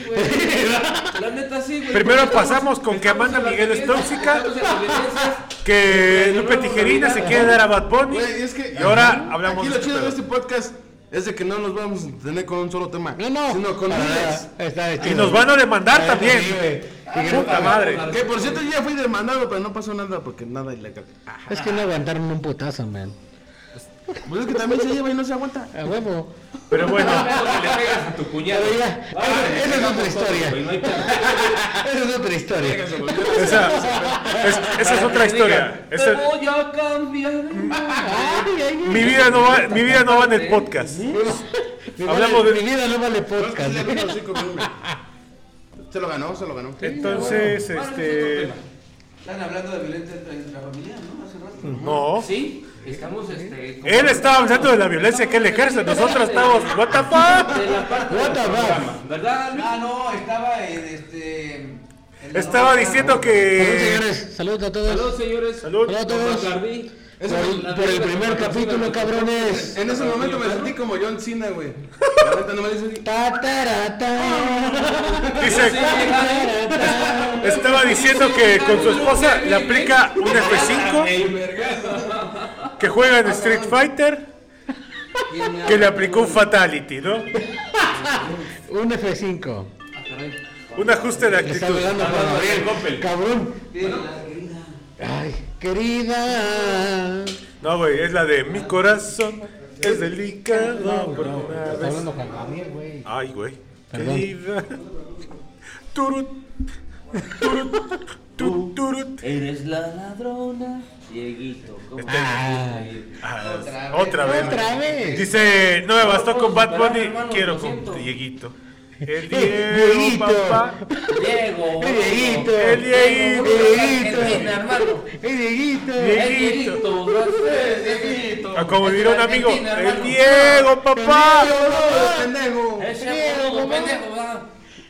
S3: La neta sí, güey.
S1: Primero
S3: porque estamos-
S1: pasamos con que
S3: estamos
S1: Amanda
S3: en las
S1: Miguel es
S3: evidencias,
S1: tóxica.
S3: estamos en las evidencias.
S1: Que
S3: Pero
S1: Lupe
S3: no,
S1: Tijerina se
S3: no,
S1: quiere
S3: no.
S1: dar a Bad Bunny.
S6: Güey, es que.
S1: y ahora
S6: ajá,
S1: hablamos
S6: Aquí lo
S1: este
S6: chido de
S1: pedo.
S6: este podcast es de que no nos vamos a tener con un solo tema.
S2: No, no.
S6: Sino con miles.
S2: Ah, está
S1: Y
S2: chido.
S1: nos van a demandar
S2: Ah,
S1: también.
S2: sí, güey. Y que no-
S6: este
S1: Puta madre.
S6: Que por cierto, yo ya fui demandado, pero no pasó nada porque nada ilegal. Ah,
S2: Es que no aguantaron un putazo, man.
S6: Pues es que también se lleva y no se aguanta.
S2: A huevo.
S1: Pero bueno,
S3: Que le pegas a tu cuñado.
S2: Pero ya, esa- esa es otra historia. Esa es otra historia.
S1: esa, es- esa es otra historia.
S3: Te
S1: Esa- Mm,
S3: voy a cambiar.
S2: Ay, ay, ay.
S1: mi, vida no va, mi vida no va en el podcast.
S2: Mi
S1: hablamos
S2: vale-
S1: de-
S2: Mi vida no vale
S6: Pero es que
S2: podcast.
S6: sí le abrió los cinco minutos. Se lo ganó, se lo ganó.
S1: Entonces, este.
S7: Están hablando de violencia intrafamiliar, ¿no? Hace rato.
S1: No.
S3: Sí, estamos este. como-
S1: Él estaba hablando de la violencia que él ejerce. Nosotros estamos. ¿What the fuck?
S3: De la parte
S2: What
S3: del
S2: the fuck?
S3: programa, ¿Verdad, Luis?
S7: Ah, no, estaba en este. en la
S1: Estaba
S7: novela.
S1: diciendo
S2: Salud,
S1: que.
S2: señores. Saludos a todos.
S3: eh, Saludos, señores.
S1: Salud.
S2: Hola a todos.
S3: Bacardí.
S2: Por el- por el primer capítulo, cabrones.
S6: En ese momento me sentí como John Cena, güey. La neta no me dice así.
S2: Ta, ta, ra, ta.
S1: Dice.
S2: Ta, ra, ta.
S1: Estaba diciendo que con su esposa le aplica un F5, que juega en Street Fighter, que le aplicó un Fatality, ¿no?
S2: Un F5.
S1: Un ajuste de actitud.
S2: Está
S1: Ah,
S2: hablando Juan Gabriel. Cabrón. Ay, querida.
S1: No, güey, es la de mi corazón es delicado por una
S2: Está
S1: vez.
S2: hablando Juan Gabriel, güey.
S1: Ay, güey.
S2: Perdón.
S1: Querida. Turut. Turut. Tú, turut.
S3: Eres la ladrona, Dieguito. ¿cómo te
S2: Ah.
S3: gusta, Diego?
S1: Ah,
S7: Otra
S1: otra vez.
S2: Otra vez.
S1: Dice, no me bastó con Bad
S3: Vamos a
S1: Bunny,
S3: superar, hermano,
S1: quiero
S3: lo siento.
S1: con Dieguito. El Diego,
S2: Dieguito.
S1: papá.
S3: Diego. Eh,
S2: ¡Ey, Dieguito!
S1: El Dieguito.
S2: ¡Ey, Dieguito!
S3: hermano.
S2: ¡Ey, Dieguito!
S1: Dieguito.
S3: Dieguito. Dieguito.
S1: Ah, Como
S3: Es
S1: diría un
S3: de
S1: amigo,
S3: Argentina,
S1: el
S3: hermano.
S1: Diego, papá.
S6: pendejo!
S3: Ese
S2: Diego,
S3: boludo,
S2: mamá.
S3: pendejo, va.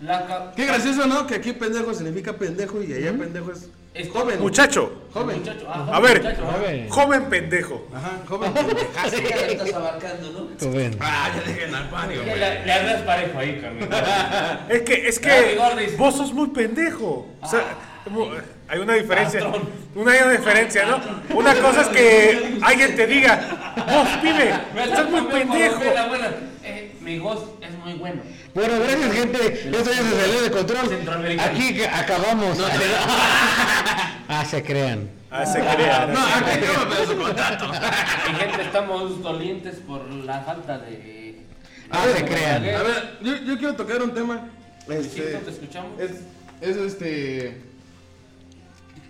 S3: La ca-
S6: Qué gracioso, ¿no? Que aquí pendejo significa pendejo y allá pendejo es
S3: Es
S6: joven.
S1: Muchacho,
S6: Joven.
S3: Este Muchacho, ah,
S1: A ver.
S3: muchacho,
S2: A
S3: ah.
S2: ver,
S1: joven pendejo.
S6: Ajá, joven. pendejo.
S7: Así que ya estás abarcando, ¿no?
S2: tú ven.
S5: Ah, ya dejen al Mario,
S3: Le,
S5: güey.
S3: le hablas parejo ahí, carnal.
S1: Es que, es
S3: Ah,
S1: que
S3: mi gordis.
S1: vos sos muy pendejo. O sea, mu- hay una diferencia. Una hay una diferencia, ¿no? Una cosa es que alguien te diga, vos pibe, estás muy pendejo.
S3: Buena, buena. Eh, mi voz es muy bueno.
S2: Bueno, gracias, gente. Esto ya se salió de control.
S3: Centroamericano.
S2: Aquí ca- acabamos. ah, se crean.
S1: Ah, se crea.
S5: No, acá yo me su contacto.
S3: Mi gente, estamos dolientes por la falta de.
S2: Ah, se crean.
S6: A ver, yo, yo quiero tocar un tema. Este,
S3: Chiquito, te escuchamos.
S6: es, es este.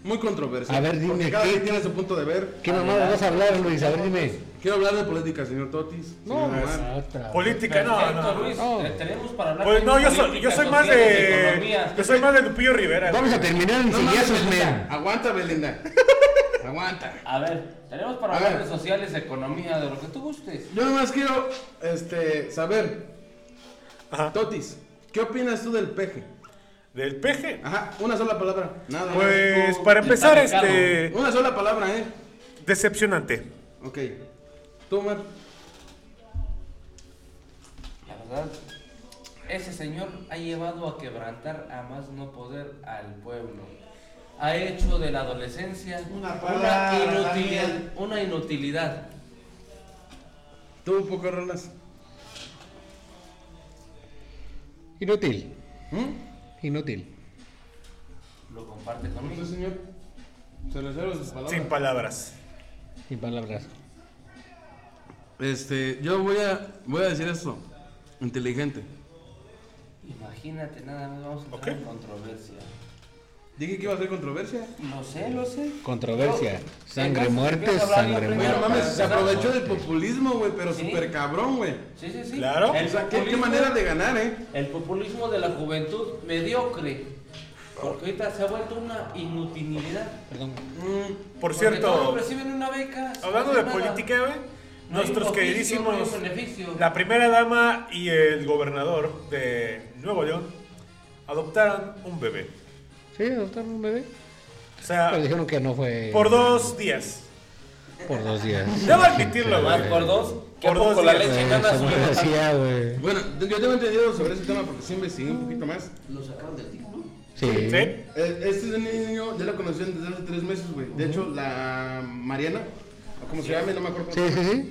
S6: Muy controversial.
S2: A ver, dime,
S6: porque cada
S2: ¿qué-
S6: quien tiene su punto de ver.
S2: ¿Qué mamada vas a hablar, Luis? A ver, dime.
S6: Quiero hablar de política, señor Totis.
S2: No,
S6: señor
S2: pues,
S6: Omar.
S2: otra.
S1: Política, no,
S3: Perfecto,
S1: no.
S3: Luis,
S2: no.
S3: te- tenemos para hablar.
S1: Pues
S3: de
S1: no, yo soy,
S3: política,
S1: yo soy más
S3: sociales,
S1: de.
S3: economía.
S1: Yo soy más de Lupillo Rivera. güey.
S2: Vamos a terminar en
S6: No mames,
S2: sillazos,
S6: Belinda.
S2: men.
S6: Aguanta, Belinda. Aguanta.
S3: A ver, tenemos para
S6: A
S3: hablar
S6: ver.
S3: de sociales, economía, de lo que tú gustes.
S6: Yo nomás quiero este, saber,
S1: Ajá.
S6: Totis, ¿qué opinas tú del peje?
S1: Del peje.
S6: Ajá, una sola palabra. Nada. más.
S1: Pues para empezar,
S3: Está picado.
S1: este.
S6: Una sola palabra, ¿eh?
S1: Decepcionante.
S6: Ok. Tú, Omar.
S3: La verdad, ese señor ha llevado a quebrantar a más no poder al pueblo. Ha hecho de la adolescencia
S7: Una palabra,
S3: inutilidad,
S7: Daniel.
S3: una inutilidad.
S6: Tú un poco, Rolas.
S2: Inútil.
S6: ¿Mm?
S2: Inútil.
S3: Lo comparte conmigo.
S6: Usted, señor. Se reserva sus palabras.
S1: Sin palabras.
S2: Sin palabras.
S6: Este, yo voy a, voy a decir esto. Inteligente.
S3: Imagínate, nada más vamos a entrar
S1: Ok.
S3: en controversia.
S6: Dije que iba a ser controversia.
S3: Lo sé, lo sé.
S2: Controversia.
S3: No,
S2: Sangre
S3: además,
S2: muerte,
S3: empieza a hablar
S2: sangre
S3: yo
S2: muerte.
S3: primero.
S6: Bueno, mames, se
S3: Ajá.
S6: aprovechó del populismo, güey, pero
S3: Sí.
S6: súper cabrón, güey.
S3: Sí, sí, sí.
S1: Claro.
S6: O sea, qué, qué
S3: populismo-
S6: manera de ganar, ¿eh?
S3: El populismo de la juventud mediocre. Porque ahorita se ha vuelto una inutilidad.
S2: Perdón.
S1: Por
S6: Mm,
S3: Porque todos
S1: cierto,
S3: reciben una beca. sin
S1: hablando de
S3: hacer nada.
S1: política, güey,
S3: No hay
S1: nuestros
S3: oficio,
S1: queridísimos.
S3: no hay beneficio.
S1: La primera dama y el gobernador de Nuevo León adoptaron un bebé.
S2: Sí, adoptaron un bebé.
S1: O sea,
S2: Pero dijeron que no fue.
S1: Ah. por dos días.
S2: Por dos días.
S1: Debo admitirlo,
S3: Más
S1: güey.
S3: por dos. que
S1: Por dos
S3: con la
S1: días,
S3: leche
S2: Eh,
S3: gana su
S2: como
S3: levantamiento.
S2: decía, güey.
S6: Bueno, yo tengo entendido sobre ese tema porque sí investigué un poquito más.
S7: Lo sacaron del tipo, ¿no?
S2: Sí.
S1: ¿Sí?
S6: Eh, Este niño ya lo conocían desde hace tres meses, güey. De hecho, la Mariana, o como se llame, no me acuerdo. cómo
S2: Sí,
S6: se
S2: sí,
S6: llama,
S2: sí.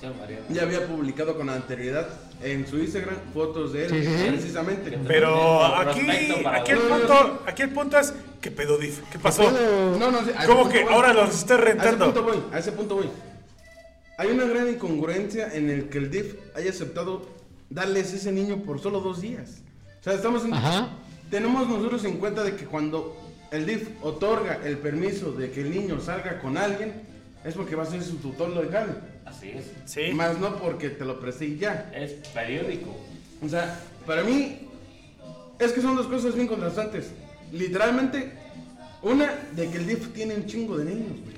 S3: Sí, Mariana.
S6: Ya había publicado con anterioridad en su Instagram fotos de él,
S2: Sí, sí, sí.
S6: precisamente.
S1: Pero
S3: Como
S1: aquí,
S3: prospecto para
S1: aquí, el
S6: los-
S1: punto, aquí el punto es: ¿qué pedo, Diff? ¿Qué pasó?
S2: Pero-
S6: No, no, sí, a ese
S1: ¿Cómo
S6: punto
S1: que
S6: voy.
S1: ahora los estás
S6: A ese punto
S1: rentando?
S6: voy, a ese punto voy. Hay una gran incongruencia en el que el DIF haya aceptado darles ese niño por solo dos días. O sea, estamos en,
S2: Ajá.
S6: Tenemos nosotros en cuenta de que cuando el DIF otorga el permiso de que el niño salga con alguien, es porque va a ser su tutor legal.
S3: Así es.
S1: Sí.
S6: Más no porque te lo presté y ya.
S3: Es periódico.
S6: O sea, para mí, es que son dos cosas bien contrastantes. Literalmente, una de que el DIF tiene un chingo de niños, güey.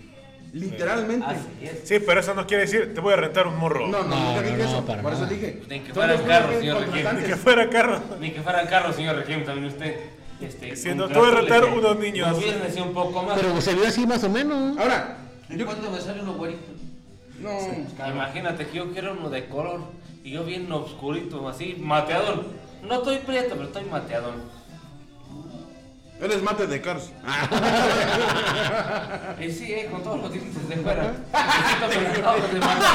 S6: Literalmente.
S3: Así es.
S1: Sí, pero eso no quiere decir, te voy a rentar un morro.
S6: No, no,
S2: No,
S6: nunca
S2: no,
S6: dije
S2: no,
S6: eso.
S2: para
S6: por eso
S2: nada.
S6: dije.
S3: Ni que
S6: son
S3: fuera
S6: dos
S3: el
S6: cosas
S3: carro,
S6: bien
S3: señor
S1: Ni que
S6: contrastantes.
S1: fuera carro.
S3: Ni que fuera el carro, señor Regim, también usted. Este,
S1: Siendo
S3: con
S1: tú de retar
S3: cartones,
S1: unos niños.
S3: gobiérnese un poco más.
S2: Pero se vio así más o menos.
S6: Ahora,
S7: ¿Y cuándo me sale uno güerito?
S6: no.
S3: Imagínate que yo quiero uno de color y yo bien oscurito, así, mateador. No estoy prieto, pero estoy mateador.
S6: Eres mate de Cars. Ah.
S3: Y sí, eh, con todos los dientes de fuera. Necesito peinados de mateador.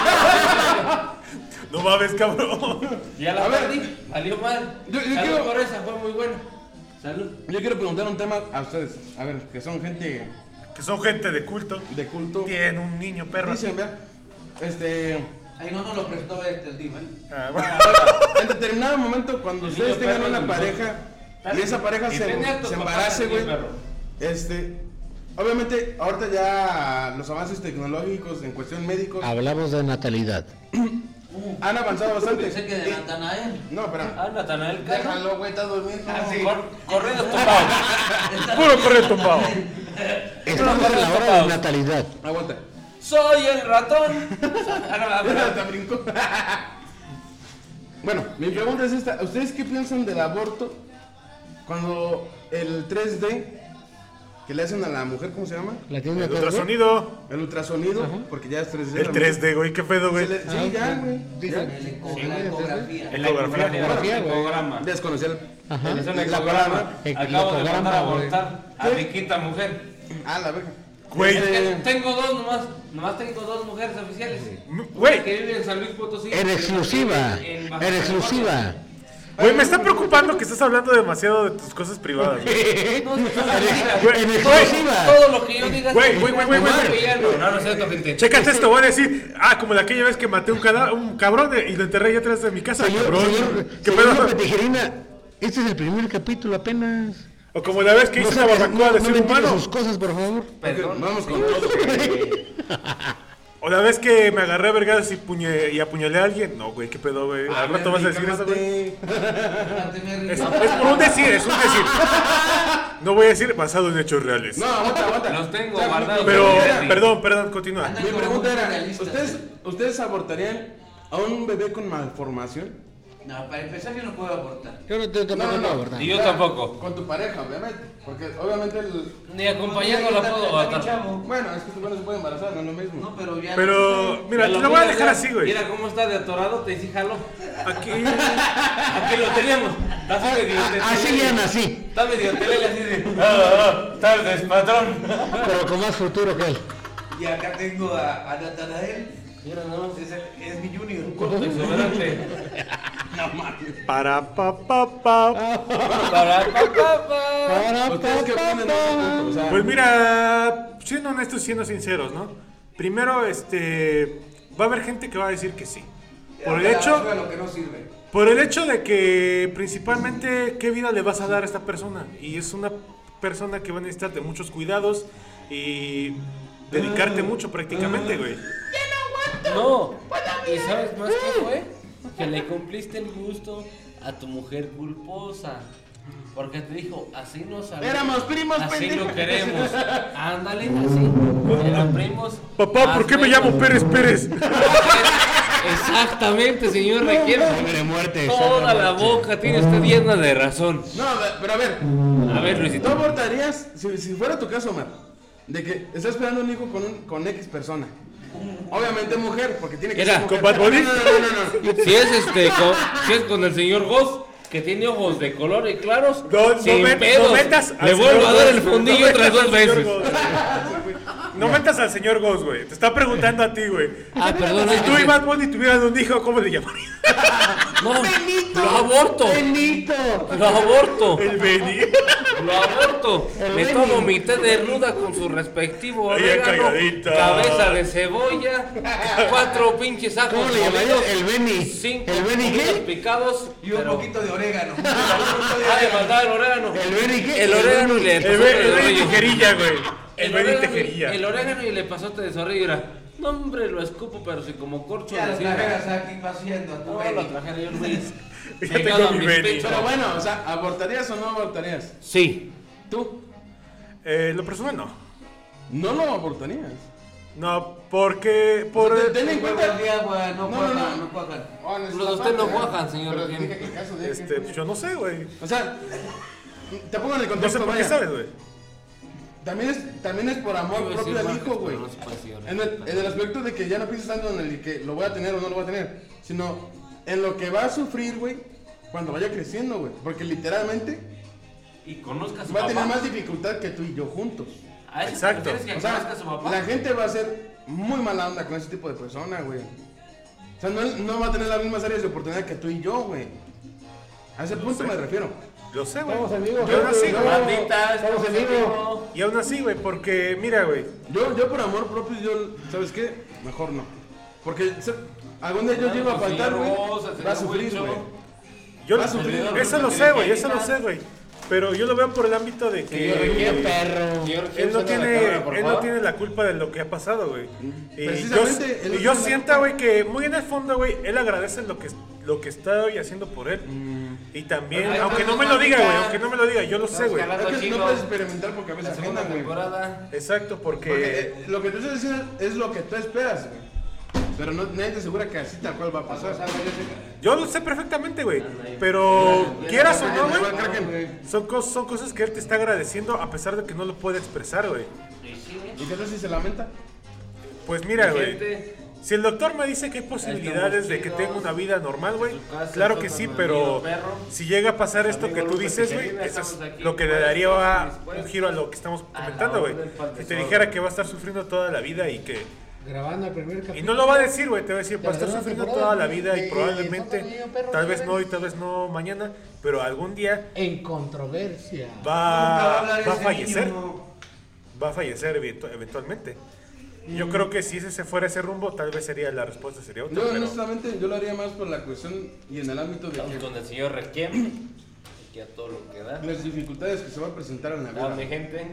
S1: No mames, cabrón.
S3: Ya la
S6: A ver.
S3: perdí, salió mal.
S6: Yo- yo
S3: Salud
S6: quiero-
S3: por esa, fue muy buena. Salud.
S6: Yo quiero preguntar un tema a ustedes. A ver, que son gente
S1: Que son gente de culto.
S6: de culto.
S1: Tienen un niño perro.
S6: Dicen, vea. Este.
S7: Ahí no nos lo prestó este el DIF, ¿eh?
S1: Ah, bueno.
S6: En determinado momento, cuando
S3: El
S6: ustedes
S3: niño
S6: tengan
S3: perro
S6: una
S3: es
S6: pareja y esa pareja
S3: Y prende a
S6: se,
S3: tus
S6: se
S3: papás,
S6: embarace,
S3: niño
S6: güey.
S3: perro.
S6: Este, obviamente, ahorita ya los avances tecnológicos en cuestión médicos
S2: Hablamos de natalidad.
S6: han avanzado bastante.
S7: Pensé que de
S6: Eh,
S7: Natanael.
S6: No, espera.
S3: Ah, Natanael, Cano.
S6: Déjalo, güey, está durmiendo.
S3: Cor- Corrido tumbado.
S1: Puro correo tumbado.
S2: Estamos en la hora de natalidad.
S6: Aguanta.
S3: Soy el ratón. Ah, no, ah, pero-
S6: Hasta brincó. bueno, mi pregunta es esta. ¿Ustedes qué piensan del aborto cuando el 3D que le hacen a la mujer, ¿cómo se llama?
S2: ¿La tiene
S1: El
S2: natalidad?
S1: ultrasonido.
S6: El ultrasonido, porque ya es 3D.
S1: El
S6: la
S1: 3D, güey. Qué pedo,
S6: mujer.
S1: güey.
S6: Se le-
S2: Ah,
S6: Sí, ya, güey.
S2: Dice-
S6: Ya.
S7: El eco- la ecografía.
S1: El ecografía.
S2: Ecografía, güey.
S6: Desconocí el,
S2: Ajá.
S6: el-
S2: Es
S6: el
S8: ecograma.
S1: eh,
S6: ecograma.
S2: Ec-
S3: Acabo de
S2: ecograma,
S3: mandar a
S2: güey.
S3: abortar a
S6: ¿Qué?
S3: mi quinta mujer.
S6: Ah, la verga.
S1: Güey.
S6: Este,
S3: Tengo dos nomás. Nomás tengo dos mujeres oficiales.
S1: Eh, Güey,
S3: Que viven en San Luis Potosí.
S2: En exclusiva.
S3: En Baja
S2: En exclusiva.
S1: güey, me está preocupando que estás hablando demasiado de tus cosas privadas, güey.
S2: En
S1: Güey,
S2: exclusiva.
S3: Todo lo que yo diga.
S1: Güey, güey, güey, güey, güey.
S3: es villano. No, no es cierto, gente.
S1: Chécate esto, voy a decir, ah, como la aquella vez que maté un, cada- un cabrón de- y lo enterré ahí atrás de mi casa,
S2: Señor,
S1: cabrón.
S2: señor,
S1: ¿Qué
S2: señor
S1: pedo?
S2: López Tijerina, este es el primer capítulo apenas.
S1: O como la vez que hice una
S2: saques-
S1: barbacoa de
S2: no
S1: ser
S2: me tires
S1: humano.
S2: sus cosas, por favor.
S6: ok, Vamos con todo.
S1: O la vez que me agarré a vergas y, puñe- y apuñalé a alguien. No, güey, ¿qué pedo, güey? ¿Al rato vas a decir eso, güey?
S7: Espérate, Merry.
S1: Es, es por un decir, es un decir. No voy a decir basado en hechos reales.
S6: No, aguanta, aguanta.
S3: Los tengo
S6: O sea, mi
S3: guardados.
S1: Pero,
S6: pregunta era-
S1: perdón, perdón, continúa.
S7: Anda
S6: Mi
S7: como
S6: pregunta
S7: muy
S6: era,
S7: realista,
S6: ¿ustedes,
S7: güey.
S6: ¿ustedes abortarían a un bebé con malformación?
S7: No, para empezar yo no puedo abortar.
S2: Yo no tengo tampoco no, verdad.
S3: Y yo tampoco.
S6: Con tu pareja, obviamente. Porque obviamente el...
S3: Ni acompañando la puedo
S7: Está bien
S3: abortar.
S7: chavo.
S6: Bueno, es que tu no se puede embarazar, no es lo mismo.
S7: No, pero ya.
S1: Pero, mira,
S3: Ya
S1: lo voy a
S3: miras,
S1: dejar
S3: ya.
S1: así, güey.
S3: Mira cómo está de atorado, te dije jalo.
S1: Aquí.
S3: Aquí lo teníamos. Estás medio
S2: Ah, Así ya así,
S3: Está medio telele así de. Ah, ah, tardes, patrón.
S2: pero con más futuro que él.
S7: Y acá tengo a, a Natanael. Mira, no, es, el- es mi junior.
S3: Exuberante.
S1: Para pa pa pa.
S3: Para pa, pa, pa.
S6: ¿Ustedes qué opinan de ese punto? O sea,
S1: Pues mira, siendo honestos y siendo sinceros, ¿no? Primero, este. Va a haber gente que va a decir que sí. Por el
S7: Ya,
S1: hecho.
S7: arriba Lo que no sirve.
S1: Por el hecho de que principalmente qué vida le vas a dar a esta persona. Y es una persona que va a necesitar de muchos cuidados y dedicarte
S3: Ah.
S1: mucho prácticamente, güey.
S3: No. ¿Y sabes más qué fue? Que le cumpliste el gusto a tu mujer culposa. Porque te dijo, así no sabemos.
S6: Éramos primos,
S3: Así
S6: pendejo.
S3: lo queremos. Ándale, así. Eran primos.
S1: Papá, ¿por qué me
S3: hazme-
S1: llamo Pérez Pérez?
S3: Exactamente, señor Requiero.
S2: De muerte.
S3: Toda la boca tiene usted llena de razón.
S6: No, a ver, pero a ver,
S3: A ver,
S6: ¿tú
S3: Luisito.
S6: abortarías, si, si fuera tu caso, Omar, de que estás esperando un hijo con, un, con X persona? Obviamente mujer, porque tiene que
S3: Era,
S6: mujer.
S1: ¿con Bad Bunny?
S6: No, no, no, no, no.
S3: Si es este, con, si es con el señor Goss, que tiene ojos de color y claros,
S1: No, no
S3: sin
S1: met- no
S3: pedos.
S1: metas al
S3: Le vuelvo
S1: señor
S3: a dar
S1: Goss,
S3: el
S1: güey.
S3: fundillo
S1: No
S3: otras
S1: metas
S3: dos
S1: al señor
S3: veces.
S1: Goss, güey. No metas al señor Goss, güey. Te está preguntando a ti, güey.
S3: Ah, perdón.
S1: Si tú y Bad Bunny tuvieran un hijo, ¿cómo le llamarías?
S3: No, lo aborto.
S2: Benito.
S3: Lo aborto.
S1: El Benny.
S3: Lo aborto.
S2: El
S3: Me
S2: Benny.
S3: tomo mi té de ruda con su respectivo
S1: Ahí
S3: orégano,
S1: calladita.
S3: cabeza de cebolla, cuatro pinches ajos
S2: ¿Cómo le llamarías?
S3: molidos,
S2: El Benny.
S3: cinco
S2: ¿El Benny
S3: chiles
S2: qué?
S3: picados
S7: Y un
S3: pero-
S7: poquito de orégano.
S3: Ah, de mandar el orégano.
S2: ¿El Benny qué?
S3: El orégano y le
S1: El
S3: pasó
S1: Be-
S3: de
S1: el Benny
S3: zorrillo.
S1: Tijerilla, güey. El
S3: El
S1: Benny
S3: orégano, y- el
S1: Tijerilla.
S3: orégano y le pasote de zorrillo era. No, hombre, lo escupo, pero si como corcho
S7: Ya
S3: le
S7: las
S3: sirve.
S7: trajeras aquí paseando a tu
S3: No,
S7: baby.
S3: lo trajera yo el güey.
S1: Yo
S3: Pegado
S1: tengo
S3: a
S1: mi
S3: mis
S1: Benny.
S3: pechos.
S6: Pero bueno, o sea, ¿abortarías o no abortarías?
S3: Sí.
S6: ¿Tú?
S1: Eh, lo personal no.
S6: No lo abortarías.
S1: No, porque. Por,
S6: O sea, ten- ten en
S7: Huevos
S6: cuenta...
S7: de agua, no
S6: No, no,
S7: cuajan,
S6: no.
S7: no cuajan.
S3: Los de usted no cuajan, señor.
S6: Pero
S3: Bien.
S6: dije que en caso de
S1: este,
S6: que-
S1: yo no sé, güey.
S6: ¿eh? O sea, te pongo en el
S1: No sé
S6: contexto,
S1: por qué
S6: vaya.
S1: sabes, güey.
S6: También es, también es por amor
S3: Iba a
S6: propio
S3: decir
S6: al
S3: marcas,
S6: hijo, güey.
S3: pero no se puede decir,
S6: En el, en el aspecto de que ya no piensas tanto en el que lo voy a tener o no lo voy a tener, sino en lo que va a sufrir, güey, cuando vaya creciendo, güey. Porque literalmente
S3: Y conozca a su
S6: va a tener
S3: papá.
S6: más dificultad que tú y yo juntos.
S3: A eso
S1: Exacto.
S3: te refieres, que
S6: O
S3: conozca
S6: sea,
S3: a su papá.
S6: la gente va a ser muy mala onda con ese tipo de persona, güey. O sea, no, no va a tener las mismas áreas de oportunidad que tú y yo, güey. A ese punto me refiero.
S1: Lo sé, güey.
S2: Estamos en vivo,
S1: Y aún
S2: gente,
S1: así,
S2: ¿no?
S1: güey.
S2: Estamos
S3: Bandita, estamos
S2: en
S3: en
S2: vivo.
S3: vivo.
S1: Y aún así, güey, porque, mira, güey.
S6: Yo, yo por amor propio, yo, ¿sabes qué? Mejor no. Porque se- algún día yo llego a faltar, güey.
S3: Señor Rosa,
S6: Va
S3: señor
S6: a sufrir,
S3: Huicho.
S6: güey.
S1: Yo
S6: Vas a sufrir.
S1: Eso lo sé, güey. Eso lo sé, güey. Pero yo lo veo por el ámbito de que.
S2: perro.
S1: Él no, tiene, él no tiene la culpa de lo que ha pasado, güey. Y yo,
S6: Precisamente, es lo
S1: y
S6: que
S1: yo
S6: me-
S1: siento, güey, que muy en el fondo, güey, él agradece lo que, lo que está hoy haciendo por él.
S6: Mm.
S1: Y también,
S3: Ay,
S1: aunque
S3: pues,
S1: no me lo
S3: mamita.
S1: diga, güey, aunque no me lo diga, yo lo sé, güey.
S3: escalando.
S6: Es que
S3: Chino.
S6: no puedes experimentar por
S3: La
S6: cabeza
S3: segunda
S6: ajena, güey.
S3: temporada.
S1: Exacto,
S6: Porque
S1: porque.
S6: eh, lo que tú estás diciendo es lo que tú esperas, güey. Pero no, nadie te asegura que así tal cual va a pasar.
S1: Yo lo sé perfectamente, güey. Pero quieras o no,
S6: Igual creo
S1: güey.
S6: que-
S1: Son, cos- son cosas que él te está agradeciendo a pesar de que no lo puede expresar, güey.
S6: ¿Y qué tal si se lamenta?
S1: Pues mira, güey.
S3: Gente,
S1: Si el doctor me dice que hay posibilidades de que
S3: chidos.
S1: tenga una vida normal, güey,
S3: En su casa,
S1: claro
S3: en
S1: que
S3: su
S1: sí,
S3: casa,
S1: pero
S3: dormido, perro.
S1: si llega a pasar esto que
S3: Amigo
S1: tú
S3: Lupe,
S1: dices,
S3: que
S1: güey,
S3: viene,
S1: eso es
S3: estamos aquí,
S1: lo que le
S3: pues,
S1: daría a-
S3: después.
S1: un giro a lo que estamos
S3: A la
S1: comentando, güey.
S3: orden del pan
S1: Si te
S3: tesoro.
S1: dijera que va a estar sufriendo toda la vida y que...
S2: Grabando el primer capítulo.
S1: Y no lo va a decir, güey, te va a decir,
S2: De
S1: va a
S2: la
S1: estar
S2: segunda
S1: sufriendo
S2: temporada,
S1: toda la vida
S2: de-
S1: y
S2: de-
S1: probablemente,
S2: Tonto Niño Perro,
S1: tal vez
S2: ¿sabes?
S1: no y tal vez no mañana, pero algún día
S2: En controversia.
S7: va a
S1: va,
S7: hablar
S1: va a
S7: ese
S1: fallecer.
S7: niño.
S1: Va a fallecer eventu- eventualmente. Yo creo que si ese se fuera ese rumbo, tal vez sería la respuesta, sería otra.
S6: Yo,
S1: pero-
S6: honestamente, yo lo haría más por la cuestión y en el ámbito de
S3: Estamos
S6: que
S3: con el señor Requiem. Aquí a todo lo que da.
S6: las dificultades que se van a presentar en la vida.
S3: Ah, mi gente.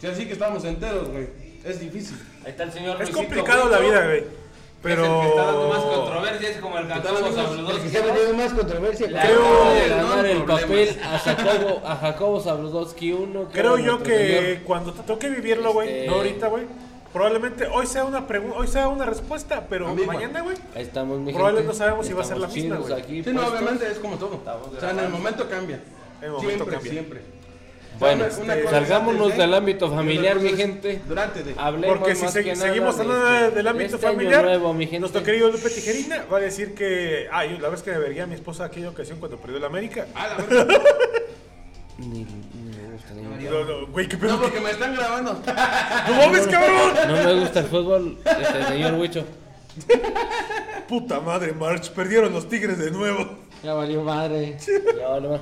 S6: Si así que estamos enteros, güey. Es difícil.
S3: Ahí está el señor
S1: Es
S3: Luisito
S1: complicado la
S3: Huicho,
S1: vida, güey. Pero.
S7: Es el que está dando más controversias como el Jacobo
S2: El que
S7: Zabludowski.
S2: se ha venido más controversia.
S3: Le
S1: Creo-
S3: acaba de
S6: no,
S3: ganar el
S6: problemas.
S3: papel a Jacobo, a Jacobo Zabludowski 1.
S1: Creo yo que cuando te toque vivirlo, güey,
S3: Este-
S1: no ahorita, güey. Probablemente hoy sea una pregunta, hoy sea una respuesta, pero
S6: A mí,
S1: mañana, güey.
S3: Ahí estamos, mi
S1: Probable
S3: gente.
S1: no sabemos si va a ser la
S3: Estamos
S1: misma,
S3: chidos
S1: güey.
S3: aquí,
S6: Sí, no,
S3: puestos.
S6: obviamente es como todo. O sea, en el momento cambia.
S1: En el momento
S6: siempre,
S1: cambia.
S6: siempre.
S3: Bueno,
S6: Una- una cosa es
S3: salgámonos
S6: antes de-
S3: del ámbito familiar,
S6: y otra
S3: mi
S6: cosa es
S3: gente.
S6: Durante de.
S3: Hablemos
S1: Porque si
S3: más
S1: se-
S3: que nada
S1: seguimos
S3: de
S1: hablando
S3: este-
S1: de- del
S3: de
S1: ámbito
S3: este año
S1: familiar,
S3: nuevo, mi gente.
S1: nuestro querido Lupe Tijerina va a decir que. Ay, la vez que me vergué a mi esposa aquella ocasión cuando perdió la América.
S6: A Ah, la verga.
S3: Ni- ni me gusta, ni me gusta.
S1: No, no, Güey, qué pedo.
S6: No, porque me están grabando.
S1: ¡No mames, cabrón!
S3: No me gusta el fútbol, este señor Huicho.
S1: Puta madre, March, perdieron los Tigres de nuevo.
S2: Ya valió madre.
S3: Ya, vale, va.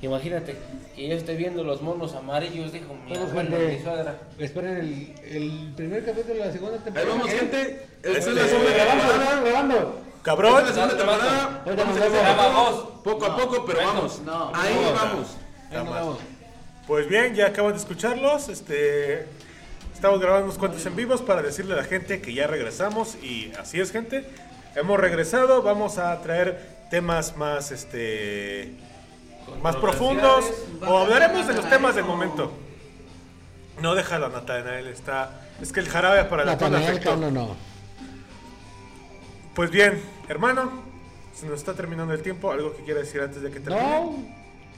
S3: Imagínate que yo esté viendo los monos amarillos, dijo mi
S2: Bueno,
S3: abuela,
S2: gente.
S3: mi suegra.
S2: Esperen el, el primer capítulo de la segunda
S6: Ahí
S2: temporada.
S6: vamos, gente. Esta
S1: Este-
S6: es la segunda
S2: Grabando,
S6: temporada.
S2: grabando, grabando.
S1: Cabrón.
S6: Esta es la segunda temporada.
S2: Ahorita nos
S6: Vamos a
S2: vemos.
S6: empezar
S3: Graba
S6: todos.
S3: vos.
S6: Poco a poco, pero vamos.
S7: no,
S6: Ahí
S7: no,
S6: vamos.
S2: Ahí nos vemos.
S1: Pues bien, ya acaban de escucharlos. Este, estamos grabando unos cuantos en vivos para decirle a la gente que ya regresamos y así es, gente. Hemos regresado, vamos a traer temas más, este, más profundos o hablaremos de los temas del momento. No déjalo, Natanael, está. Es que el jarabe para la tona
S2: Natanael
S1: afectó.
S2: Cano no.
S1: Pues bien, hermano, se nos está terminando el tiempo. Algo que quiera decir antes de que termine.
S2: No,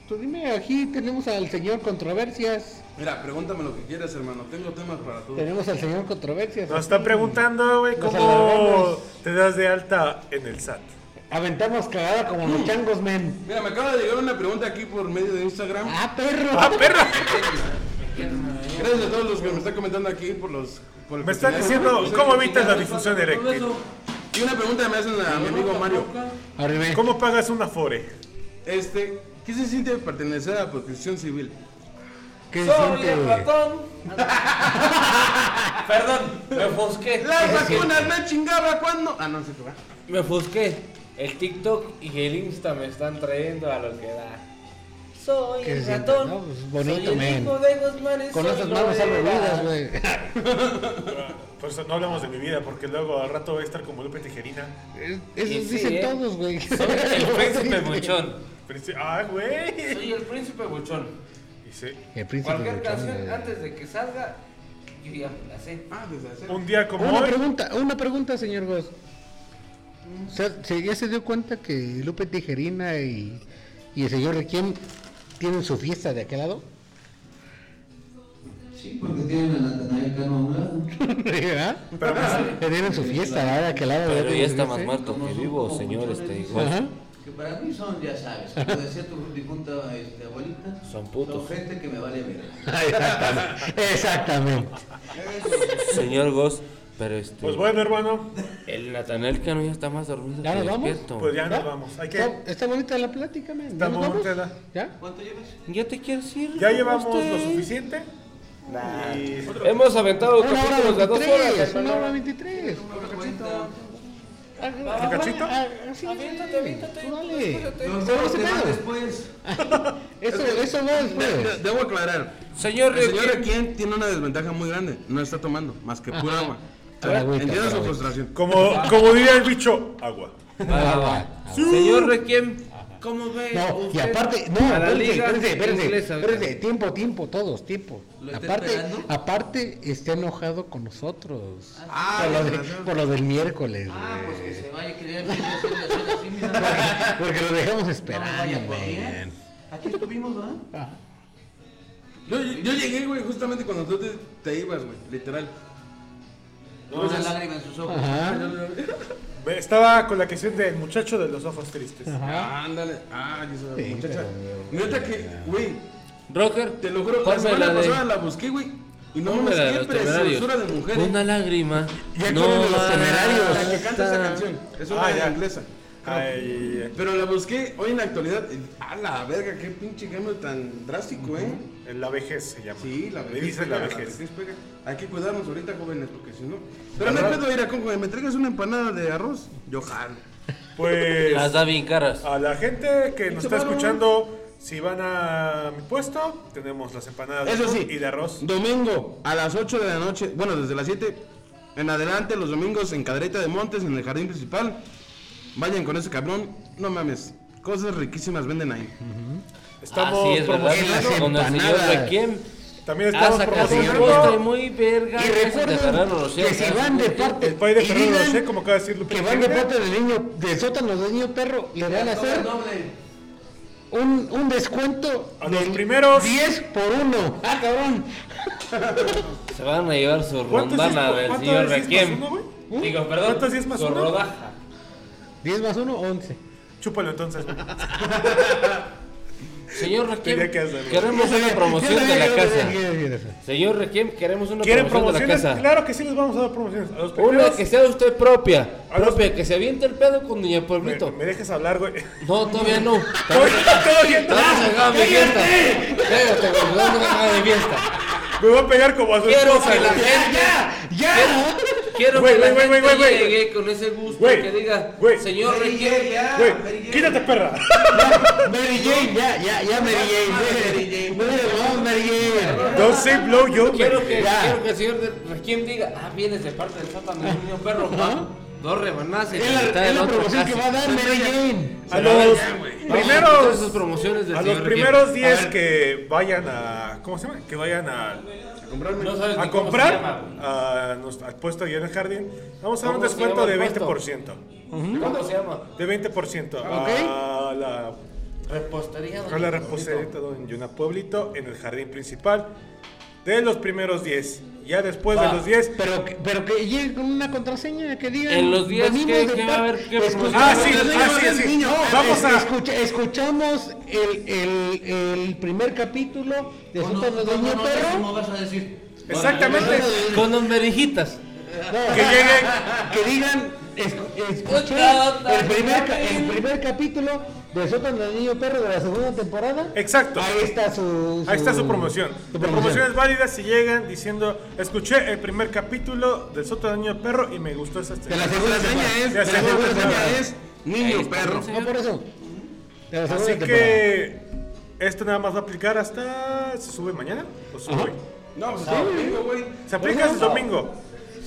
S2: tú dime, aquí tenemos al señor Controversias.
S6: Mira, pregúntame lo que quieras, hermano. Tengo temas para todos.
S2: Tenemos al señor Controversias.
S1: Nos
S2: aquí.
S1: están preguntando, güey,
S2: Nos
S1: cómo
S2: alargamos.
S1: te das de alta en el SAT.
S2: Aventamos cagada como los changos, men.
S6: Mira, me acaba de llegar una pregunta aquí por medio de Instagram.
S2: ¡Ah, perro!
S1: ¡Ah, perro!
S6: Gracias a todos los que me están comentando aquí por los. Por el
S1: Me están
S6: cuestionario.
S1: diciendo, ¿cómo evitas la disfunción eréctil?
S6: Y una pregunta me hacen a mi amigo Mario.
S2: Arriba.
S1: ¿Cómo pagas una fore?
S6: Este, ¿qué se siente pertenecer a la protección civil?
S2: ¿Qué se
S3: Soy
S2: siente,
S3: el
S2: güey?
S3: ratón. Perdón, me ofusqué.
S6: Las vacunas me chingaba cuando. Ah, no sé qué va.
S3: Me ofusqué. El TikTok y el Insta me están trayendo a lo que da. Soy
S2: ¿Qué
S3: el
S2: se
S3: ratón.
S2: siente, no? Pues bonito,
S3: soy el
S2: men.
S3: hijo de Guzmán y
S2: Con
S3: soy
S2: esas
S3: lo
S2: manos
S3: de
S2: aburridas,
S3: la-
S2: güey.
S1: Por eso no hablamos de mi vida, porque luego al rato voy a estar como Lupe Tijerina.
S2: Eso
S3: Y sí,
S2: dicen
S3: ¿eh?
S2: todos, güey.
S3: Soy el príncipe buchón.
S1: Pero dice, ¡Ah, güey!
S3: Soy el príncipe buchón.
S1: Y sí,
S2: El príncipe
S3: Cualquier
S2: buchón,
S3: canción
S6: eh.
S2: güey.
S3: antes de que salga, yo ya me la sé.
S6: Ah, desde hace.
S1: un día como
S2: Una
S1: hoy,
S2: pregunta, una pregunta, señor Goss. ¿Se, se- ya se dio cuenta que Lupe Tijerina y, y el señor Requiem tienen su fiesta de aquel lado?
S4: Sí, porque tienen a Natanael Cano a un lado.
S2: ¿Verdad?
S1: pero pues,
S2: ¿Eh? Tienen su fiesta ¿verdad? de aquel lado. ¿verdad? ¿Sí?
S4: Como son como buchones,
S3: este,
S2: Ajá.
S4: Que para mí son, ya sabes, como decía tu difunta este, abuelita,
S3: Son putos.
S4: Son gente que me vale verga.
S2: Exactamente. Exactamente.
S3: Señor Goss, pero este.
S1: pues bueno, hermano,
S3: El Natanel Cano ya está más dormido.
S2: ¿Ya
S3: que
S2: nos vamos?
S3: despierto.
S1: pues ya nos vamos. Hay que...
S2: Está, está bonita la plática, men.
S1: Está
S2: ¿Ya nos
S1: muy
S2: vamos?
S1: tela.
S2: ¿Ya?
S4: ¿Cuánto llevas?
S3: Ya te quieres ir.
S1: Ya
S3: ¿no,
S1: llevamos lo
S3: usted?
S1: suficiente. Y...
S3: Hemos aventado
S2: Una hora
S3: capítulos de dos horas.
S2: 23.
S3: hermano.
S2: Una hora 23.
S1: ¿Un cachito?
S2: ah, Aviéntate, aviéntate.
S4: Nos
S2: Sobre
S4: vemos
S2: ese
S4: te vas
S2: pedo.
S4: después.
S2: Eso, eso va
S6: De- de-
S2: después.
S6: debo aclarar.
S3: Señor
S2: eh,
S6: El señor
S3: Requiem.
S6: aquí tiene una desventaja muy grande. No está tomando más que pura agua.
S2: Pura agüita,
S6: Entiendo
S2: pura
S6: su
S2: agüita.
S6: frustración.
S1: Como, como diría el bicho, agua.
S2: Ah, va.
S3: Señor Requiem, ¿cómo ve?
S2: No, y
S3: usted
S2: aparte, no,
S3: a la
S2: espérense,
S3: liga
S2: espérense, espérense,
S3: inglesa?
S2: espérense, tiempo, tiempo, todos, tiempo.
S7: ¿Lo está
S2: Aparte,
S7: esperando?
S2: aparte está enojado con nosotros.
S6: Ah,
S2: por, lo de-
S6: gracias.
S2: por lo del miércoles.
S7: Ah,
S2: güey.
S7: pues que se vaya a creer que yo soy la sola así, mira. No me
S2: Porque lo dejamos
S7: vaya
S2: esperando,
S7: a poner.
S2: man.
S7: Aquí estuvimos, ¿verdad?
S2: Ah,
S6: Yo, yo llegué, güey, justamente cuando tú te, te ibas, güey. Literal.
S7: Con una lágrima en sus ojos.
S2: Ajá.
S1: Ve, Estaba con la canción del muchacho de los ojos tristes.
S6: Ah, ándale. Ah, yo soy
S2: Sí,
S6: muchacha.
S2: pero-
S6: Neta que, güey,
S3: Rocker,
S6: te lo juro, la
S3: ponme
S6: semana
S3: la de-
S6: pasada la busqué, güey. Y no
S3: ponme
S6: me
S3: la de los
S6: siempre
S3: temerarios.
S6: censura de mujeres.
S3: Una lágrima.
S2: Ya con los
S3: basta.
S2: temerarios.
S6: La que canta esa canción. Es una
S1: Ah, ya.
S6: inglesa.
S1: Ah, Ay, ay,
S6: Pero la busqué hoy en la actualidad. y- A la verga, qué pinche cambio tan drástico, ¿eh?
S1: ay, la vejez se llama.
S6: Sí, la
S1: Le
S6: vejez.
S1: dicen la
S6: pega,
S1: vejez.
S6: pega. Hay que cuidarnos ahorita, jóvenes, porque si no. Pero no puedo ir a con ¿Me traigas una empanada de arroz? Yo jalo.
S3: Las
S1: Pues
S3: da bien caras.
S1: a la gente que nos está
S6: Claro.
S1: escuchando, si van a mi puesto, tenemos las empanadas de
S6: Eso
S1: atún
S6: sí.
S1: y de arroz.
S6: Domingo a las 8 de la noche, bueno, desde las 7 en adelante, los domingos en Cadreta de Montes, en el jardín principal. Vayan con ese cabrón, no mames. Cosas riquísimas venden ahí.
S1: Estamos
S3: Así es, ¿verdad? Ah,
S1: promocionando-
S2: Las
S3: Con el señor
S2: empanadas.
S3: Requiem.
S1: También
S3: Ha
S1: estamos
S3: sacado un
S1: promocionando
S3: postre muy verga.
S2: Y
S3: ese de Ferrero
S2: recuerden
S3: Rocher,
S2: que si
S3: ¿verdad?
S2: van de parte
S1: el pay de
S2: y
S1: Ferrero
S2: digan
S1: Rocher, como acaba de decir Lupita
S2: que van de
S1: Jiménez.
S2: parte del niño, del sótano del niño perro, le van a hacer
S7: Doble.
S2: un, un descuento
S1: A los
S2: del
S1: primeros.
S2: 10 por 1. Ah, cabrón.
S3: Se van a llevar su
S1: ¿Cuánto es
S3: rondana
S1: esto?
S3: del
S1: ¿Cuánto
S3: señor
S1: es esto?
S3: Requiem.
S1: ¿Uno, güey?
S3: Digo, perdón.
S1: ¿Cuánto sí es más
S3: su
S1: uno?
S3: rodaja.
S2: 10 más 1, 11.
S1: Chúpalo entonces. güey.
S3: Señor Requiem,
S1: Tenía que hacerlo.
S3: queremos una promoción de la casa.
S2: casa.
S3: Señor Requiem, queremos una
S1: ¿Quieren
S3: promoción de la
S1: promociones?
S3: casa.
S1: Claro que sí, les vamos a dar promociones. A los
S3: Una
S1: primeros-
S3: que sea usted propia.
S1: A los-
S3: Propia, que se aviente el pedo con Doña
S1: me,
S3: Pueblito.
S1: me dejes hablar, güey.
S3: No, todavía no.
S1: Todo bien.
S3: Estamos acá de fiesta. Cállate, güey, estamos acá de fiesta.
S1: Me voy a pegar como a su
S3: Quiero
S1: esposa,
S3: que la
S1: güey.
S3: gente.
S2: ¡Ya!
S3: Quiero
S1: Güey,
S3: que la
S1: güey,
S3: gente
S1: güey, güey, güey, güey.
S3: llegue con ese gusto
S1: Güey,
S3: que diga,
S1: güey.
S3: señor
S7: Mary
S3: Requiem.
S7: Jane, ya. Mary
S1: Güey,
S7: Jane.
S1: quítate, perra.
S2: Mary Jane, ya, ya, ya, Mary Jane. No le vamos, Mary Jane.
S1: Don't say blow yo, güey.
S3: Quiero que,
S2: Ya.
S3: quiero que el señor de- Requiem diga, ah, vienes de parte del sótano del niño perro, Juan. Dos rebanadas y
S2: Es
S3: la mitad
S2: la,
S3: de
S2: es la
S3: otro
S2: promoción
S3: casi.
S2: que va a dar Mary Jane.
S1: A los
S3: Todas esas
S1: primeros.
S3: promociones del
S1: A
S3: señor
S1: los
S3: Requiem.
S1: primeros 10 que vayan a. ¿Cómo se llama? Que vayan a,
S3: No sabes ni
S1: a
S3: cómo se
S1: comprar
S3: llama, güey.
S1: a, nos- al puesto allá en el jardín. Vamos a dar un
S3: ¿Cómo se
S1: descuento
S3: llama
S1: de
S3: el puesto?
S1: 20%.
S3: ¿Cómo se llama?
S1: De 20%. A la,
S3: Repostería.
S1: a la repostería en Yuna Pueblito, en el jardín principal. De los primeros 10. Ya después
S3: Va,
S1: de los 10.
S2: Pero, que- pero que llegue con una contraseña que diga.
S3: En los días
S2: venimos
S3: que-
S2: de
S3: que va a
S2: par-
S3: haber que
S2: escuchamos-
S1: Ah, sí,
S2: No,
S1: ah, sí,
S2: no,
S1: sí.
S2: niño,
S1: Vamos
S2: es-
S1: a-
S2: escucha- escuchamos el, el, el primer capítulo de
S7: ¿Cómo
S2: Sótano de Niño
S7: ¿Cómo
S2: Perro.
S7: vas a decir?
S1: Exactamente.
S3: Con dos merijitas.
S2: No,
S1: Que lleguen.
S2: que digan. es- escuché el primer, ca- el primer capítulo de Sótano de Niño Perro de la segunda temporada.
S1: Exacto.
S2: Ahí está su,
S1: Ahí está su promoción.
S2: su
S1: La promoción es válida si llegan diciendo, escuché el primer capítulo del sótano del niño perro y me gustó esa
S2: De
S1: escena.
S2: la
S6: La
S2: segunda
S6: seña
S2: temporada.
S6: es,
S1: Ya
S6: la
S1: sé, ya sé,
S6: seña
S1: ya sé.
S6: es
S3: Ahí
S6: niño
S3: está,
S6: perro.
S3: sí.
S2: No por eso. De la segunda
S1: Así
S2: temporada.
S1: que esto nada más va a aplicar hasta... ¿Se sube mañana? ¿O sube hoy?
S6: No, pues está domingo, güey.
S1: Se aplica hasta el domingo.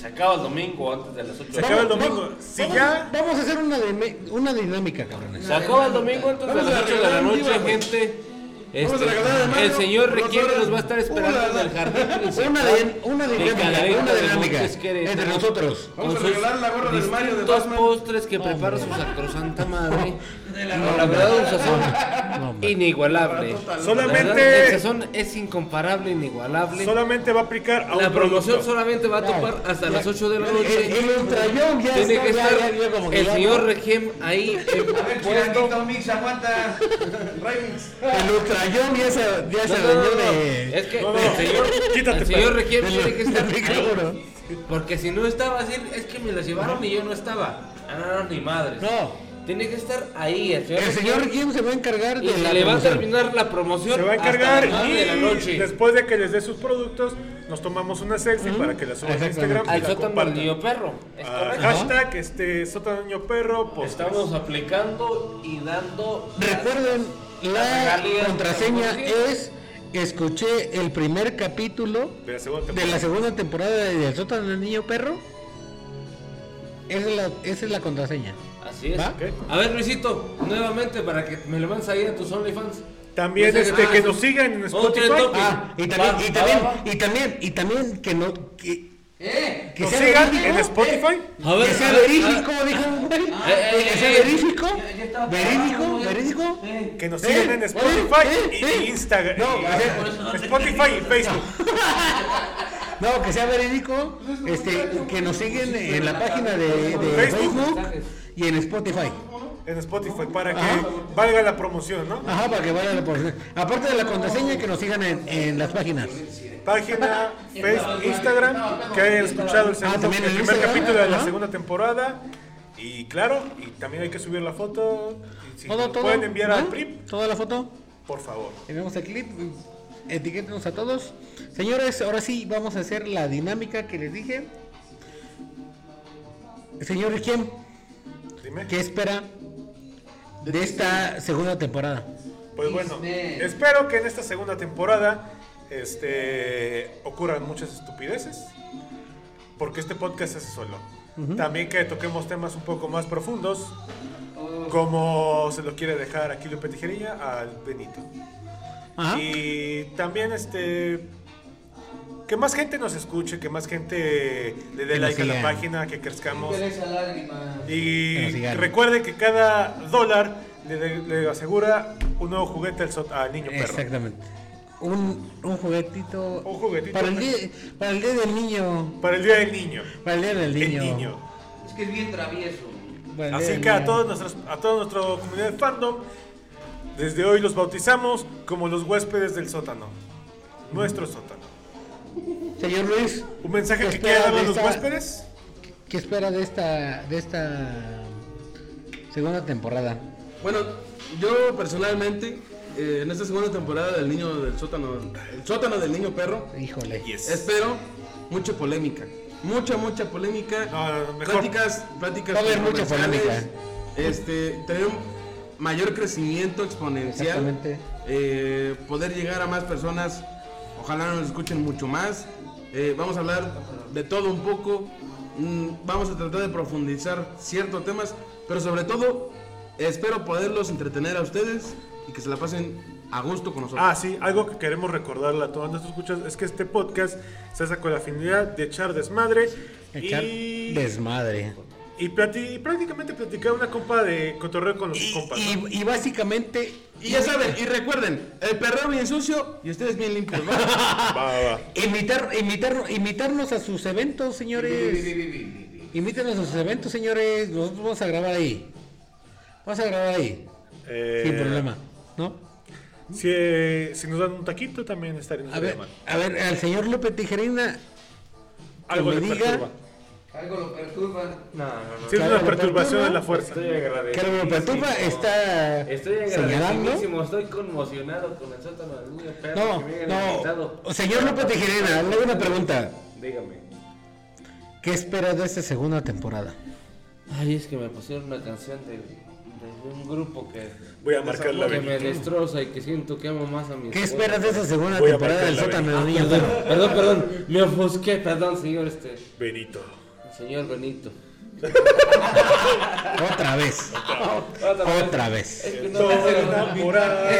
S3: Se acaba el domingo antes de las 8 de
S1: Se
S3: la
S1: acaba el
S3: noche.
S1: domingo. Si ya-
S2: Vamos a hacer una, dime- una dinámica, cabrones.
S3: Se acaba el domingo antes de
S6: Vamos a
S3: las 8 de la
S6: regalar un
S3: noche,
S6: libro.
S3: gente.
S6: Vamos a
S3: Este,
S6: regalar de mano
S3: el señor
S6: dos
S3: Requiem
S6: horas.
S3: nos va a estar esperando en
S6: Una-
S3: el jardín principal.
S2: Una, di- una
S3: de
S2: dinámica,
S3: Cadereyta
S2: una
S3: de
S2: dinámica
S3: Montes, Querétaro.
S2: entre nosotros.
S6: Vamos a
S3: Con sus
S6: regalar la gorra del Mario de
S3: Dos
S6: Batman.
S3: postres que prepara su sacrosanta madre. Con la verdad, un sazón inigualable.
S1: Solamente-
S3: La verdad, El sazón es incomparable, inigualable.
S1: Solamente va a aplicar a
S3: La
S1: un
S3: promoción
S1: producto.
S3: solamente va a topar hasta las 8 de la noche.
S2: El, el ultrayón ya
S3: Tiene
S2: está,
S3: que
S2: ya-
S3: estar
S2: ya- ya como que
S3: el
S2: ya-
S3: señor Regem ahí en
S7: A ver, Chilanguito Mix, aguanta.
S6: Remix.
S2: El ultrayón ya se, ya
S3: No,
S2: se
S3: no, no,
S2: vendió
S3: no.
S2: de.
S3: Es que
S1: No, no,
S3: el señor,
S1: quítate,
S3: el señor
S1: perro.
S3: Requiem tiene que estar
S2: de
S3: ahí,
S2: cabrón.
S3: Porque si no estaba así, es que me las llevaron y yo no estaba. Ah, No, no, ni madres.
S2: No,
S3: Tiene que estar ahí. El señor,
S2: El
S3: Región.
S2: señor Jim se va a encargar
S3: Y
S2: de la.
S3: se le va a
S2: promoción.
S3: terminar la promoción.
S1: Se va a
S3: hasta
S1: encargar
S3: las nueve
S1: y
S3: de la noche.
S1: después de que les dé sus productos, nos tomamos una selfie para que la suban a Instagram y
S3: Al
S1: la
S3: sótano del
S1: compartan.
S3: niño perro. Es
S1: Ah,
S3: correcto.
S1: hashtag este, sótano niño perro. Pues,
S3: Estamos aplicando y dando.
S2: Recuerden, la
S3: regalías.
S2: contraseña es escuché el primer capítulo
S1: de la segunda
S2: de
S1: temporada.
S2: la segunda temporada de El sótano del niño perro. Esa es la, esa es la contraseña.
S3: Así es.
S2: ¿Va?
S1: Ok.
S3: A ver, Luisito, nuevamente para que me lo mandes ahí a tus OnlyFans.
S1: También
S3: No
S2: Pues
S3: sé
S1: este,
S3: qué-
S1: que
S3: ah,
S1: nos sigan en
S3: otro
S1: Spotify.
S3: toque.
S2: Ah, y
S3: Va,
S2: también, y
S3: va,
S2: también,
S3: va.
S2: y también, y también que no que,
S7: ¡Eh!
S2: que
S1: Nos
S2: sea
S1: sigan
S2: verídico,
S1: en Spotify.
S3: A ver,
S2: que sea
S3: a ver,
S2: verídico,
S3: a-
S2: dijo un güey.
S3: eh, eh,
S2: Que sea
S3: eh,
S2: verídico,
S7: Yo- yo estaba
S2: verídico,
S7: trabajando, güey.
S2: verídico.
S7: Eh,
S1: Que nos
S2: Eh,
S1: sigan en
S2: eh,
S1: Spotify
S2: eh,
S1: y
S2: eh.
S1: Instagram.
S2: No,
S1: y-
S2: a ver,
S1: Spotify y Facebook.
S2: No, que sea verídico, este, que nos siguen en la página de, de
S1: Facebook.
S2: Facebook y en Spotify.
S1: En Spotify para que
S2: Ajá.
S1: valga la promoción, ¿no?
S2: Ajá, para que vayan a por... Aparte de la contraseña, que nos sigan en, en las páginas.
S1: Página, Facebook, Instagram, que hayan escuchado el, segundo,
S2: Ah, también
S1: el
S2: en
S1: primer
S2: Instagram,
S1: capítulo de la
S2: ajá.
S1: segunda temporada. Y claro, y también hay que subir la foto. y si
S2: Todo,
S1: nos
S2: todo.
S1: pueden enviar
S2: ¿no?
S1: al PRIP,
S2: Toda la foto.
S1: por favor.
S2: Tenemos el clip. Etiquétenos a todos. Señores, ahora sí vamos a hacer la dinámica que les dije. Señor ¿quién?
S1: Dime.
S2: ¿qué espera de esta segunda temporada?
S1: Pues bueno,
S7: Disney.
S1: espero que en esta segunda temporada este, ocurran muchas estupideces, porque este podcast se hace solo. También que toquemos temas un poco más profundos, como se lo quiere dejar aquí Lupe Tijerilla al Benito. Ah,
S2: Ajá.
S1: Y también este... Que más gente nos escuche, que más gente le dé
S2: nos
S1: like a la
S2: sigan.
S1: página, que crezcamos.
S7: esa lágrima.
S1: Y
S2: Que nos sigan.
S1: recuerde que cada dólar le, le asegura un nuevo juguete al, sot- al niño perro.
S2: Exactamente. Un, un juguetito.
S1: Un juguetito.
S2: Para el, día, para el día del niño.
S1: Para el Día del Niño.
S2: Para el día del
S1: El
S2: niño.
S1: niño.
S7: Es que es bien travieso.
S2: Para el día
S1: Así
S2: del
S1: que a
S2: niño.
S1: todos nuestros, a toda nuestra comunidad de fandom, desde hoy los bautizamos como los huéspedes del sótano. Nuestro sótano.
S2: Señor Luis,
S1: ¿Un mensaje
S2: ¿qué
S1: que
S2: espera
S1: quiera dar
S2: de
S1: a los
S2: esta-
S1: huéspedes?
S2: ¿Qué espera de esta, de esta segunda temporada?
S6: Bueno, yo personalmente, eh, en esta segunda temporada del niño del sótano, el sótano del niño perro,
S2: Híjole.
S1: Yes.
S6: espero mucha polémica. Mucha, mucha polémica.
S1: No, no, no, mejor.
S6: Pláticas, pláticas.
S2: Va a haber mucha
S6: controversiales,
S2: polémica.
S6: Este, tener un mayor crecimiento exponencial.
S2: Exactamente.
S6: eh, poder llegar a más personas. Ojalá nos escuchen mucho más. eh, vamos a hablar de todo un poco. mm, vamos a tratar de profundizar ciertos temas, pero sobre todo espero poderlos entretener a ustedes y que se la pasen a gusto con nosotros.
S1: Ah, sí, algo que queremos recordarle a todos nuestros escuchas es que este podcast se hace con la afinidad de echar desmadre
S2: Echar
S1: y,
S2: desmadre.
S1: y, plati- y prácticamente platicar una compa de cotorreo con los
S2: Y,
S1: compas. ¿no?
S2: y- y básicamente.
S6: y ya saben, y recuerden, el perreo bien sucio y ustedes bien limpios. ¿no?
S1: Va, va, va.
S2: Invitar, invitar, invitarnos a sus eventos, señores. Invítenos a sus eventos, señores. Nosotros vamos a grabar ahí. Vamos a grabar ahí.
S1: Eh,
S2: Sin problema. ¿No?
S1: Si, eh, si nos dan un taquito también estaremos
S2: A ver,
S1: mal.
S2: a ver, al señor López Tijerina.
S1: Algo
S2: que
S1: le
S2: me diga
S1: perturba.
S7: Algo lo perturba.
S3: No, no, no.
S1: Si es
S2: Claro,
S1: una
S2: le
S1: perturbación
S2: perturba.
S1: de la fuerza.
S2: Que lo perturba pues está
S3: Estoy
S2: señalando.
S3: agradecidísimo, estoy conmocionado con el sótano del niño perro.
S2: No,
S3: que me hayan invitado.
S2: no. Señor López Tijerina, le hago una pregunta.
S3: Dígame.
S2: ¿Qué esperas de esta segunda temporada?
S3: Ay, es que me pusieron una canción de, de un grupo que,
S1: Voy a marcar la
S3: que
S1: vena.
S3: me destroza y que siento que amo más a mi
S2: ¿Qué
S3: esposa.
S2: esperas de esta segunda
S1: Voy a
S2: temporada
S1: marcar
S2: del
S1: la
S2: sótano del niño?
S3: Perdón, perdón, perdón, me ofusqué, perdón, señor, este,
S1: Benito.
S3: señor Benito.
S2: Otra vez. Otra vez.
S3: Es que no
S1: Todo
S3: sé,
S1: enamorado de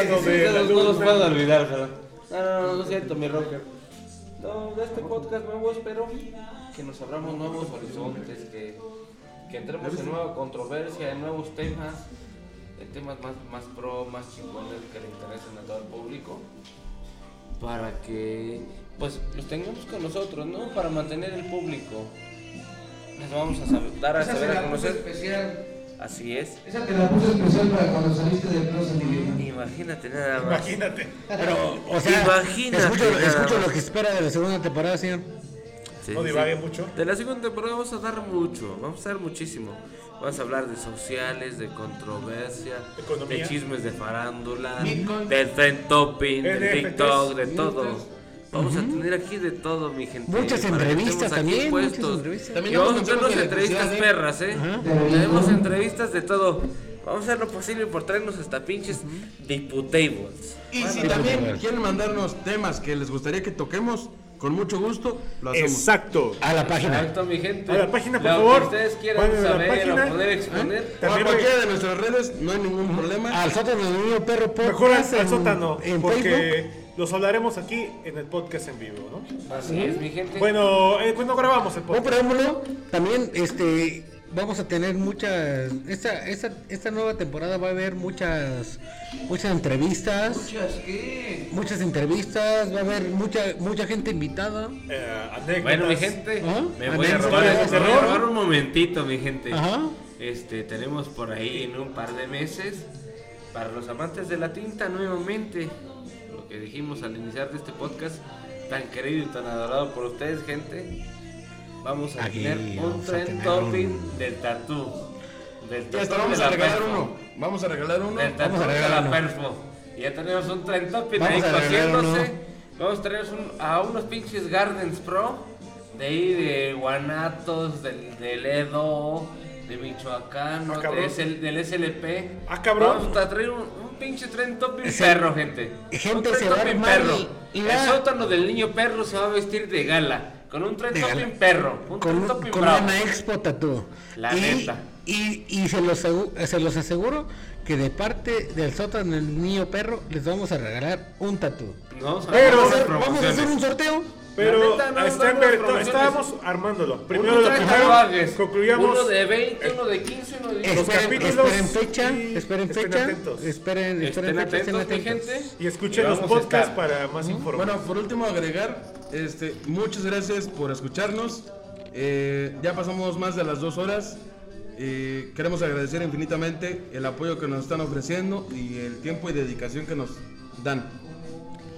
S1: la
S3: no los
S1: luna.
S3: puedo olvidar, perdón. No, no, no, lo siento, mi rocker. No, de este podcast nuevo espero que nos abramos nuevos horizontes, que, que entremos en nueva controversia, en nuevos temas, en temas más, más pro, más chingones que le interesen a todo el público, para que pues los tengamos con nosotros, ¿no? Para mantener el público. Les vamos a saber- dar a
S7: Esa se
S3: saber a
S7: la puse
S3: conocer.
S7: especial.
S3: Así es.
S7: Esa te la puse especial para cuando saliste del closet. Liliana.
S3: Imagínate nada más.
S1: Imagínate.
S2: Pero, o sea,
S3: Imagínate
S2: escucho,
S3: nada
S2: escucho
S3: más.
S2: lo que espera de la segunda temporada, señor.
S3: Sí,
S1: No
S3: sí,
S1: divague
S3: sí.
S1: mucho.
S3: De la segunda temporada vamos a dar mucho, vamos a dar muchísimo. Vas a hablar de sociales, de controversia,
S1: Economía.
S3: de chismes de farándula,
S2: Bitcoin.
S3: del trend topping, del
S1: NFTs,
S3: TikTok, de todo.
S1: NFTs.
S3: Vamos a tener aquí de todo, mi gente.
S2: Muchas
S3: para que
S2: entrevistas
S3: estemos aquí
S2: también, muchas
S3: puestos.
S2: entrevistas.
S3: Y
S2: También
S3: vamos a
S2: damos consejos
S3: hacernos
S2: de
S3: entrevistas
S2: electricidad, ¿eh?
S3: perras, ¿eh?
S2: Ajá.
S3: Tenemos entrevistas de todo. Vamos a hacer lo posible por traernos hasta pinches diputables.
S6: Y si también quieren mandarnos temas que les gustaría que toquemos, con mucho gusto lo hacemos.
S1: Exacto.
S2: A la página.
S3: Exacto, mi gente.
S1: A la página, por
S3: Lo que
S1: favor.
S3: ustedes
S1: Vayan
S3: quieran
S1: a la
S3: saber
S1: página.
S3: o poder exponer.
S6: O a
S1: También
S6: cualquiera de nuestras redes, no hay ningún problema.
S2: Al sótano del niño perro podcast.
S1: Mejor al, al
S2: en-
S1: sótano,
S2: En Facebook.
S1: porque los hablaremos aquí en el podcast en vivo, ¿no?
S2: ¿Ah?
S3: Así es, mi gente.
S1: Bueno, eh, ¿cuándo grabamos el
S2: Un
S1: podcast?
S2: preámbulo, también este vamos a tener muchas esta, esta, esta nueva temporada va a haber muchas muchas entrevistas,
S7: ¿Muchas qué?
S2: muchas entrevistas, va a haber mucha mucha gente invitada.
S1: Eh, anécdotas.
S3: Bueno, mi gente,
S2: ¿Ah?
S3: me voy a
S2: ¿Anécdotas
S3: robar,
S1: de
S3: me voy a
S1: terror?
S3: robar un momentito, mi gente.
S2: Ajá.
S3: Este, tenemos por ahí en un par de meses, para los amantes de la tinta nuevamente, lo que dijimos al iniciar de este podcast, tan querido y tan adorado por ustedes, gente, vamos a
S2: Aquí
S3: tener un
S2: vamos a
S3: trend
S2: tener
S3: topping
S2: un-
S3: del tatú. Del
S6: Ya está,
S3: tatú
S6: vamos
S3: de
S6: a
S3: la
S6: regalar
S3: perfo.
S6: uno. Vamos a regalar uno.
S3: Del
S2: Vamos
S3: tatú
S2: a
S3: de
S2: regalar
S3: la
S2: uno.
S3: perfo. Ya tenemos un trend topping
S2: Vamos
S3: ahí
S2: a regalar uno.
S3: cociéndose. Vamos a traer un- a unos pinches Gardens Pro de ahí de Guanatos, del, del Edo, de Michoacán,
S1: Ah, cabrón.
S3: de SL del SLP.
S1: Ah, cabrón.
S3: Vamos a traer un, un pinche tren topping
S2: Sí.
S3: perro, gente.
S2: Gente,
S3: Un tren
S2: se va a
S3: topping
S2: armar
S3: perro.
S2: y- y
S3: El
S2: va-
S3: sótano del niño perro se va a vestir de gala. Con un tren
S2: De
S3: topping
S2: gala.
S3: perro. Un
S2: Con,
S3: tren
S2: un-
S3: topping
S2: con
S3: bravo.
S2: una expo tatú.
S3: La
S2: y,
S3: neta.
S2: Y, y se, los, asegu- se los aseguro que de parte del sótano del niño perro les vamos a regalar un tatú.
S1: Pero
S3: No, vamos a hacer
S1: ser-
S2: Vamos a hacer
S3: promociones.
S2: un sorteo.
S1: Pero
S3: La neta, no,
S1: está en
S3: no, no,
S1: ver-
S3: promociones.
S1: estábamos armándolo. Primero
S3: Primero
S1: lo
S3: de
S1: primero, concluyamos.
S3: Uno de 20, uno de 15, uno de 10.
S1: Los
S2: Esperen,
S1: capítulos
S2: esperen fecha,
S1: y
S2: esperen
S1: estén
S2: fecha,
S1: atentos.
S2: esperen, esperen
S3: Estén
S2: fecha,
S3: atentos, mi gente.
S1: Y escuchen
S3: Y
S1: los
S3: vamos a
S1: podcasts
S3: estar.
S1: para más información.
S6: Bueno, por último agregar, este, muchas gracias por escucharnos. Eh, ya pasamos más de las dos horas. Eh, queremos agradecer infinitamente el apoyo que nos están ofreciendo y el tiempo y dedicación que nos dan.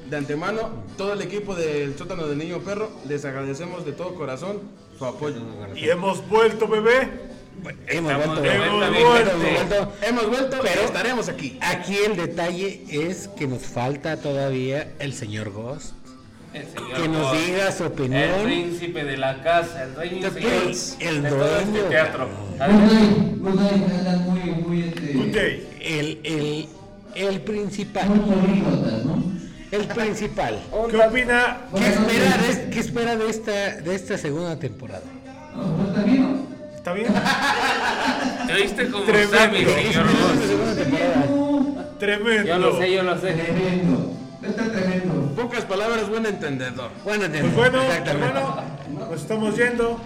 S6: De antemano, todo el equipo del sótano del niño perro, les agradecemos de todo corazón su apoyo.
S1: y hemos vuelto, bebé.
S2: Hemos
S3: Estamos
S2: vuelto,
S3: de
S2: hemos
S1: vuelta, mi
S2: vuelto,
S1: gente.
S2: hemos vuelto.
S6: Hemos vuelto, pero estaremos aquí.
S2: Aquí el detalle es que nos falta todavía el señor Ghost.
S3: El señor
S2: Que nos
S3: Gordon,
S2: diga su
S3: El
S2: opinión.
S3: príncipe de la casa, el dueño y
S2: The
S3: señor
S2: prince, el
S3: de todo este
S2: dueño.
S3: teatro.
S4: Good
S3: Adelante.
S4: day, good day, andan muy, muy, este,
S1: Good day.
S2: El, el, el
S4: muy
S2: principal.
S4: políglotas, ¿no?
S2: El principal.
S1: ¿Qué opina?
S2: ¿Qué espera de, qué espera de esta, de esta segunda temporada?
S4: No, pues, está bien,
S1: ¿Está bien?
S3: Te oíste como
S1: Tremendo.
S3: Sammy, señor Ross.
S2: Segunda temporada.
S4: ¿no?
S1: Tremendo.
S3: Yo lo sé, yo lo sé.
S4: Tremendo, está tremendo.
S6: Pocas palabras, buen entendedor.
S2: Bueno,
S1: Pues bueno,
S2: exactamente.
S1: hermano, nos estamos yendo.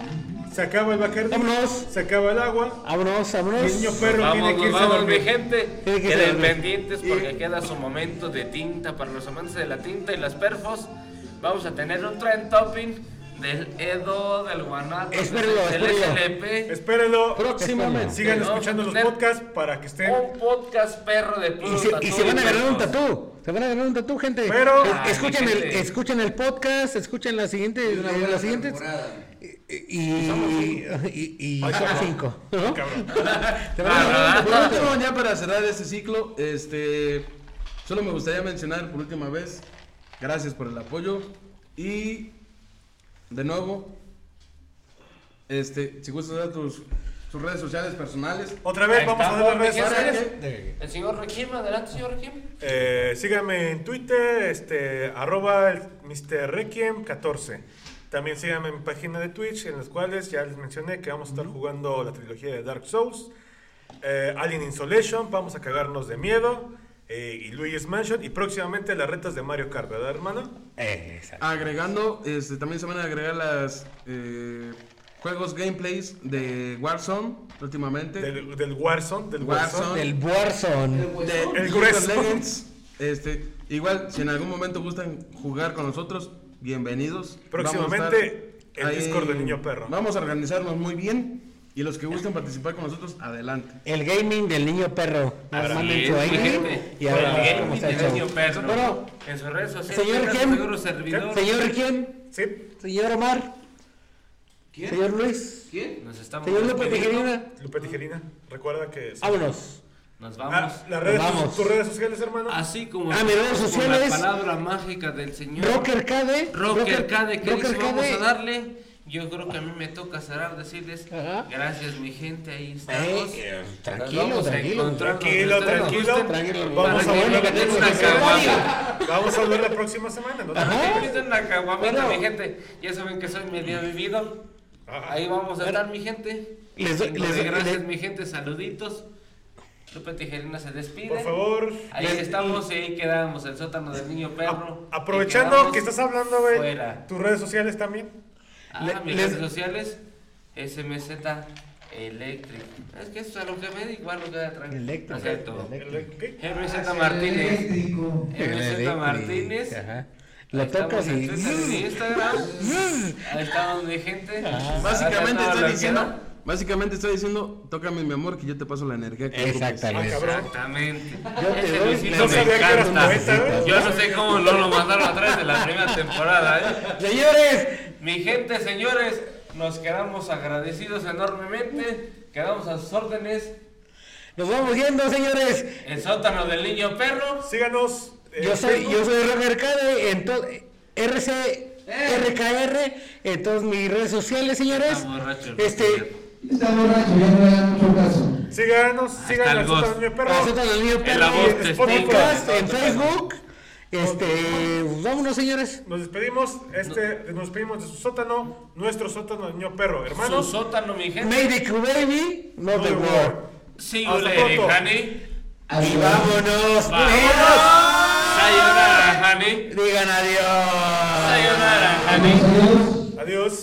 S1: Se acaba el bacardi.
S2: Vámonos.
S1: Se acaba el agua.
S2: Vámonos,
S1: El niño
S2: vámonos.
S1: perro
S3: Vamos,
S1: tiene que
S3: nos
S1: irse a
S3: vamos, mi
S1: dormir.
S3: gente.
S2: Tiene que irse a
S3: Queden
S2: dormir.
S3: pendientes porque queda su momento de tinta para los amantes de la tinta y las perfos. Vamos a tener un tren topping del Edo, del Guanato,
S2: Espérenlo,
S3: del
S2: espérenlo.
S3: SLP.
S1: Espérenlo.
S2: Próximamente.
S1: Sigan
S3: Vamos a
S1: escuchando los
S3: tener
S1: podcasts para que estén.
S3: Un podcast perro de puro
S2: Y se, y
S3: tatu
S2: se van a ganar un
S3: perros.
S2: tatú. Se van a ganar un tatú, gente.
S1: Pero-
S2: Es- escuchen,
S3: Ay,
S2: el,
S3: gente.
S2: escuchen el podcast, escuchen la siguiente.
S7: Una
S2: eh,
S7: buena
S2: la siguiente.
S7: temporada.
S2: Y, y, y, y-
S1: Ay, cabrón.
S2: cinco. ¿no?
S1: Cabrón.
S2: Se van a
S3: Ah,
S2: ganar un
S6: Por
S2: tatú.
S6: último, ya para cerrar este ciclo, este, solo me gustaría mencionar por última vez, gracias por el apoyo y de nuevo, este, si gustas dar tus, tus redes sociales personales,
S1: Otra vez
S3: Ahí
S1: vamos a
S3: estamos,
S1: dar las redes
S3: mi gente.
S1: sociales.
S3: El señor Regim, adelante, señor Regim.
S1: Eh, síganme en Twitter, este, arroba MrRequiem14. También síganme en mi página de Twitch, en las cuales ya les mencioné que vamos a estar jugando la trilogía de Dark Souls, eh, Alien Insolation, vamos a cagarnos de miedo, eh, y Luigi's Mansion, y próximamente las retas de Mario Kart, ¿verdad, hermano?
S2: Eh, exacto.
S6: agregando, este, también se van a agregar las eh, juegos gameplays de Warzone últimamente,
S1: Del, del Warzone, del Warzone.
S6: Warzone.
S2: Del Warzone.
S6: de
S1: El
S6: League
S1: grueso.
S6: of Pues, Legends. Este, igual, si en algún momento gustan jugar con nosotros, bienvenidos.
S1: Próximamente,
S6: Vamos a estar
S1: el Discord del Niño Perro.
S6: Vamos a organizarnos muy bien. Y los que gusten participar con nosotros, adelante.
S2: El gaming del niño perro. Nos
S1: Ahora,
S2: manden
S3: Ah, Sí,
S2: su
S3: mi
S2: ID
S3: gente.
S2: y a ver
S3: Bueno,
S2: cómo
S3: bien, mi
S2: está el show.
S3: pequeño perro.
S2: Bueno,
S3: en sus redes sociales.
S2: señor
S3: Perro
S2: Gem.
S3: Seguro Servidor.
S2: señor quién?
S1: Sí.
S2: Señor Omar.
S7: ¿Quién?
S2: Señor Luis.
S7: ¿Quién?
S3: Nos estamos.
S2: Señor López
S3: despidiendo.
S2: Tijerina.
S1: Lupe Tijerina, recuerda que...
S3: Ah,
S2: Vámonos.
S3: Nos vamos.
S1: Ah, las redes,
S2: Vamos.
S1: tus redes sociales, hermano.
S3: Así como.
S2: Ah, mis redes
S3: como
S2: sociales.
S3: La palabra mágica del señor.
S2: Rocker KD.
S3: Rocker Cade, que
S2: Rocker
S3: dice, vamos
S2: KD.
S3: a darle. Yo creo que a mí me toca cerrar, decirles
S2: Ajá.
S3: gracias, mi gente. Ahí estamos.
S2: Eh,
S3: Nos
S2: Tranquilo,
S3: vamos a
S2: tranquilo.
S3: encontrar
S1: Tranquilo,
S3: donde ustedes
S1: tranquilo.
S3: gusten.
S2: Tranquilo.
S1: Vamos a
S3: Para
S1: ver
S3: que
S1: la
S3: me den
S1: próxima
S3: una
S1: semana.
S3: caguama.
S1: Vamos a hablar la próxima semana. ¿no?
S3: Para
S2: Ajá.
S3: que me den una caguamita,
S2: Ah. Bueno.
S3: mi gente. Ya saben que soy medio vivido.
S1: Ah.
S3: Ahí vamos a estar, mi gente.
S2: Les doy-
S3: Entonces,
S2: les doy-
S3: gracias,
S2: les-
S3: mi gente. Saluditos. Lupe Tijerina se despide.
S1: Por favor.
S3: Ahí
S2: Les-
S3: estamos y ahí quedamos. El sótano del niño perro.
S1: a- aprovechando que estás hablando, güey.
S3: fuera.
S1: Tus redes sociales también.
S3: Ah,
S2: Le-
S3: mis
S2: les-
S3: redes sociales, SMZ Electric. Es que eso es a lo que me dedico, a lo que atrás.
S2: Electric,
S3: Exacto.
S2: electric.
S1: El- ¿qué?
S3: MZ Martínez.
S4: Eléctrico.
S3: MZ Martínez.
S2: Ajá.
S3: Ahí
S2: Lo
S3: estamos
S2: tocas
S3: en
S2: y. ¡mm!
S3: Twitter y en Instagram. Ahí estamos, mi
S2: Ah.
S3: gente.
S6: Básicamente
S3: Ahora todo
S6: estoy
S3: lo
S6: diciendo,
S3: que
S6: básicamente estoy diciendo, tócame mi amor que yo te paso la energía que ocupes".
S1: Ah,
S2: Exactamente.
S3: da.
S1: cabrón.
S3: Exactamente.
S2: Yo te
S3: Ese
S2: doy
S3: Luisito
S1: No
S3: me
S1: sabía que eras
S3: encanta.
S1: poeta, güey.
S3: Yo no sé cómo no lo mandaron atrás de la primera temporada, ¿eh?
S2: Señores,
S3: Mi gente, señores, nos quedamos agradecidos enormemente. Quedamos a sus órdenes.
S2: nos vamos yendo, señores.
S3: El sótano del niño perro.
S1: Síganos. eh,
S2: Yo soy,
S1: Facebook.
S2: yo soy eh, Robert Cade, entonces RC,
S3: Eh.
S2: RKR, en todas mis redes sociales, señores.
S3: Está borracho el
S2: Este,
S4: Está borracho, ya no le hagan mucho caso.
S1: Síganos. Síganos.
S3: el Ghost.
S1: Sótano del Perro.
S2: Nosotros el niño
S3: En la
S2: perro,
S3: voz
S2: en
S3: testigo.
S2: podcast, en Facebook. Este, pues, vámonos, señores.
S1: Nos despedimos. Este, nos despedimos de su sótano. Nuestro sótano del niño perro.
S3: Su
S1: Hermanos.
S3: sótano, mi gente.
S2: Maybe Baby, no
S1: no
S2: the
S1: de
S2: war.
S3: See you
S1: Hasta
S3: later,
S1: pronto.
S3: honey.
S2: Y vámonos, vámonos.
S3: Sayonara, honey.
S2: Digan adiós.
S3: Sayonara, honey.
S4: Adiós.
S1: Adiós.